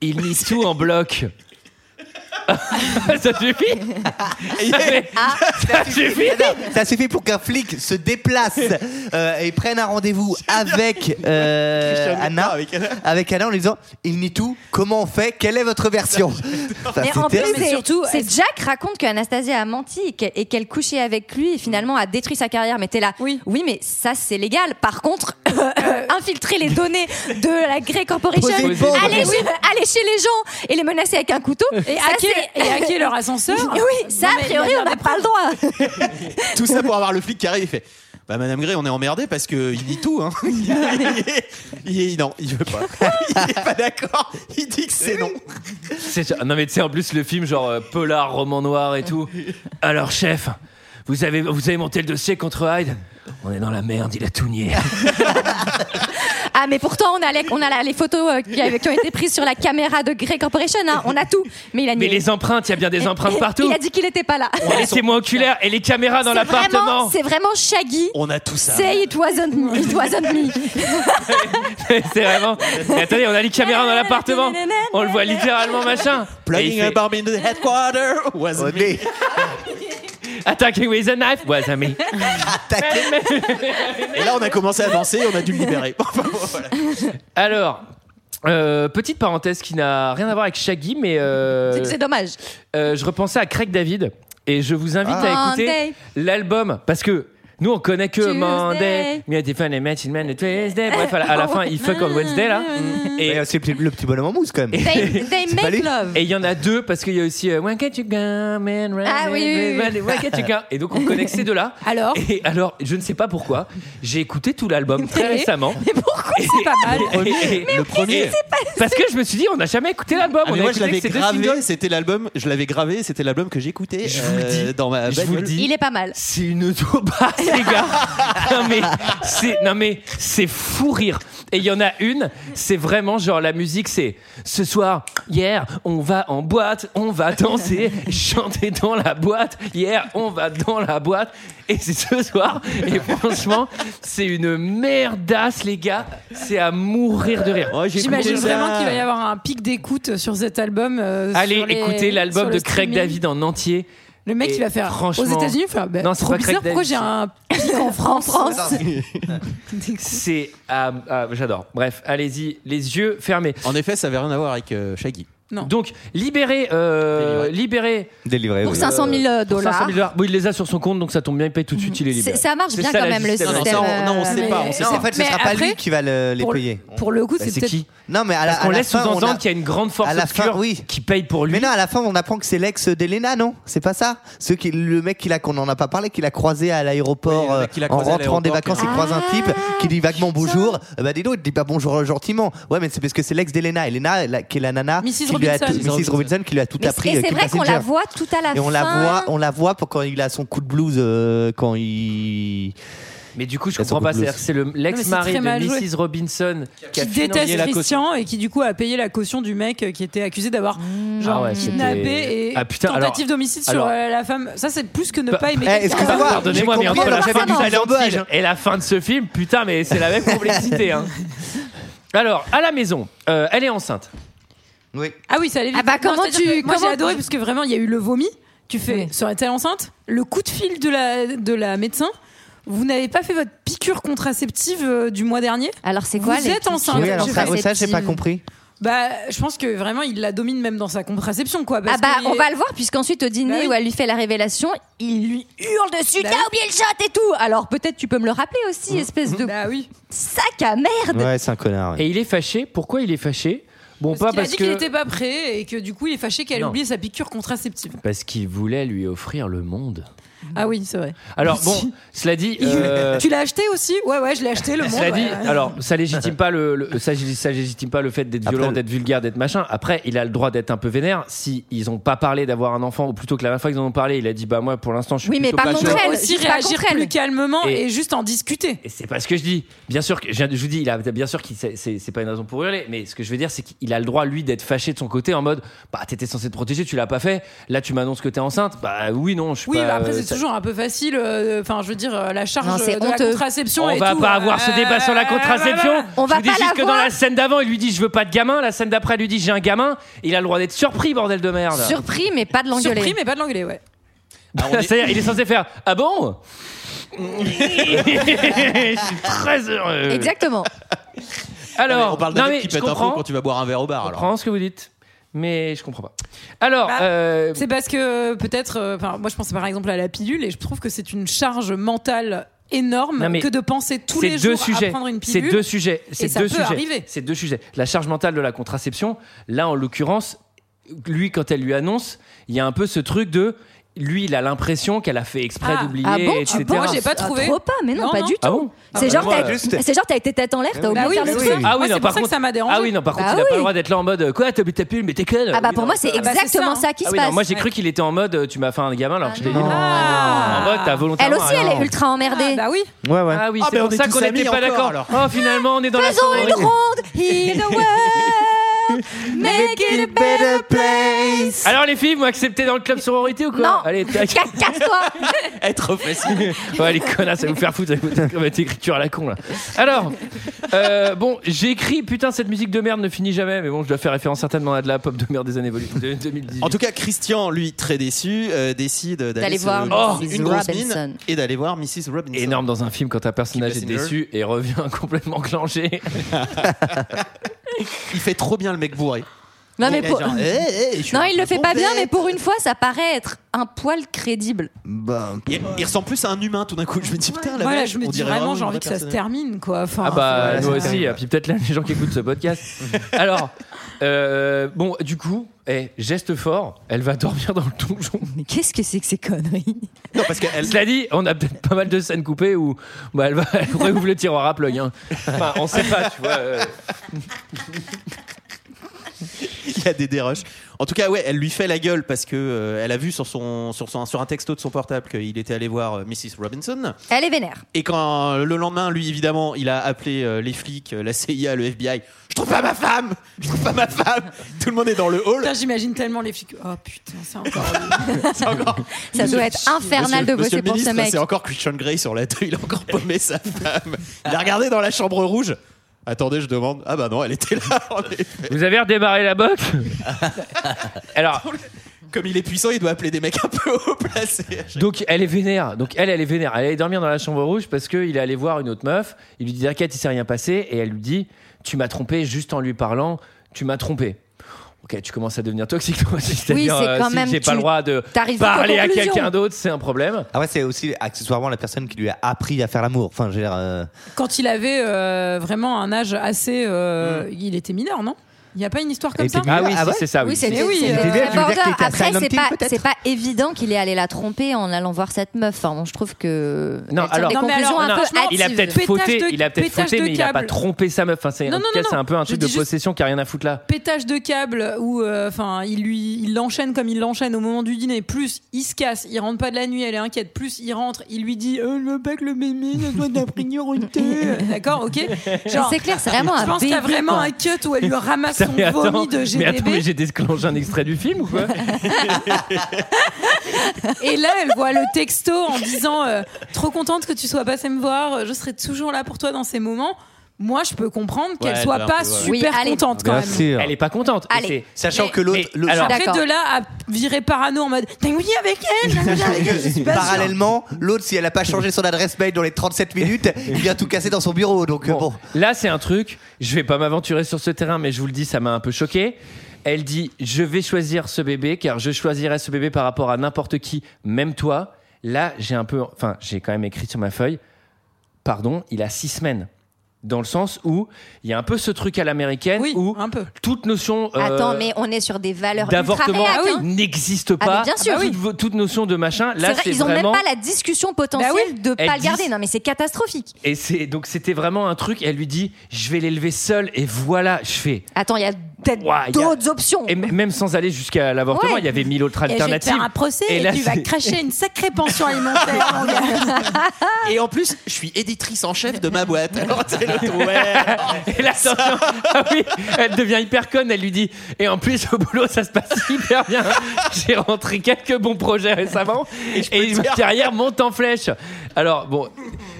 S1: il mise tout en bloc. Ça suffit
S7: Ah,
S1: ça suffit
S7: Ça suffit pour qu'un flic se déplace euh, et prenne un rendez-vous avec, euh,
S11: Christian Loubert,
S7: Anna, avec Anna en lui disant il nie tout, comment on fait, quelle est votre version Enfin,
S10: Mais en plus,
S7: c'était-
S10: c'est- c'est Jack raconte que Anastasia a menti et qu'elle- et qu'elle couchait avec lui et finalement a détruit sa carrière. Mais t'es là, oui, mais ça c'est légal. Par contre, euh, infiltrer les données de la Grey Corporation,
S8: Poser une bombe.
S10: aller,
S8: Oui.
S10: chez, aller chez les gens et les menacer avec un couteau
S8: Et
S10: ça,
S8: hacker-
S10: c'est-
S8: et hacker leur ascenseur.
S10: Oui, ça
S8: Non,
S10: a
S8: mais
S10: priori
S8: il y a
S10: on n'a pas le droit.
S11: Tout ça pour avoir le flic qui arrive et fait Bah, Madame Gray, on est emmerdé parce qu'il nie tout. Hein. Il, est- il est- non, il veut pas. Il est pas d'accord. Il dit que c'est non.
S1: C'est- Non mais tu sais en plus le film genre euh, polar roman noir et tout. Alors chef, vous avez vous avez monté le dossier contre Hyde. On est dans la merde, il a tout nié.
S10: Ah, mais pourtant, on a les, on a la- les photos euh, qui, avaient- qui ont été prises sur la caméra de Grey Corporation. hein. On a tout. Mais il a
S1: Mais
S10: nié.
S1: les empreintes, il y a bien des empreintes partout.
S10: Il a dit qu'il n'était pas là.
S1: Laissez-moi oculaire et les caméras dans
S10: C'est vraiment-
S1: l'appartement.
S10: C'est vraiment Shaggy.
S11: On a tout ça.
S10: Say it wasn't me. It wasn't
S1: Euh.
S10: me.
S1: C'est vraiment. Mais attendez, on a les caméras dans l'appartement. On le voit littéralement machin.
S11: Plugging
S1: Et il
S11: a bomb into the headquarter was me.
S1: Attacking with a knife was a me.
S11: Et là, on a commencé à avancer et on a dû le libérer. Enfin, bon, voilà.
S1: Alors. euh, petite parenthèse qui n'a rien à voir avec Shaggy, mais euh,
S10: C'est- C'est dommage.
S1: Euh, je repensais à Craig David et je vous invite à
S10: Ah.
S1: écouter
S10: Monday.
S1: l'album parce que nous on connaît que
S10: Tuesday.
S1: Monday, Beautiful and Machine Man, Tuesday. Bref, à la, à la fin, il fuck on Wednesday là.
S7: Et euh, c'est le petit- le petit bonhomme en mousse quand même.
S10: They, they
S7: pas lui.
S10: make love.
S1: Et il y en a deux parce qu'il y a aussi euh, Why can't you come and run
S10: Ah oui, oui, oui.
S1: and run, why can't you come Et donc on connaît que ces deux-là.
S8: Alors
S1: Et alors, je ne sais pas pourquoi, j'ai écouté tout l'album très
S8: Mais-
S1: récemment.
S10: Mais pourquoi
S8: c'est pas mal
S1: le premier. Parce que je me suis dit, on n'a jamais écouté l'album.
S11: Ah,
S1: on
S11: mais
S1: a
S11: moi, je
S1: écouté
S11: l'avais
S1: que ces deux
S11: gravé. Ah,
S1: singles.
S11: C'était l'album. Je l'avais gravé. C'était l'album que j'écoutais.
S1: Je vous le
S11: euh,
S1: dis.
S11: Dans ma
S1: Je vous
S11: bagnole.
S1: le dis.
S10: Il est pas mal.
S1: C'est une daubasse, les gars. Non mais c'est non mais c'est fou rire. Et il y en a une, c'est vraiment genre la musique, c'est ce soir, hier, on va en boîte, on va danser, chanter dans la boîte. Hier, on va dans la boîte. Et c'est ce soir. Et franchement, c'est une merdasse, les gars. C'est à mourir de rire.
S8: J'imagine vraiment qu'il va y avoir un pic d'écoute sur cet album. euh,
S1: Allez
S8: sur les-
S1: écoutez
S8: sur
S1: l'album
S8: le
S1: de Craig
S8: streaming.
S1: David en entier.
S8: Le mec,
S1: Et
S8: il va faire
S1: franchement-
S8: aux États-Unis, il va faire. bah,
S1: Non, c'est
S8: trop
S1: pas Craig
S8: bizarre, pourquoi
S1: David,
S8: j'ai un pic en France
S1: C'est ah, ah, j'adore. Bref, allez-y, les yeux fermés.
S11: En effet, ça avait rien à voir avec euh, Shaggy.
S8: Non.
S1: Donc libéré, euh, libéré
S7: Délivré.
S10: Pour
S7: oui.
S10: 500 000 euh,
S1: pour 500
S10: dollars.
S1: 000 dollars. Bon, il les a sur son compte, donc ça tombe bien, il paye tout de suite, il est libéré.
S10: C'est- ça marche
S1: C'est
S10: bien quand
S1: la
S10: même, le
S1: système.
S10: système.
S11: Non, ça, on- non, on
S10: euh,
S11: sait pas, on sait
S7: Non,
S11: pas.
S7: en fait, ce
S8: Mais
S7: sera pas
S8: après,
S7: lui qui va le- les
S8: pour le-
S7: payer.
S8: Pour le coup,
S1: Bah,
S8: c'est
S1: c'est
S8: peut-être.
S1: qui
S7: Non, mais à la,
S1: Parce qu'on
S7: à la
S1: laisse
S7: fin, on
S1: sous-entendre
S7: a-
S1: qu'il y a une grande force
S7: à la
S1: obscure
S7: fin, oui.
S1: qui paye pour lui.
S7: Mais non, à la fin, on apprend que c'est l'ex d'Elena, non C'est pas ça Ceux qui, Le mec qu'il a- qu'on n'en a pas parlé, qu'il a croisé à l'aéroport
S11: Oui, le
S7: euh,
S11: mec qu'il a
S7: en
S11: croisé à
S7: rentrant des
S11: l'aéroport,
S7: vacances, il croise un type
S11: Ah,
S7: qui dit vaguement bonjour. Eh ben, dis donc, il te dit pas bonjour gentiment. Ouais, mais c'est parce que c'est l'ex d'Elena. Elena, la- qui est la nana,
S8: Mrs.
S7: qui lui a tout-
S8: Robinson.
S7: Mrs. Robinson, qui lui a tout
S10: mais
S7: appris.
S10: c'est-
S7: euh,
S10: et c'est
S7: Kim
S10: vrai qu'on
S7: Basinger.
S10: la voit tout à la fin.
S7: Et on la voit, on la voit pour quand il a son coup de blues, euh, quand il. Eh,
S1: Mais du coup, je
S7: Elles sont
S1: comprends pas.
S7: comploses.
S1: C'est-à-dire que c'est le- l'ex-mari
S8: très
S1: de
S8: mal joué.
S1: Mrs. Robinson qui a
S8: Qui
S1: financé
S8: déteste
S1: la
S8: Christian Oh, et qui du coup a payé la caution du mec euh, qui était accusé d'avoir
S11: Mm.
S8: genre
S1: Ah ouais, c'était-
S8: kidnappé et
S1: Ah, putain,
S8: tentative
S1: alors-
S8: d'homicide sur
S1: alors-
S8: euh, la femme. Ça c'est plus que ne
S1: Bah,
S8: pas aimer.
S7: eh,
S8: quelqu'un.
S7: excusez-moi,
S1: Pardonnez-moi,
S7: J'ai
S1: mais
S7: compris,
S1: entre
S7: elle
S1: la
S7: a
S1: femme
S7: jamais
S1: du
S7: vu
S1: Valentine
S7: Valentine.
S1: et la fin de ce film, putain, mais c'est la même complexité. hein. Alors, à la maison, euh, elle est enceinte.
S7: Oui.
S8: Ah oui, ça allait vite.
S10: Ah bah, comment
S8: Non, c'est-à-dire
S10: tu-
S8: que Moi j'ai
S10: comment-
S8: adoré parce que vraiment il y a eu le vomi. Tu fais,
S10: Oui.
S8: serait-elle enceinte Le coup de fil de la, de la médecin. Vous n'avez pas fait votre piqûre contraceptive euh, du mois dernier
S10: Alors c'est quoi
S8: Vous
S10: les
S8: êtes
S10: piqûres
S8: enceinte.
S7: Oui, alors
S8: Je
S7: ça,
S8: sais
S7: Oh, ça, j'ai pas
S10: si-
S7: compris.
S8: Bah, je pense que vraiment il la domine même dans sa contraception quoi. parce
S10: Ah bah
S8: qu'il
S10: on
S8: est-
S10: va le voir puisqu'ensuite au dîner
S8: Bah oui.
S10: où elle lui fait la révélation, il lui hurle dessus,
S8: Bah
S10: t'as
S8: oui.
S10: oublié le chat et tout. Alors peut-être tu peux me le rappeler aussi, espèce de
S8: Bah oui.
S10: sac à merde.
S7: Ouais, c'est un connard. ouais.
S1: Et il est fâché. Pourquoi il est fâché Bon,
S8: Parce
S1: pas
S8: qu'il a
S1: parce
S8: dit
S1: que.
S8: qu'il n'était pas prêt et que du coup il est fâché qu'elle ait
S1: Non.
S8: oublié sa piqûre contraceptive.
S1: Parce qu'il voulait lui offrir le monde.
S8: Ah oui, c'est vrai.
S1: Alors bon, cela dit, euh,
S8: Tu l'as acheté aussi Ouais, ouais, je l'ai acheté le monde.
S1: cela dit,
S8: ouais.
S1: alors ça légitime pas le, le- ça, lég- ça légitime pas le fait d'être
S7: Après,
S1: violent,
S7: le-
S1: d'être vulgaire, d'être machin. Après, il a le droit d'être un peu vénère si ils ont pas parlé d'avoir un enfant ou plutôt que la dernière fois qu'ils en ont parlé, il a dit bah moi pour l'instant je suis
S10: Oui, mais
S1: plutôt
S10: par
S1: pas
S10: contre,
S1: chaud.
S10: elle,
S8: aussi
S10: juste pas
S8: réagir
S10: contre elle.
S8: plus calmement
S1: Et-
S8: et... juste en discuter.
S1: Et c'est pas ce que je dis. Bien sûr que je vous dis, il a bien sûr qu'il c'est- c'est c'est pas une raison pour hurler, mais ce que je veux dire, c'est qu'il a le droit lui d'être fâché de son côté en mode, bah t'étais censé te protéger, tu l'as pas fait. Là, tu m'annonces que t'es enceinte. Bah oui, non, je suis
S8: Oui,
S1: pas.
S8: bah après,
S1: euh,
S8: c'est toujours un peu facile. euh, Enfin, je veux dire, euh, la charge
S10: Non,
S8: euh,
S10: c'est
S8: de la
S10: honteux.
S8: contraception.
S1: On
S8: et
S1: va
S8: tout,
S1: pas
S8: euh,
S1: avoir ce débat sur la contraception.
S8: bah, On va
S1: je vous dis
S8: pas
S1: juste que dans
S8: l'avoir.
S1: la scène d'avant, il lui dit je veux pas de gamin. La scène d'après, elle lui dit j'ai un gamin. Il a le droit d'être surpris, bordel de merde. Bah,
S10: Surpris, mais pas de l'engueuler.
S8: Surpris, mais pas de l'engueuler, ouais.
S1: C'est-à-dire, il est censé faire ah bon. je suis très heureux.
S10: Exactement.
S1: Alors,
S11: on parle
S1: non,
S11: d'un
S1: mais
S11: mec qui
S1: je
S11: pète un
S1: comprends.
S11: fond quand tu vas boire un verre au bar.
S1: Je
S11: Alors.
S1: comprends ce que vous dites, mais je comprends pas. Alors, euh,
S8: C'est parce que peut-être. euh, Enfin, moi, je pensais par exemple à la pilule et je trouve que c'est une charge mentale énorme
S1: Non, mais
S8: que de penser tous
S1: c'est
S8: les
S1: deux
S8: jours à
S1: sujets.
S8: prendre une
S1: C'est
S8: pilule.
S1: deux sujets.
S8: Et
S1: C'est
S8: ça
S1: deux
S8: peut
S1: sujets.
S8: arriver.
S1: C'est deux sujets. La charge mentale de la contraception, là en l'occurrence, lui quand elle lui annonce, il y a un peu ce truc de lui il a l'impression qu'elle a fait exprès
S10: Ah,
S1: d'oublier,
S10: ah bon, tu
S1: etc.
S10: penses Moi, j'ai pas Ah, trouvé. trop pas, mais non, pas du
S1: Ah
S10: tout.
S1: bon
S10: C'est
S1: Ah,
S10: genre,
S1: bah,
S10: t'as-
S1: moi, euh,
S10: c'est genre, t'as été tête en l'air, t'as oublié
S8: Bah
S10: de
S8: oui,
S10: faire le
S8: mais
S10: truc.
S8: oui.
S1: Ah oui,
S8: Moi,
S1: non, par
S8: c'est pour ça que
S1: contre,
S8: ça m'a dérangé.
S1: Ah oui, non, par
S10: Bah
S1: contre, il n'a pas
S10: oui.
S1: le droit d'être là en mode euh, quoi, t'as mis ta pilule, mais t'es conne.
S10: Ah bah,
S1: Oui,
S10: pour
S1: non,
S10: moi, c'est
S1: ah bah,
S10: exactement
S1: ça.
S10: ça qui
S1: Ah
S10: se
S1: oui, non,
S10: passe.
S1: moi j'ai cru qu'il était en mode euh, tu m'as fait un gamin alors que je t'ai dit non. En mode t'as
S10: Elle
S1: volontairement.
S10: aussi, elle est ultra emmerdée.
S8: bah oui.
S7: Ouais, ouais.
S1: Ah oui,
S11: Ah,
S1: c'est
S11: mais on
S1: pour
S11: est
S1: ça
S11: tous
S1: qu'on
S11: amis
S1: n'était pas
S11: encore,
S1: d'accord.
S11: alors.
S1: Oh, finalement, on est dans la
S10: Faisons une
S1: sororité.
S10: ronde. Heal the world. Make it a better place.
S1: Alors les filles, vous m'acceptez dans le club sororité ou quoi
S10: Non.
S1: Allez, tac.
S10: Ca- Casse-toi.
S11: Être facile.
S1: Ouais, les connasses, ça va vous faire foutre avec votre- votre écriture à la con là. Alors, euh, bon, j'ai écrit putain, cette musique de merde ne finit jamais, mais bon, je dois faire référence certainement à de la pop de merde des années volu- de- 2018.
S11: En tout cas, Christian, lui, très déçu, euh, décide
S10: D'aller
S11: d'aller se-
S10: voir
S11: Oh,
S10: Mrs.
S11: une grosse
S10: Robinson.
S11: mine et d'aller voir Mrs. Robinson.
S1: énorme dans un film quand un personnage est
S11: Keep Basinger.
S1: déçu et revient complètement clenché.
S11: Il fait trop bien le mec bourré.
S10: Non, mais
S11: Il est
S10: pour-
S11: genre, Eh, eh, je suis
S10: Non,
S11: un
S10: il le fait
S11: bon
S10: pas bien,
S11: bête.
S10: mais pour une fois, ça paraît être un poil crédible.
S7: Bah,
S11: Il, il ressemble plus à un humain tout d'un coup. Je me dis putain, la
S8: Voilà,
S11: vache,
S8: je me
S11: on
S8: dis
S11: dirait
S8: vraiment, j'ai
S11: une
S8: envie
S11: vraie
S8: que ça se
S11: personne.
S8: termine, quoi. Enfin,
S1: Ah bah
S11: voilà,
S1: nous
S11: c'est
S1: aussi,
S11: terrible.
S1: et puis peut-être là, les gens qui écoutent ce podcast. Alors, euh, bon, du coup, eh, geste fort, elle va dormir dans le donjon.
S10: Mais qu'est-ce que c'est que ces conneries
S11: Non, parce qu'elle.
S1: Cela dit, on a peut-être pas mal de scènes coupées où bah, elle, va, elle réouvre le tiroir à plug. hein. Enfin, on sait pas, tu vois. euh.
S11: Il y a des dérushs. En tout cas, ouais, elle lui fait la gueule parce que euh, elle a vu sur son sur son sur un texto de son portable qu'il était allé voir euh, Mrs. Robinson.
S10: Elle est vénère.
S11: Et quand euh, le lendemain, lui, évidemment, il a appelé euh, les flics, euh, la CIA, le FBI. Je trouve pas ma femme. Je trouve pas ma femme. Tout le monde est dans le hall.
S8: Putain, j'imagine tellement les flics. Oh putain, c'est encore.
S11: C'est encore.
S10: Ça doit être infernal de bosser
S11: Monsieur le
S10: pour ce
S11: ministre,
S10: mec.
S11: C'est encore Christian Grey sur la tête. Il a encore paumé sa femme. Il a regardé dans la chambre rouge. Attendez, je demande. Ah bah non, elle était là. en effet.
S1: Vous avez redémarré la box Alors,
S11: Comme il est puissant, il doit appeler des mecs un peu haut placés.
S1: donc elle est vénère. Donc elle, elle est vénère. Elle allait dormir dans la chambre rouge parce qu'il est allé voir une autre meuf. Il lui dit T'inquiète, il s'est rien passé. Et elle lui dit Tu m'as trompé juste en lui parlant. Tu m'as trompé. Ok, tu commences à devenir toxique. toi aussi. C'est-à-dire,
S10: c'est quand
S1: si
S10: même-
S1: j'ai pas
S10: tu-
S1: le droit de
S10: t'arrives vite aux
S1: parler à
S10: conclusions.
S1: quelqu'un d'autre, c'est un problème.
S7: Ah ouais, c'est aussi accessoirement la personne qui lui a appris à faire l'amour. Enfin, j'ai l'air. euh,
S8: Quand il avait euh, vraiment un âge assez. euh, Il était mineur, non Il n'y a pas une histoire comme
S7: Elle
S8: ça
S7: était
S1: Ah oui,
S7: Ah
S1: si,
S7: ouais
S1: c'est ça. Oui,
S10: Oui, c'est
S8: Mais
S10: c'est-
S8: oui,
S10: c'est-
S8: euh,
S10: c'est
S8: tu veux dire
S10: border.
S7: qu'il était
S10: Après,
S7: un homme
S10: c'est
S7: teen,
S10: pas,
S7: peut-être
S10: c'est pas évident qu'il est allé la tromper en allant voir cette meuf. Enfin, bon, je trouve que.
S1: Non,
S10: elle tire
S1: alors-
S10: des
S8: Non, mais
S10: conclusions
S8: alors,
S10: un peu
S8: franchement,
S1: Il a
S10: hâtives.
S1: peut-être
S8: Pétage
S1: fauté,
S8: de-
S1: il a peut-être
S8: pétage
S1: fauté,
S8: de
S1: mais il a pas
S8: câble.
S1: trompé sa meuf. Enfin, c'est,
S8: Non,
S1: en tout
S8: non,
S1: cas,
S8: non,
S1: c'est un peu un
S8: je
S1: truc de
S8: dis juste-
S1: possession qui a rien à foutre là.
S8: pétage de câble où euh, enfin il lui il l'enchaîne comme il l'enchaîne au moment du dîner plus il se casse il rentre pas de la nuit elle est inquiète plus il rentre il lui dit euh, le bec le mémé la doigt d'un d'accord ok
S10: Mais
S8: genre
S10: C'est clair, c'est vraiment
S8: je
S10: un
S8: pense qu'il y a
S10: bébé,
S8: vraiment
S10: quoi.
S8: un cut où elle lui ramasse
S1: Ça,
S8: son
S1: mais attends,
S8: vomi de
S1: mais attends, mais
S8: GDB
S1: j'ai déclenché un extrait du film ou quoi
S8: et là elle voit le texto en disant euh, trop contente que tu sois passé me voir euh, je serai toujours là pour toi dans ces moments moi je peux comprendre qu'elle
S11: Ouais,
S8: soit
S11: elle est un
S8: pas
S11: peu, ouais.
S8: super
S10: Oui, allez.
S8: contente quand même
S1: Elle est pas contente. Et
S10: Allez.
S1: c'est-
S7: Sachant
S8: Mais-
S7: que l'autre.
S1: mais-
S7: l'autre-
S1: alors-
S8: après
S10: D'accord.
S8: de là à virer parano en mode t'as une vie avec elle t'as une vie avec elle je suis pas sûre.
S7: Parallèlement, l'autre, si elle a pas changé son adresse mail dans les 37 minutes, il vient tout casser dans son bureau. Donc euh,
S1: Bon,
S7: bon.
S1: Là, c'est un truc. Je vais pas m'aventurer sur ce terrain, mais je vous le dis, ça m'a un peu choqué. Elle dit Je vais choisir ce bébé, car je choisirais ce bébé par rapport à n'importe qui, même toi. Là, j'ai un peu. Enfin, j'ai quand même écrit sur ma feuille Pardon, il a six semaines. Dans le sens où il y a un peu ce truc à l'américaine
S8: oui
S1: où
S8: un peu
S1: toute notion. euh,
S10: Attends, mais on est sur des valeurs ultra
S1: d'avortement
S10: réac, hein.
S1: n'existe
S10: Ah,
S1: pas. bah
S10: mais bien sûr.
S1: Toute, vo- toute notion de machin. Là,
S10: C'est vrai,
S1: c'est
S10: ils ont
S1: vraiment.
S10: même pas la discussion potentielle
S8: Bah oui.
S10: de
S1: Elles
S10: pas le garder.
S1: disent-
S10: Non, mais c'est catastrophique.
S1: Et c'est donc c'était vraiment un truc. Elle lui dit, je vais l'élever seule et voilà, je fais.
S10: Attends, il y a peut-être
S1: Ouah, il y a-
S10: d'autres options.
S1: Et m- même sans aller jusqu'à l'avortement,
S10: Ouais.
S1: il y avait mille autres
S11: Et je vais te
S1: alternatives.
S11: faire un procès et,
S1: là,
S11: tu vas
S1: c'est-
S11: cracher une sacrée pension alimentaire, mon gars.
S7: Et en plus, je suis éditrice en chef de ma boîte. Alors, c'est le trou. Ouais.
S1: Et là, ça- ah oui, elle devient hyper conne. Elle lui dit Et en plus, au boulot, ça se passe hyper bien. J'ai rentré quelques bons projets récemment et, ma carrière monte en flèche. Alors, bon,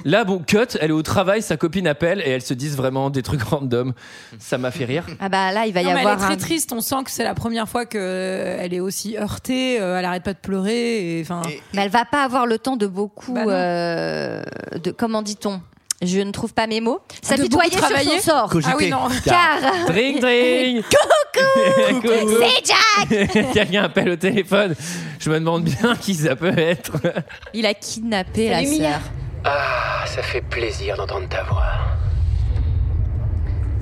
S1: là, bon, cut, elle est au travail, sa copine appelle et elles se disent vraiment des trucs random. Ça m'a fait rire.
S10: Ah bah là, il va y
S11: Non, mais
S10: avoir.
S11: elle est très
S10: un-
S11: triste. On sent que c'est la première fois qu'elle est aussi heurtée. euh, Elle arrête pas de pleurer. Et, enfin,
S10: Mais elle va pas avoir le temps de beaucoup.
S11: Bah non.
S10: euh, de, comment dit-on Je ne trouve pas mes mots.
S11: Ah, de beaucoup
S10: S'apitoyer sur son
S11: travailler
S10: sort.
S1: Cogiter. Ah oui, non.
S10: Car.
S1: Dring, dring.
S10: Coucou C'est Jack
S1: Quelqu'un appelle au téléphone. Je me demande bien qui ça peut être.
S10: Il a kidnappé la
S8: Salut, Mia.
S10: sœur.
S8: Ah, ça fait plaisir d'entendre ta voix.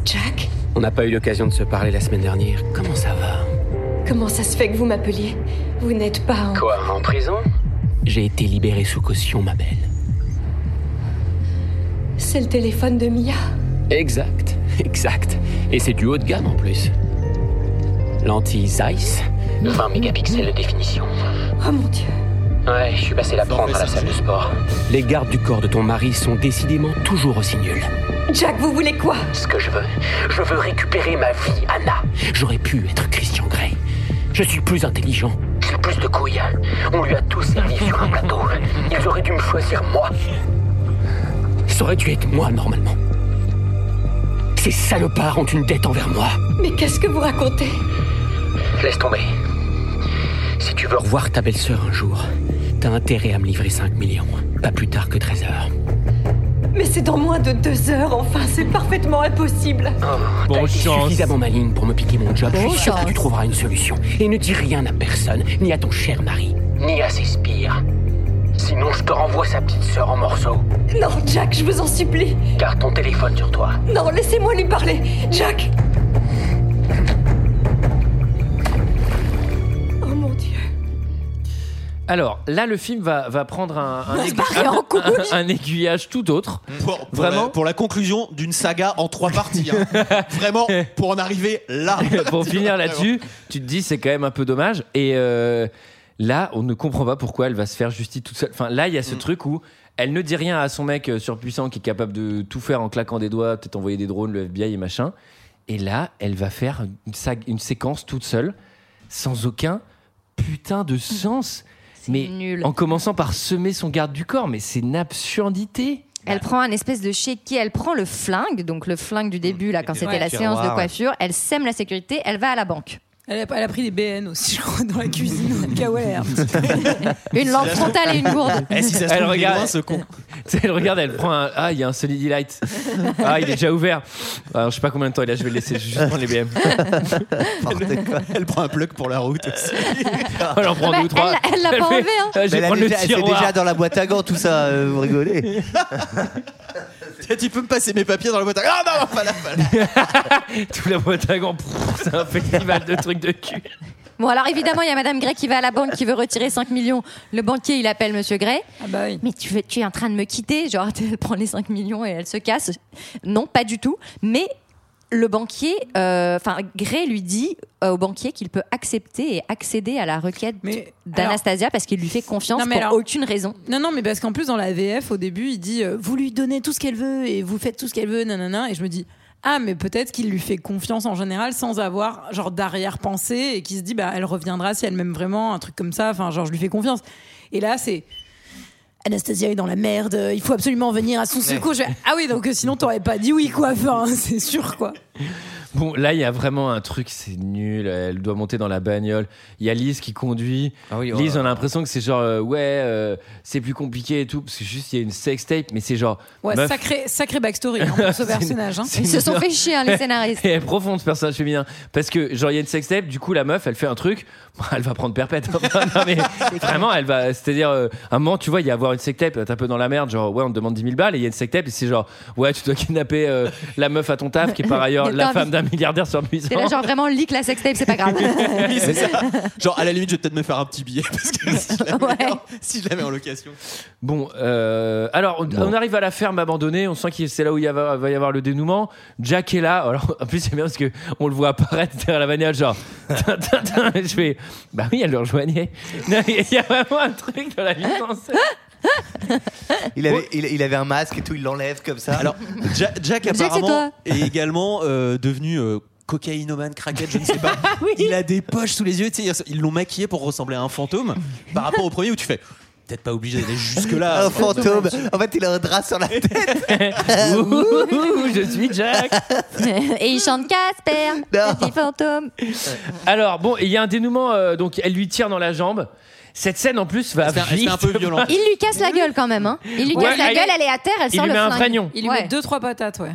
S12: Jack,
S8: On n'a pas eu l'occasion de se parler la semaine dernière. Comment ça va
S12: comment ça se fait que vous m'appeliez Vous n'êtes pas en...
S8: Quoi, en prison J'ai été libéré sous caution, ma belle.
S12: C'est le téléphone de Mia.
S8: Exact, exact. Et c'est du haut de gamme en plus. Lentille Zeiss, 20 mégapixels de définition.
S12: Oh mon dieu.
S8: Ouais, je suis passé la prendre à la salle de sport. Les gardes du corps de ton mari sont décidément toujours aussi nuls.
S12: Jack, vous voulez quoi
S8: Ce que je veux, je veux récupérer ma vie, Anna. J'aurais pu être Christian Grey. Je suis plus intelligent. J'ai plus de couilles. On lui a tous servi sur un plateau. Ils auraient dû me choisir moi. Ça aurait dû être moi, normalement. Ces salopards ont une dette envers moi.
S12: Mais qu'est-ce que vous racontez
S8: Laisse tomber. Si tu veux revoir ta belle-sœur un jour, t'as intérêt à me livrer 5 millions. Pas plus tard que 13 heures.
S12: Mais c'est dans moins de deux heures, enfin, c'est parfaitement impossible.
S8: Bon suffisamment maligne pour me piquer mon job. Je suis sûr que tu trouveras une solution. Et ne dis rien à personne, ni à ton cher mari. Ni à ses spires. Sinon, je te renvoie sa petite sœur en morceaux.
S12: Non, Jack, je vous en supplie.
S8: Garde ton téléphone sur toi.
S12: Non, laissez-moi lui parler. Jack Oh mon dieu.
S1: Alors là, le film va, va prendre un, un,
S12: On se
S1: aigu-
S12: barrait en couille.
S1: un- un aiguillage tout autre.
S7: Pour, pour
S1: Vraiment
S7: la, pour la conclusion d'une saga en trois parties. hein. Vraiment, pour en arriver là.
S1: pour finir là-dessus, tu te dis c'est quand même un peu dommage. Et euh, là, on ne comprend pas pourquoi elle va se faire justice toute seule. Enfin, là, il y a ce truc où elle ne dit rien à son mec euh, surpuissant qui est capable de tout faire en claquant des doigts, peut-être envoyer des drones, le FBI et machin. Et là, elle va faire une, sag- une séquence toute seule, sans aucun putain de sens. Mais en commençant par semer son garde du corps, mais c'est une absurdité.
S10: Elle prend un espèce de chéquier, elle prend le flingue, donc le flingue
S1: Mmh.
S10: du début, là, quand c'était
S11: Ouais.
S10: la séance de
S11: Tiroir.
S10: coiffure, elle sème la sécurité, elle va à la banque.
S11: elle, a, elle a pris des BN aussi, je crois, dans la cuisine. au cas où elle a-
S10: Une lampe frontale et une gourde.
S7: Eh,
S1: elle regarde, Tu sais, elle regarde, elle prend un. Ah, il y a un Solid Light. Ah, il est déjà ouvert. Ah, je sais pas combien de temps il a, je vais le laisser je vais juste prendre les BM.
S7: elle, elle prend un plug pour la route aussi.
S1: Elle en prend
S10: Ah bah,
S1: deux ou trois.
S10: elle- elle l'a pas
S1: fait,
S10: enlevé, hein.
S1: euh, Je
S16: Mais
S1: vais
S16: Bah, elle a
S1: prendre le
S16: déjà- c'est
S1: tiroir.
S16: déjà dans la boîte à gants, tout ça, euh, vous rigolez.
S7: tu peux me passer mes papiers dans la boîte à... Ah non, pas là, pas là.
S1: Tout la boîte à gants. pff, C'est un festival de trucs de cul.
S10: Bon, alors évidemment, il y a Madame Gray qui va à la banque, qui veut retirer 5 millions. Le banquier, il appelle Monsieur Gray.
S11: Ah bah
S10: Mais tu, veux- tu es en train de me quitter. Genre, elle prend les 5 millions et elle se casse. Non, pas du tout. Mais le banquier, euh, enfin, Gray lui dit euh, au banquier qu'il peut accepter et accéder à la requête d'Anastasia parce qu'il lui fait confiance
S11: Non, mais
S10: pour
S11: alors-
S10: aucune raison.
S11: Non, non, mais parce qu'en plus, dans la VF, au début, il dit euh, Vous lui donnez tout ce qu'elle veut et vous faites tout ce qu'elle veut, nanana. Et je me dis Ah, mais peut-être qu'il lui fait confiance en général sans avoir genre d'arrière-pensée et qu'il se dit Bah, elle reviendra si elle m'aime vraiment, un truc comme ça. Enfin, genre, je lui fais confiance. Et là, c'est. Anastasia est dans la merde, euh, il faut absolument venir à son secours. Je fais, ah oui, donc euh, sinon t'aurais pas dit oui quoi, enfin, c'est sûr quoi.
S1: Bon, là, il y a vraiment un truc, c'est nul. Elle doit monter dans la bagnole. Il y a Lise qui conduit.
S16: Ah
S1: Lise,
S16: oh.
S1: on a l'impression que c'est genre, euh, ouais, euh, c'est plus compliqué et tout. Parce que juste, il y a une sex tape, mais c'est genre.
S11: Ouais,
S1: meuf,
S11: sacré, sacré backstory hein, pour ce
S1: C'est-
S11: personnage. hein.
S1: c'est énorme. Et elle est profonde ce personnage féminin. Parce que, genre, il y a une sextape, du coup, la meuf, elle fait un truc, bon, elle va prendre perpète. Non, mais vraiment, elle va. C'est-à-dire, euh, à un moment, tu vois, il y a avoir une sextape, t'es un peu dans la merde, genre, ouais, on te demande 10 000 balles, et il y a une sextape, et c'est genre, ouais, tu dois kidnapper euh, la meuf à ton taf, qui est par ailleurs
S10: Et
S1: la
S10: t'as
S1: femme d'un
S10: invité
S1: milliardaire sur Musan.
S10: C'est là genre vraiment leak la sextape, c'est pas grave.
S11: Oui, c'est ça. Genre, à la limite, je vais peut-être me faire un petit billet parce que si je la mets, en, si je la mets en location.
S1: Bon, euh, alors on, on arrive à la ferme abandonnée. On sent que c'est là où il y va, va y avoir le dénouement. Jack est là. Alors en plus c'est bien parce que on le voit apparaître derrière la bagnole, genre. tin, tin, tin. Je fais. Bah oui, elle le rejoignait. Non, Il y a vraiment un truc dans la vie française.
S7: Il avait, il, il avait un masque et tout, il l'enlève comme ça.
S11: Alors, Ja- Jack,
S7: Jack, c'est
S11: apparemment
S7: toi.
S11: est également euh, devenu euh, cocaïnomane, craquette, je ne sais pas. Il a des poches sous les yeux. tu sais, Ils l'ont maquillé pour ressembler à un fantôme par rapport au premier où tu fais peut-être pas obligé d'aller
S1: Ah,
S11: jusque-là.
S7: Un fantôme. En fait, il a un drap sur la tête.
S1: Ouh, je suis Jack.
S10: Et il chante Casper, petit fantôme.
S1: Alors bon, il y a un dénouement. euh, donc elle lui tire dans la jambe. Cette scène en plus va
S11: Ah, un- c'était un peu
S1: vite.
S11: violent.
S10: Il lui casse la gueule quand même. Hein. Il lui
S1: Ouais,
S10: casse la
S1: il-
S10: gueule, elle est à terre, elle
S1: il
S10: sort
S1: lui
S10: le
S1: met un
S10: flingue.
S1: pognon.
S8: Il lui met deux, trois patates, ouais.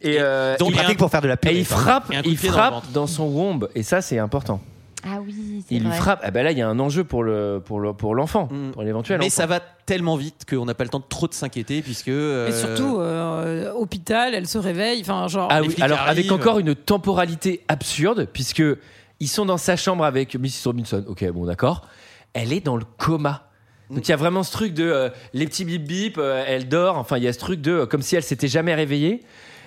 S1: Et, euh,
S7: Donc
S1: il-
S7: pratique pour faire de la purée,
S1: Et il
S7: quoi.
S1: frappe,
S7: Et un coup de
S1: il
S7: pied dans le
S1: frappe
S7: ventre.
S1: dans son womb. Et ça, c'est important.
S10: Ah oui, c'est
S1: Il lui
S10: vrai.
S1: frappe. Ah ben là, il y a un enjeu pour le pour le- pour l'enfant, pour l'éventuel.
S11: Mm. Mais
S1: enfant.
S11: ça va tellement vite qu'on n'a pas le temps de trop de s'inquiéter puisque. euh,
S8: Et surtout, euh, hôpital, elle se réveille. Enfin, genre.
S1: Ah oui, alors avec encore une temporalité absurde, puisque ils sont dans sa chambre avec Mrs. Robinson. Ok, bon, d'accord. Elle est dans le coma. Donc il y a vraiment ce truc de euh, les petits bip bip, euh, elle dort. Enfin, il y a ce truc de euh, comme si elle s'était jamais réveillée.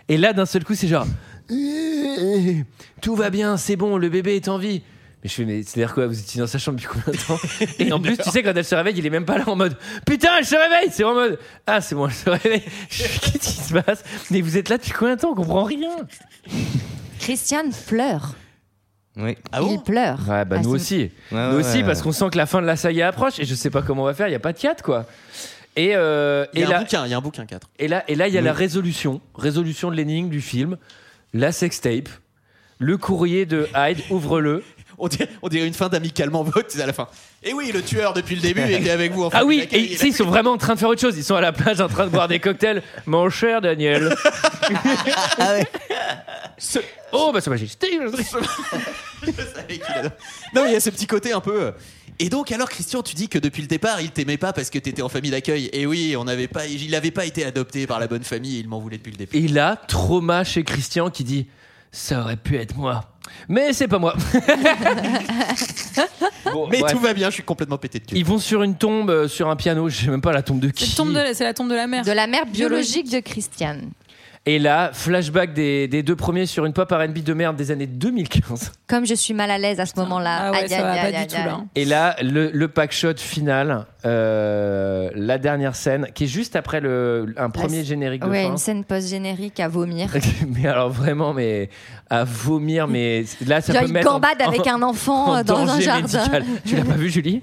S1: Et là, d'un seul coup, c'est genre Euh, tout va bien, c'est bon, le bébé est en vie. Mais je fais, mais c'est-à-dire quoi Vous étiez dans sa chambre depuis combien de temps Et en plus, tu sais, quand elle se réveille, il est même pas là en mode Putain, elle se réveille C'est en mode Ah, c'est bon, elle se réveille. Je fais, Qu'est-ce qui se passe Mais vous êtes là depuis combien de temps On comprend rien.
S10: Christiane pleure.
S7: Oui.
S10: Il pleure.
S1: Ouais, bah
S10: Ah,
S1: nous
S10: c'est-
S1: aussi.
S7: Ouais,
S1: nous
S7: ouais,
S1: aussi,
S7: ouais,
S1: parce
S7: ouais.
S1: qu'on sent que la fin de la saga approche et je sais pas comment on va faire, il n'y a pas de 4 quoi. Et, euh,
S11: Il y a
S1: et
S11: un
S1: là,
S11: bouquin, il y a un bouquin 4.
S1: et là, et là, il y a
S11: Oui.
S1: la résolution, résolution de l'énigme du film, la sextape, le courrier de Hyde, ouvre-le.
S11: On dirait, on dirait une fin d'amicalement vote c'est à la fin. Et oui, le tueur depuis le début était avec vous. enfin,
S1: ah oui,
S11: il a-
S1: et
S11: il a-
S1: si, ils sont vraiment en train de faire autre chose, ils sont à la plage en train de boire des cocktails. Mon cher Daniel. Ce- Oh bah c'est magique.
S11: Je savais qu'il adore. Non, mais il y a ce petit côté un peu. euh, Et donc, alors, Christian, tu dis que depuis le départ, il t'aimait pas parce que t'étais en famille d'accueil. Et oui, on n'avait pas, il n'avait pas été adopté par la bonne famille. Il m'en voulait depuis le départ.
S1: Et là, trauma chez Christian qui dit Ça aurait pu être moi. Mais c'est pas moi.
S11: mais
S1: bref.
S11: tout va bien. Je suis complètement pété de cul.
S1: Ils vont sur une tombe, euh, sur un piano, je sais même pas la tombe de qui.
S8: C'est tombe de la- c'est la tombe de la mère.
S10: De la mère biologique de Christiane.
S1: Et là, flashback des, des deux premiers sur une pop RB de merde des années 2015.
S10: Comme je suis mal à l'aise à ce moment-là.
S8: Ah ouais,
S10: Aïe,
S8: ça va
S10: aïe,
S8: pas
S10: aïe,
S8: du
S10: aïe,
S8: tout,
S10: aïe.
S8: là, hein.
S1: Et là, le, le pack shot final, euh, la dernière scène, qui est juste après le, un premier
S10: La-
S1: générique de
S10: ouais,
S1: fin.
S10: une scène post-générique à vomir.
S1: mais alors vraiment, mais à vomir, mais là, ça
S10: Genre
S1: peut
S10: une
S1: mettre. en-
S10: gambade
S1: en-
S10: avec un enfant, euh, dans un
S1: danger
S10: jardin.
S1: médical. Tu l'as pas vu, Julie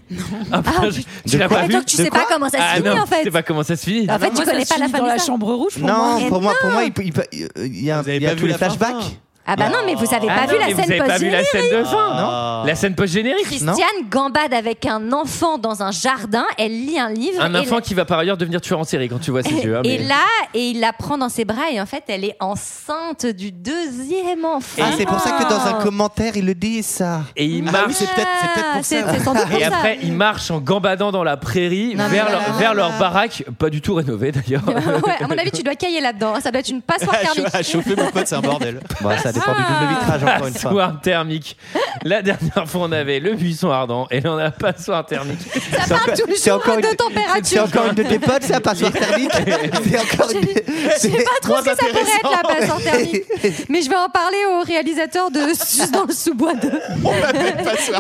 S1: Ah, putain, je- Tu
S10: De
S1: l'as
S10: quoi
S1: pas vu
S10: Attends, tu sais De pas quoi comment ça se
S1: Ah
S10: finit,
S1: non,
S10: en fait. Ah,
S1: Tu sais pas comment ça se finit.
S10: En fait,
S8: moi,
S10: tu
S8: ça
S10: connais
S8: se
S10: pas la
S8: finit
S10: fin
S8: dans
S10: de
S8: la
S10: l'histoire.
S8: chambre rouge pour moi.
S7: Non,
S10: Et
S7: pour moi,
S10: non.
S7: pour moi, il peut- il peut- il y a, il y a
S11: pas
S7: tous
S11: vu
S7: les
S11: la fin,
S7: flashbacks.
S11: fin
S10: Ah bah non, mais vous avez pas
S1: Ah
S10: vu
S1: non,
S10: la
S1: mais vous
S10: scène
S1: avez pas vu la
S10: post-générique.
S1: scène de fin
S11: Non.
S1: La scène post-générique
S10: Christiane gambade avec un enfant dans un jardin, elle lit un livre.
S1: Un
S10: et
S1: enfant
S10: la-
S1: qui va par ailleurs devenir tueur en série quand tu vois ses yeux. hein,
S10: Et
S1: mais-
S10: là, et il la prend dans ses bras et en fait, elle est enceinte du deuxième enfant.
S7: Ah, c'est pour ça que dans un commentaire, il le dit ça.
S1: Et il
S7: Ah
S8: Bah
S1: marche.
S7: oui, c'est peut-être c'est peut-être
S10: Ah,
S7: pour
S10: c'est-
S7: ça.
S10: c'est sans doute pour
S1: Et
S10: ça.
S1: après, ils marchent en gambadant dans la prairie
S10: Non, mais
S1: vers,
S10: voilà,
S1: leur,
S10: voilà.
S1: vers leur baraque, pas du tout rénovée d'ailleurs.
S10: ouais, à mon avis, tu dois cailler là-dedans. Ça doit être une passoire thermique.
S11: À chauffer mon pote, c'est un bordel.
S7: Bon, Bah, ça dépend du double vitrage, encore une fois.
S1: Passoire thermique. La dernière fois, on avait le buisson ardent et là, on a passoire thermique.
S10: Ça part
S7: encore-
S10: toujours
S7: c'est encore
S10: de
S7: une-
S10: température.
S7: C'est encore une de tes potes, ça, passoire thermique C'est encore une.
S10: Je sais pas trop ce que ça pourrait être la passoire thermique. Mais je vais en parler au réalisateur de Sus dans le sous-bois 2.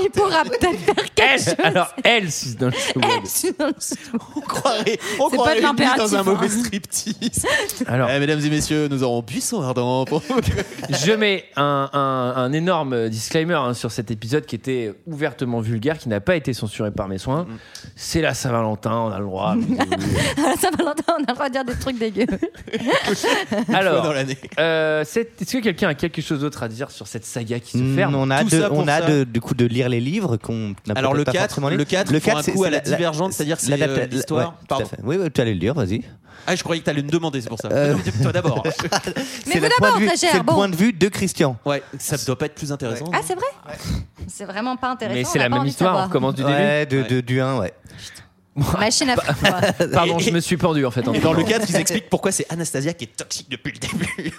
S10: Il pourra peut-être faire quelque chose.
S1: Elle, alors, elle, c'est dans le sous-bois.
S10: Elle, Sus dans le sous-bois.
S11: On croirait, on
S8: C'est
S11: croirait
S8: pas de
S11: une nuit dans un
S8: l'impératif,
S11: mauvais
S8: hein.
S11: striptease.
S1: Alors,
S11: Eh, mesdames et messieurs, nous aurons buisson ardent. Pour...
S1: je mets un, un- un énorme disclaimer hein, sur cet épisode qui était ouvertement vulgaire, qui n'a pas été censuré par mes soins. C'est la Saint-Valentin, on a le droit.
S10: À la Saint-Valentin, on a le droit de dire des trucs dégueux.
S11: dans
S1: Alors,
S11: l'année.
S1: euh, c'est- est-ce que quelqu'un a quelque chose d'autre à dire sur cette saga qui se ferme
S7: Mm, On a,
S11: Tout
S7: de,
S11: ça pour
S7: on a
S11: ça.
S7: de- du coup de lire les livres qu'on n'a
S11: Alors,
S7: peut-être
S11: le
S7: pas
S11: 4,
S7: forcément lu.
S11: le 4, pour un
S7: c'est-
S11: coup,
S7: c'est
S11: à la
S7: la- la-
S11: divergente, c'est-à-dire c'est,
S7: l'adapta-
S11: euh, l'histoire.
S7: ouais, tout à
S11: Pardon.
S7: fait. Oui, oui, tu allais le lire, vas-y.
S11: Ah, je croyais que t'allais me demander, c'est pour ça.
S7: Euh.
S11: Non, mais Toi d'abord.
S10: Mais
S7: C'est
S10: vous
S7: le point
S10: d'abord,
S7: de vue-
S10: très cher.
S7: c'est le
S10: Bon.
S7: point de vue de Christian.
S11: Ouais, ça doit pas être plus intéressant.
S10: Ah, c'est vrai C'est vraiment pas intéressant.
S1: Mais
S10: on
S1: c'est
S10: a
S1: la
S10: pas
S1: même
S10: envie de
S1: histoire, on
S10: savoir.
S1: recommence du début.
S7: Ouais, de, de- du 1, ouais.
S10: Machine à fric, quoi.
S1: Pardon, je me suis pendu en fait. en
S11: Et dans le
S1: disant.
S11: 4, ils expliquent pourquoi c'est Anastasia qui est toxique depuis le début.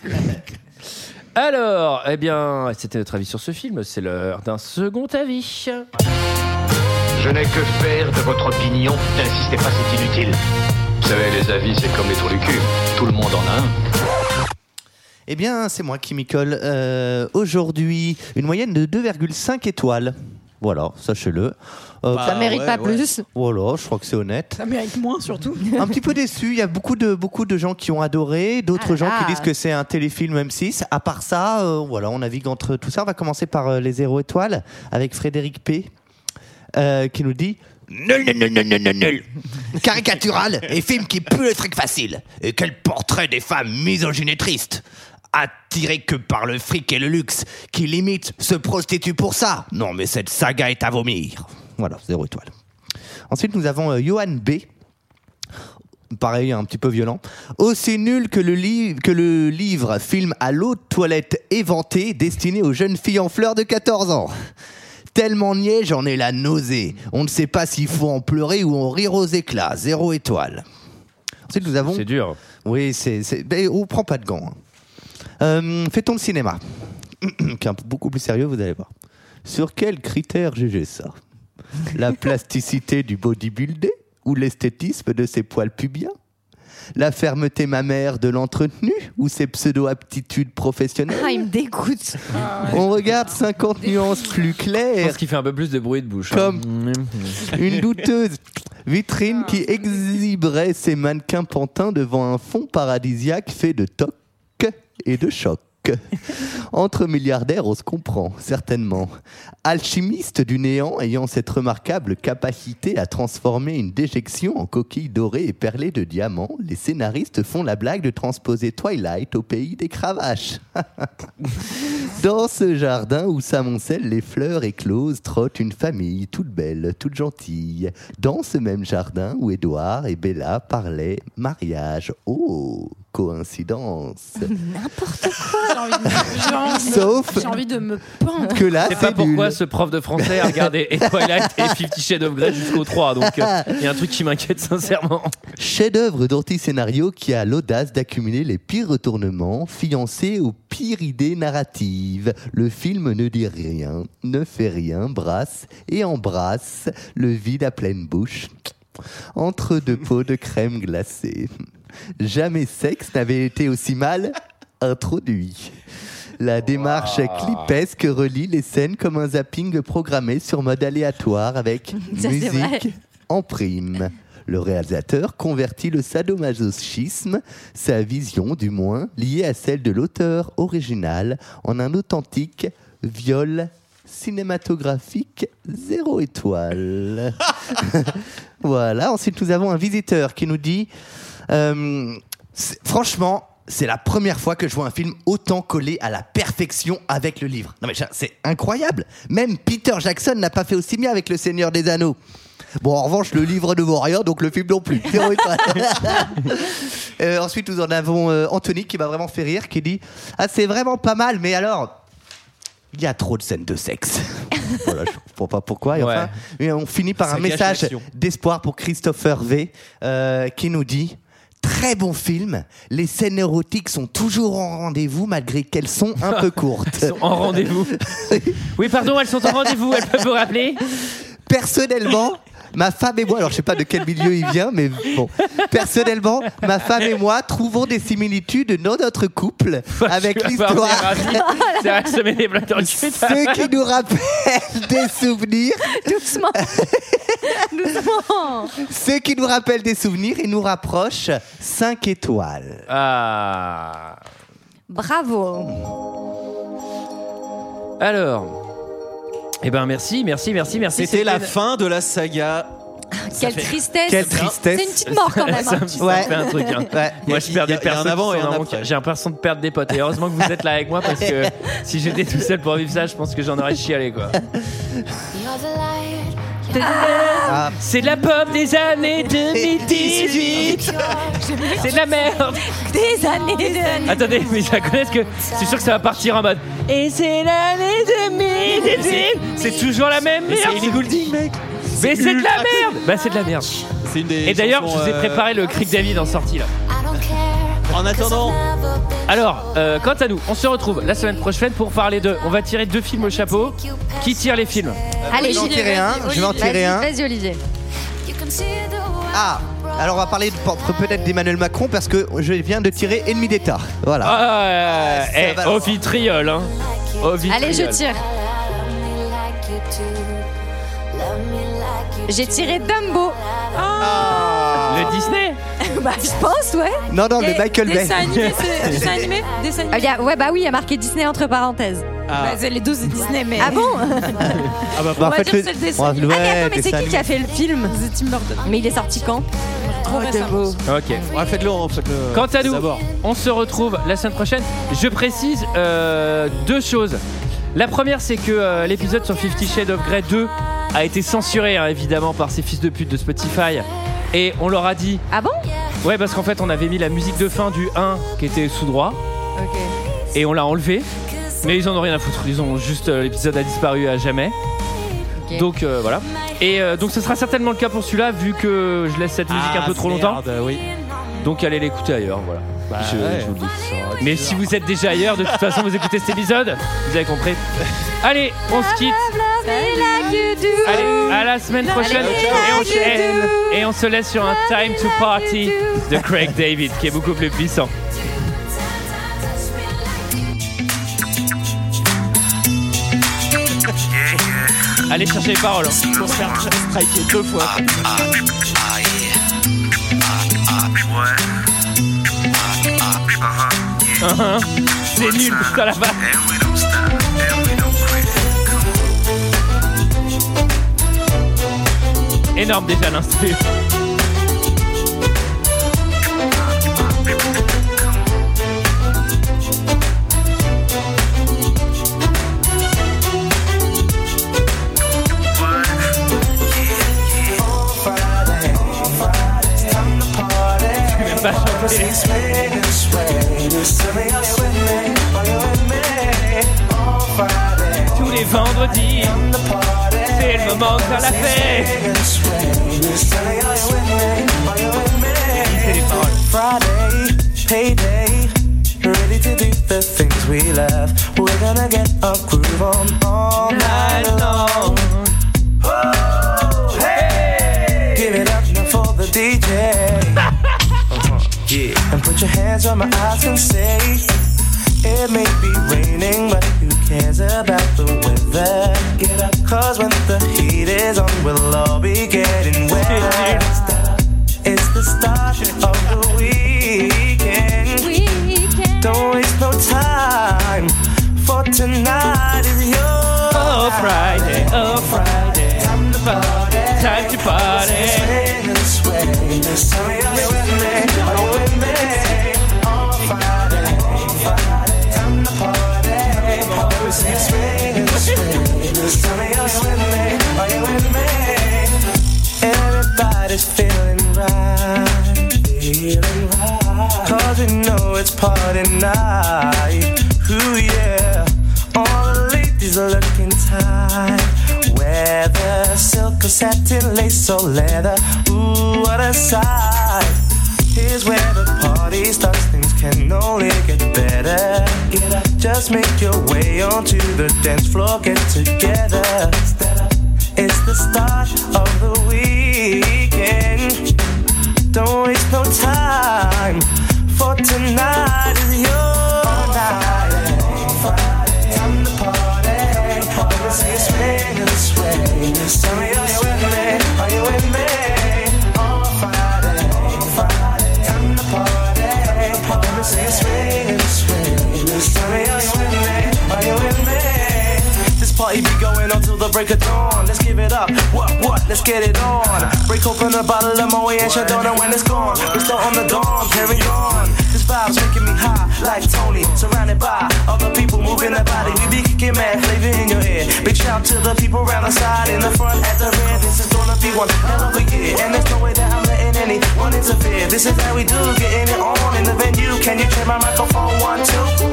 S1: Alors, eh bien, c'était notre avis sur ce film. C'est l'heure d'un second avis.
S17: Je n'ai que faire de votre opinion. N'insistez pas, c'est inutile. Vous savez, les avis, c'est comme les trous du cul. Tout le monde en a un.
S7: Eh bien, c'est moi qui m'y colle. Euh, Aujourd'hui, une moyenne de 2,5 étoiles. Voilà, sachez-le. Euh,
S8: Ça mérite ouais, pas ouais. plus.
S7: Voilà, Oh je crois que c'est honnête.
S8: Ça mérite moins surtout.
S7: Un petit peu déçu, il y a beaucoup de, beaucoup de gens qui ont adoré, d'autres
S8: Ah
S7: gens
S8: là.
S7: qui disent que c'est un téléfilm M6. À part ça, euh, voilà, on navigue entre tout ça. On va commencer par euh, les zéro étoiles avec Frédéric P. euh, qui nous dit Nul, nul, nul, nul, nul, nul, nul. Caricatural et film qui pue le fric facile. Et quel portrait des femmes misogynes et tristes. Attirées que par le fric et le luxe, qui limite se prostitue pour ça. Non, mais cette saga est à vomir. Voilà, zéro étoile. Ensuite, nous avons euh, Johan B. Pareil, un petit peu violent. Aussi nul que le, li- que le livre, film à l'eau de toilette éventée destiné aux jeunes filles en fleurs de 14 ans. Tellement niais, j'en ai la nausée. On ne sait pas s'il faut en pleurer ou en rire aux éclats. Zéro étoile. Ensuite, nous avons. C'est
S1: dur.
S7: Oui, c'est. c'est- ben, on prend pas de gants. hein. Euh, Fait-on le cinéma Qui est un peu- beaucoup plus sérieux, vous allez voir. Sur quels critères juger ça La plasticité du bodybuildé ou l'esthétisme de ses poils pubiens La fermeté mammaire de l'entretenu ou ses pseudo-aptitudes professionnelles
S10: Ah, il me dégoûte.
S7: On regarde 50 nuances plus
S1: Je
S7: claires
S1: pense qu'il fait un peu plus de bruit de bouche.
S7: Comme
S1: Mmh.
S7: une douteuse vitrine qui exhiberait ses mannequins pantins devant un fond paradisiaque fait de toc et de choc. Entre milliardaires, on se comprend, certainement. Alchimiste du néant ayant cette remarquable capacité à transformer une déjection en coquille dorée et perlée de diamants, les scénaristes font la blague de transposer Twilight au pays des cravaches. Dans ce jardin où s'amoncellent les fleurs écloses, trotte une famille toute belle, toute gentille. Dans ce même jardin où Édouard et Bella parlaient mariage. Oh, coïncidence.
S8: J'ai envie de- j'ai envie de-
S7: Sauf
S8: J'ai envie de me pendre.
S7: que là,
S1: c'est pas
S7: c'est nul.
S1: pourquoi ce prof de français a regardé et Twilight et Fifty Shades of Grey jusqu'au 3. Donc, euh, il y a un truc qui m'inquiète sincèrement.
S7: Chef-d'œuvre d'anti-scénario qui a l'audace d'accumuler les pires retournements, fiancé aux pires idées narratives. Le film ne dit rien, ne fait rien, brasse et embrasse le vide à pleine bouche. Entre deux pots de crème glacée. Jamais sexe n'avait été aussi mal introduit. La démarche clipesque relie les scènes comme un zapping programmé sur mode aléatoire avec
S2: Ça, c'est vrai.
S7: musique, en prime. Le réalisateur convertit le sadomasochisme, sa vision du moins, liée à celle de l'auteur original, en un authentique viol cinématographique zéro étoile. voilà, ensuite nous avons un visiteur qui nous dit euh, C'est- Franchement, c'est la première fois que je vois un film autant collé à la perfection avec le livre. Non mais ça, c'est incroyable. Même Peter Jackson n'a pas fait aussi bien avec Le Seigneur des Anneaux. Bon, en revanche, le livre ne vaut rien, donc le film non plus. Zéro étoile. Euh, ensuite, nous en avons euh, Anthony qui m'a vraiment fait rire, qui dit Ah, c'est vraiment pas mal, mais alors, il y a trop de scènes de sexe. voilà, je comprends pas pourquoi. Et enfin, et on finit par
S11: Ça
S7: un
S11: gâche
S7: message
S11: l'action.
S7: d'espoir pour Christopher V euh, qui nous dit Très bon film, les scènes érotiques sont toujours en rendez-vous malgré qu'elles sont un peu courtes.
S1: Elles sont en rendez-vous. Oui, pardon, elles sont en rendez-vous. Elles peuvent vous rappeler
S7: Personnellement, ma femme et moi, alors je sais pas de quel milieu il vient, mais bon. Personnellement, ma femme et moi trouvons des similitudes dans notre couple avec
S1: Tu vas voir,
S7: l'histoire.
S1: on est ravis. C'est vrai que se met des blagues dans le cul.
S7: Ce qui nous rappelle des souvenirs.
S10: Doucement. Doucement.
S7: Ce qui nous rappelle des souvenirs et nous rapproche 5 étoiles.
S1: Ah.
S10: Bravo.
S1: Alors. Eh ben merci, merci, merci, merci.
S11: C'était la
S1: fin de la saga.
S10: Quelle tristesse. C'est une petite mort quand même.
S1: ça,
S10: hein.
S1: me- ça me fait un truc. hein. Moi, je perds des personnes.
S11: avant
S1: qui
S11: et
S1: sont
S11: un
S1: dans mon cœur. J'ai l'impression de perdre des potes. Et heureusement que vous êtes là avec moi parce que si j'étais tout seul pour vivre ça, je pense que j'en aurais chialé quoi.
S2: Ah.
S1: C'est de la pop des années 2018. C'est de la merde.
S10: Des années, des années.
S1: Attendez, mais je la connais que je suis sûr que ça va partir en mode. Et c'est l'année 2018. C'est toujours la même
S11: Mais c'est
S1: merde.
S11: Ellie Goulding, mec.
S1: Mais c'est de la
S11: ultra cool.
S1: merde. Bah c'est de la merde.
S11: C'est une des euh,
S1: Et d'ailleurs, je
S11: chansons,
S1: vous ai
S11: euh,
S1: préparé le Cric David en sortie là.
S11: En attendant,
S1: Alors, euh, quant à nous, on se retrouve la semaine prochaine pour parler de. On va tirer deux films au chapeau. Qui tire les films
S10: Allez,
S7: je vais en
S10: Olivier,
S7: tirer un,
S10: vas-y,
S7: je vais en
S10: Olivier.
S7: tirer un.
S10: Vas-y, Vas-y, Olivier.
S7: Ah, alors on va parler de- peut-être d'Emmanuel Macron parce que je viens de tirer ennemi d'État. Voilà.
S1: Ah, eh, au vitriol, hein. Au
S10: Allez, je
S1: vitriol.
S10: tire. J'ai tiré Dumbo. Ah.
S1: Le Disney
S10: Bah, je pense, ouais.
S7: Non, non, le Michael Bay.
S10: Dessin animé, c'est- dessin animé, dessin animé. Ah, bien, ouais, bah oui, il y a marqué Disney entre parenthèses. Bah,
S7: Ah.
S10: c'est les deux, c'est Disney, mais. Ah bon
S7: Ah bah,
S10: On va dire c'est le dessin
S7: ouais,
S10: animé. Ah, mais attends, mais
S7: dessin
S10: c'est qui qui a
S7: animé.
S10: fait le film Mais il est sorti quand
S1: Ok. faites-le
S10: euh,
S1: Quant à nous, on se retrouve la semaine prochaine. Je précise euh, deux choses. La première, c'est que euh, l'épisode sur Fifty Shades of Grey 2 a été censuré, hein, évidemment, par ces fils de pute de Spotify. Et on leur a dit.
S10: Ah bon
S1: Ouais, parce qu'en fait, on avait mis la musique de fin du 1 qui était sous droit. Et on l'a enlevé. Mais ils en ont rien à foutre. Ils ont juste. euh, l'épisode a disparu à jamais.
S18: Ok.
S1: Donc euh, voilà. Et euh, donc ce sera certainement le cas pour celui-là, vu que je laisse cette musique un peu trop longtemps. Donc allez l'écouter ailleurs, voilà. Je-
S18: ouais.
S1: je vous le dis. Mais si vous êtes déjà ailleurs, de toute façon, vous écoutez cet épisode, vous avez compris. Allez, on se quitte. Allez, à la semaine prochaine.
S11: Allez,
S1: et, on se,
S11: like you
S1: et- et on se laisse sur un Time to Party de Craig David, qui est beaucoup plus puissant. Allez chercher les paroles. Pour faire striker deux fois. C'est nul, putain la vache. Énorme déjà l'instru. Tous les vendredis, c'est le moment de faire la fête.
S11: Friday, payday, ready to do the things we love. We're gonna get a groove on all night long. Oh, hey! Give it up now for the DJ. yeah. And put your hands on my eyes and say, It may be raining, but who cares about the weather? Get up, cause when the heat is on, we'll all be getting wet. It's the start of the weekend. Don't waste no time, for tonight is your
S1: Oh Friday, oh Friday,
S11: time to party.
S1: Time to party.
S11: Swing and sway, just tell me you're with me, are you with me? On Friday, on Friday, time to party. Swing and sway, just tell me you're with me, are you with me? Everybody's feeling right, feeling right. Cause we know it's party night. Ooh yeah, all the ladies are looking tight. Weather, silk or satin, lace or leather. Ooh, what a sight. Here's where the party starts. Things can only get better. Get up, just make your way onto the dance floor. Get together. It's the start of the weekend. Don't waste no time, for tonight is your night. Time to party. Let's get swing and sway. Tell me, are you with me? Are you with me? On Friday, Friday, time to party. Let's get swing and sway. Tell me, are you with me? Are you with me? This party be going on till the break of dawn. Let's give it up. What, what? Let's get it on. Break open a bottle of Moe and Shadona when it's gone. We start on the dawn, carry on. This vibe's making me high, like Tony. Surrounded by other people moving their body. We be kicking mad flavor in your ear. Big shout to the people round the side, in the front, at the rear. This is gonna be one hell of a year. And there's no way that I'm letting anyone interfere. This is how we do, getting it on in the venue. Can you turn my microphone one, two?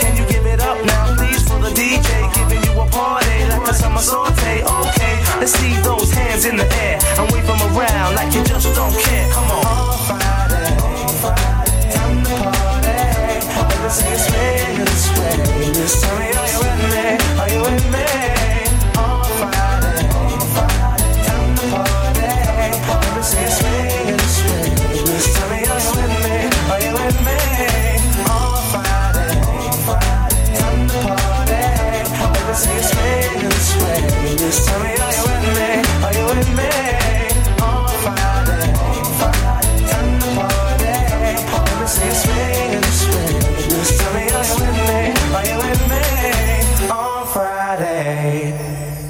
S11: Can you give it up now, please, for the DJ? Giving you a party like a summer saute. Okay, let's see those hands in the air and wave them around like you just don't care. Come on. All Friday, Friday, time to party. way.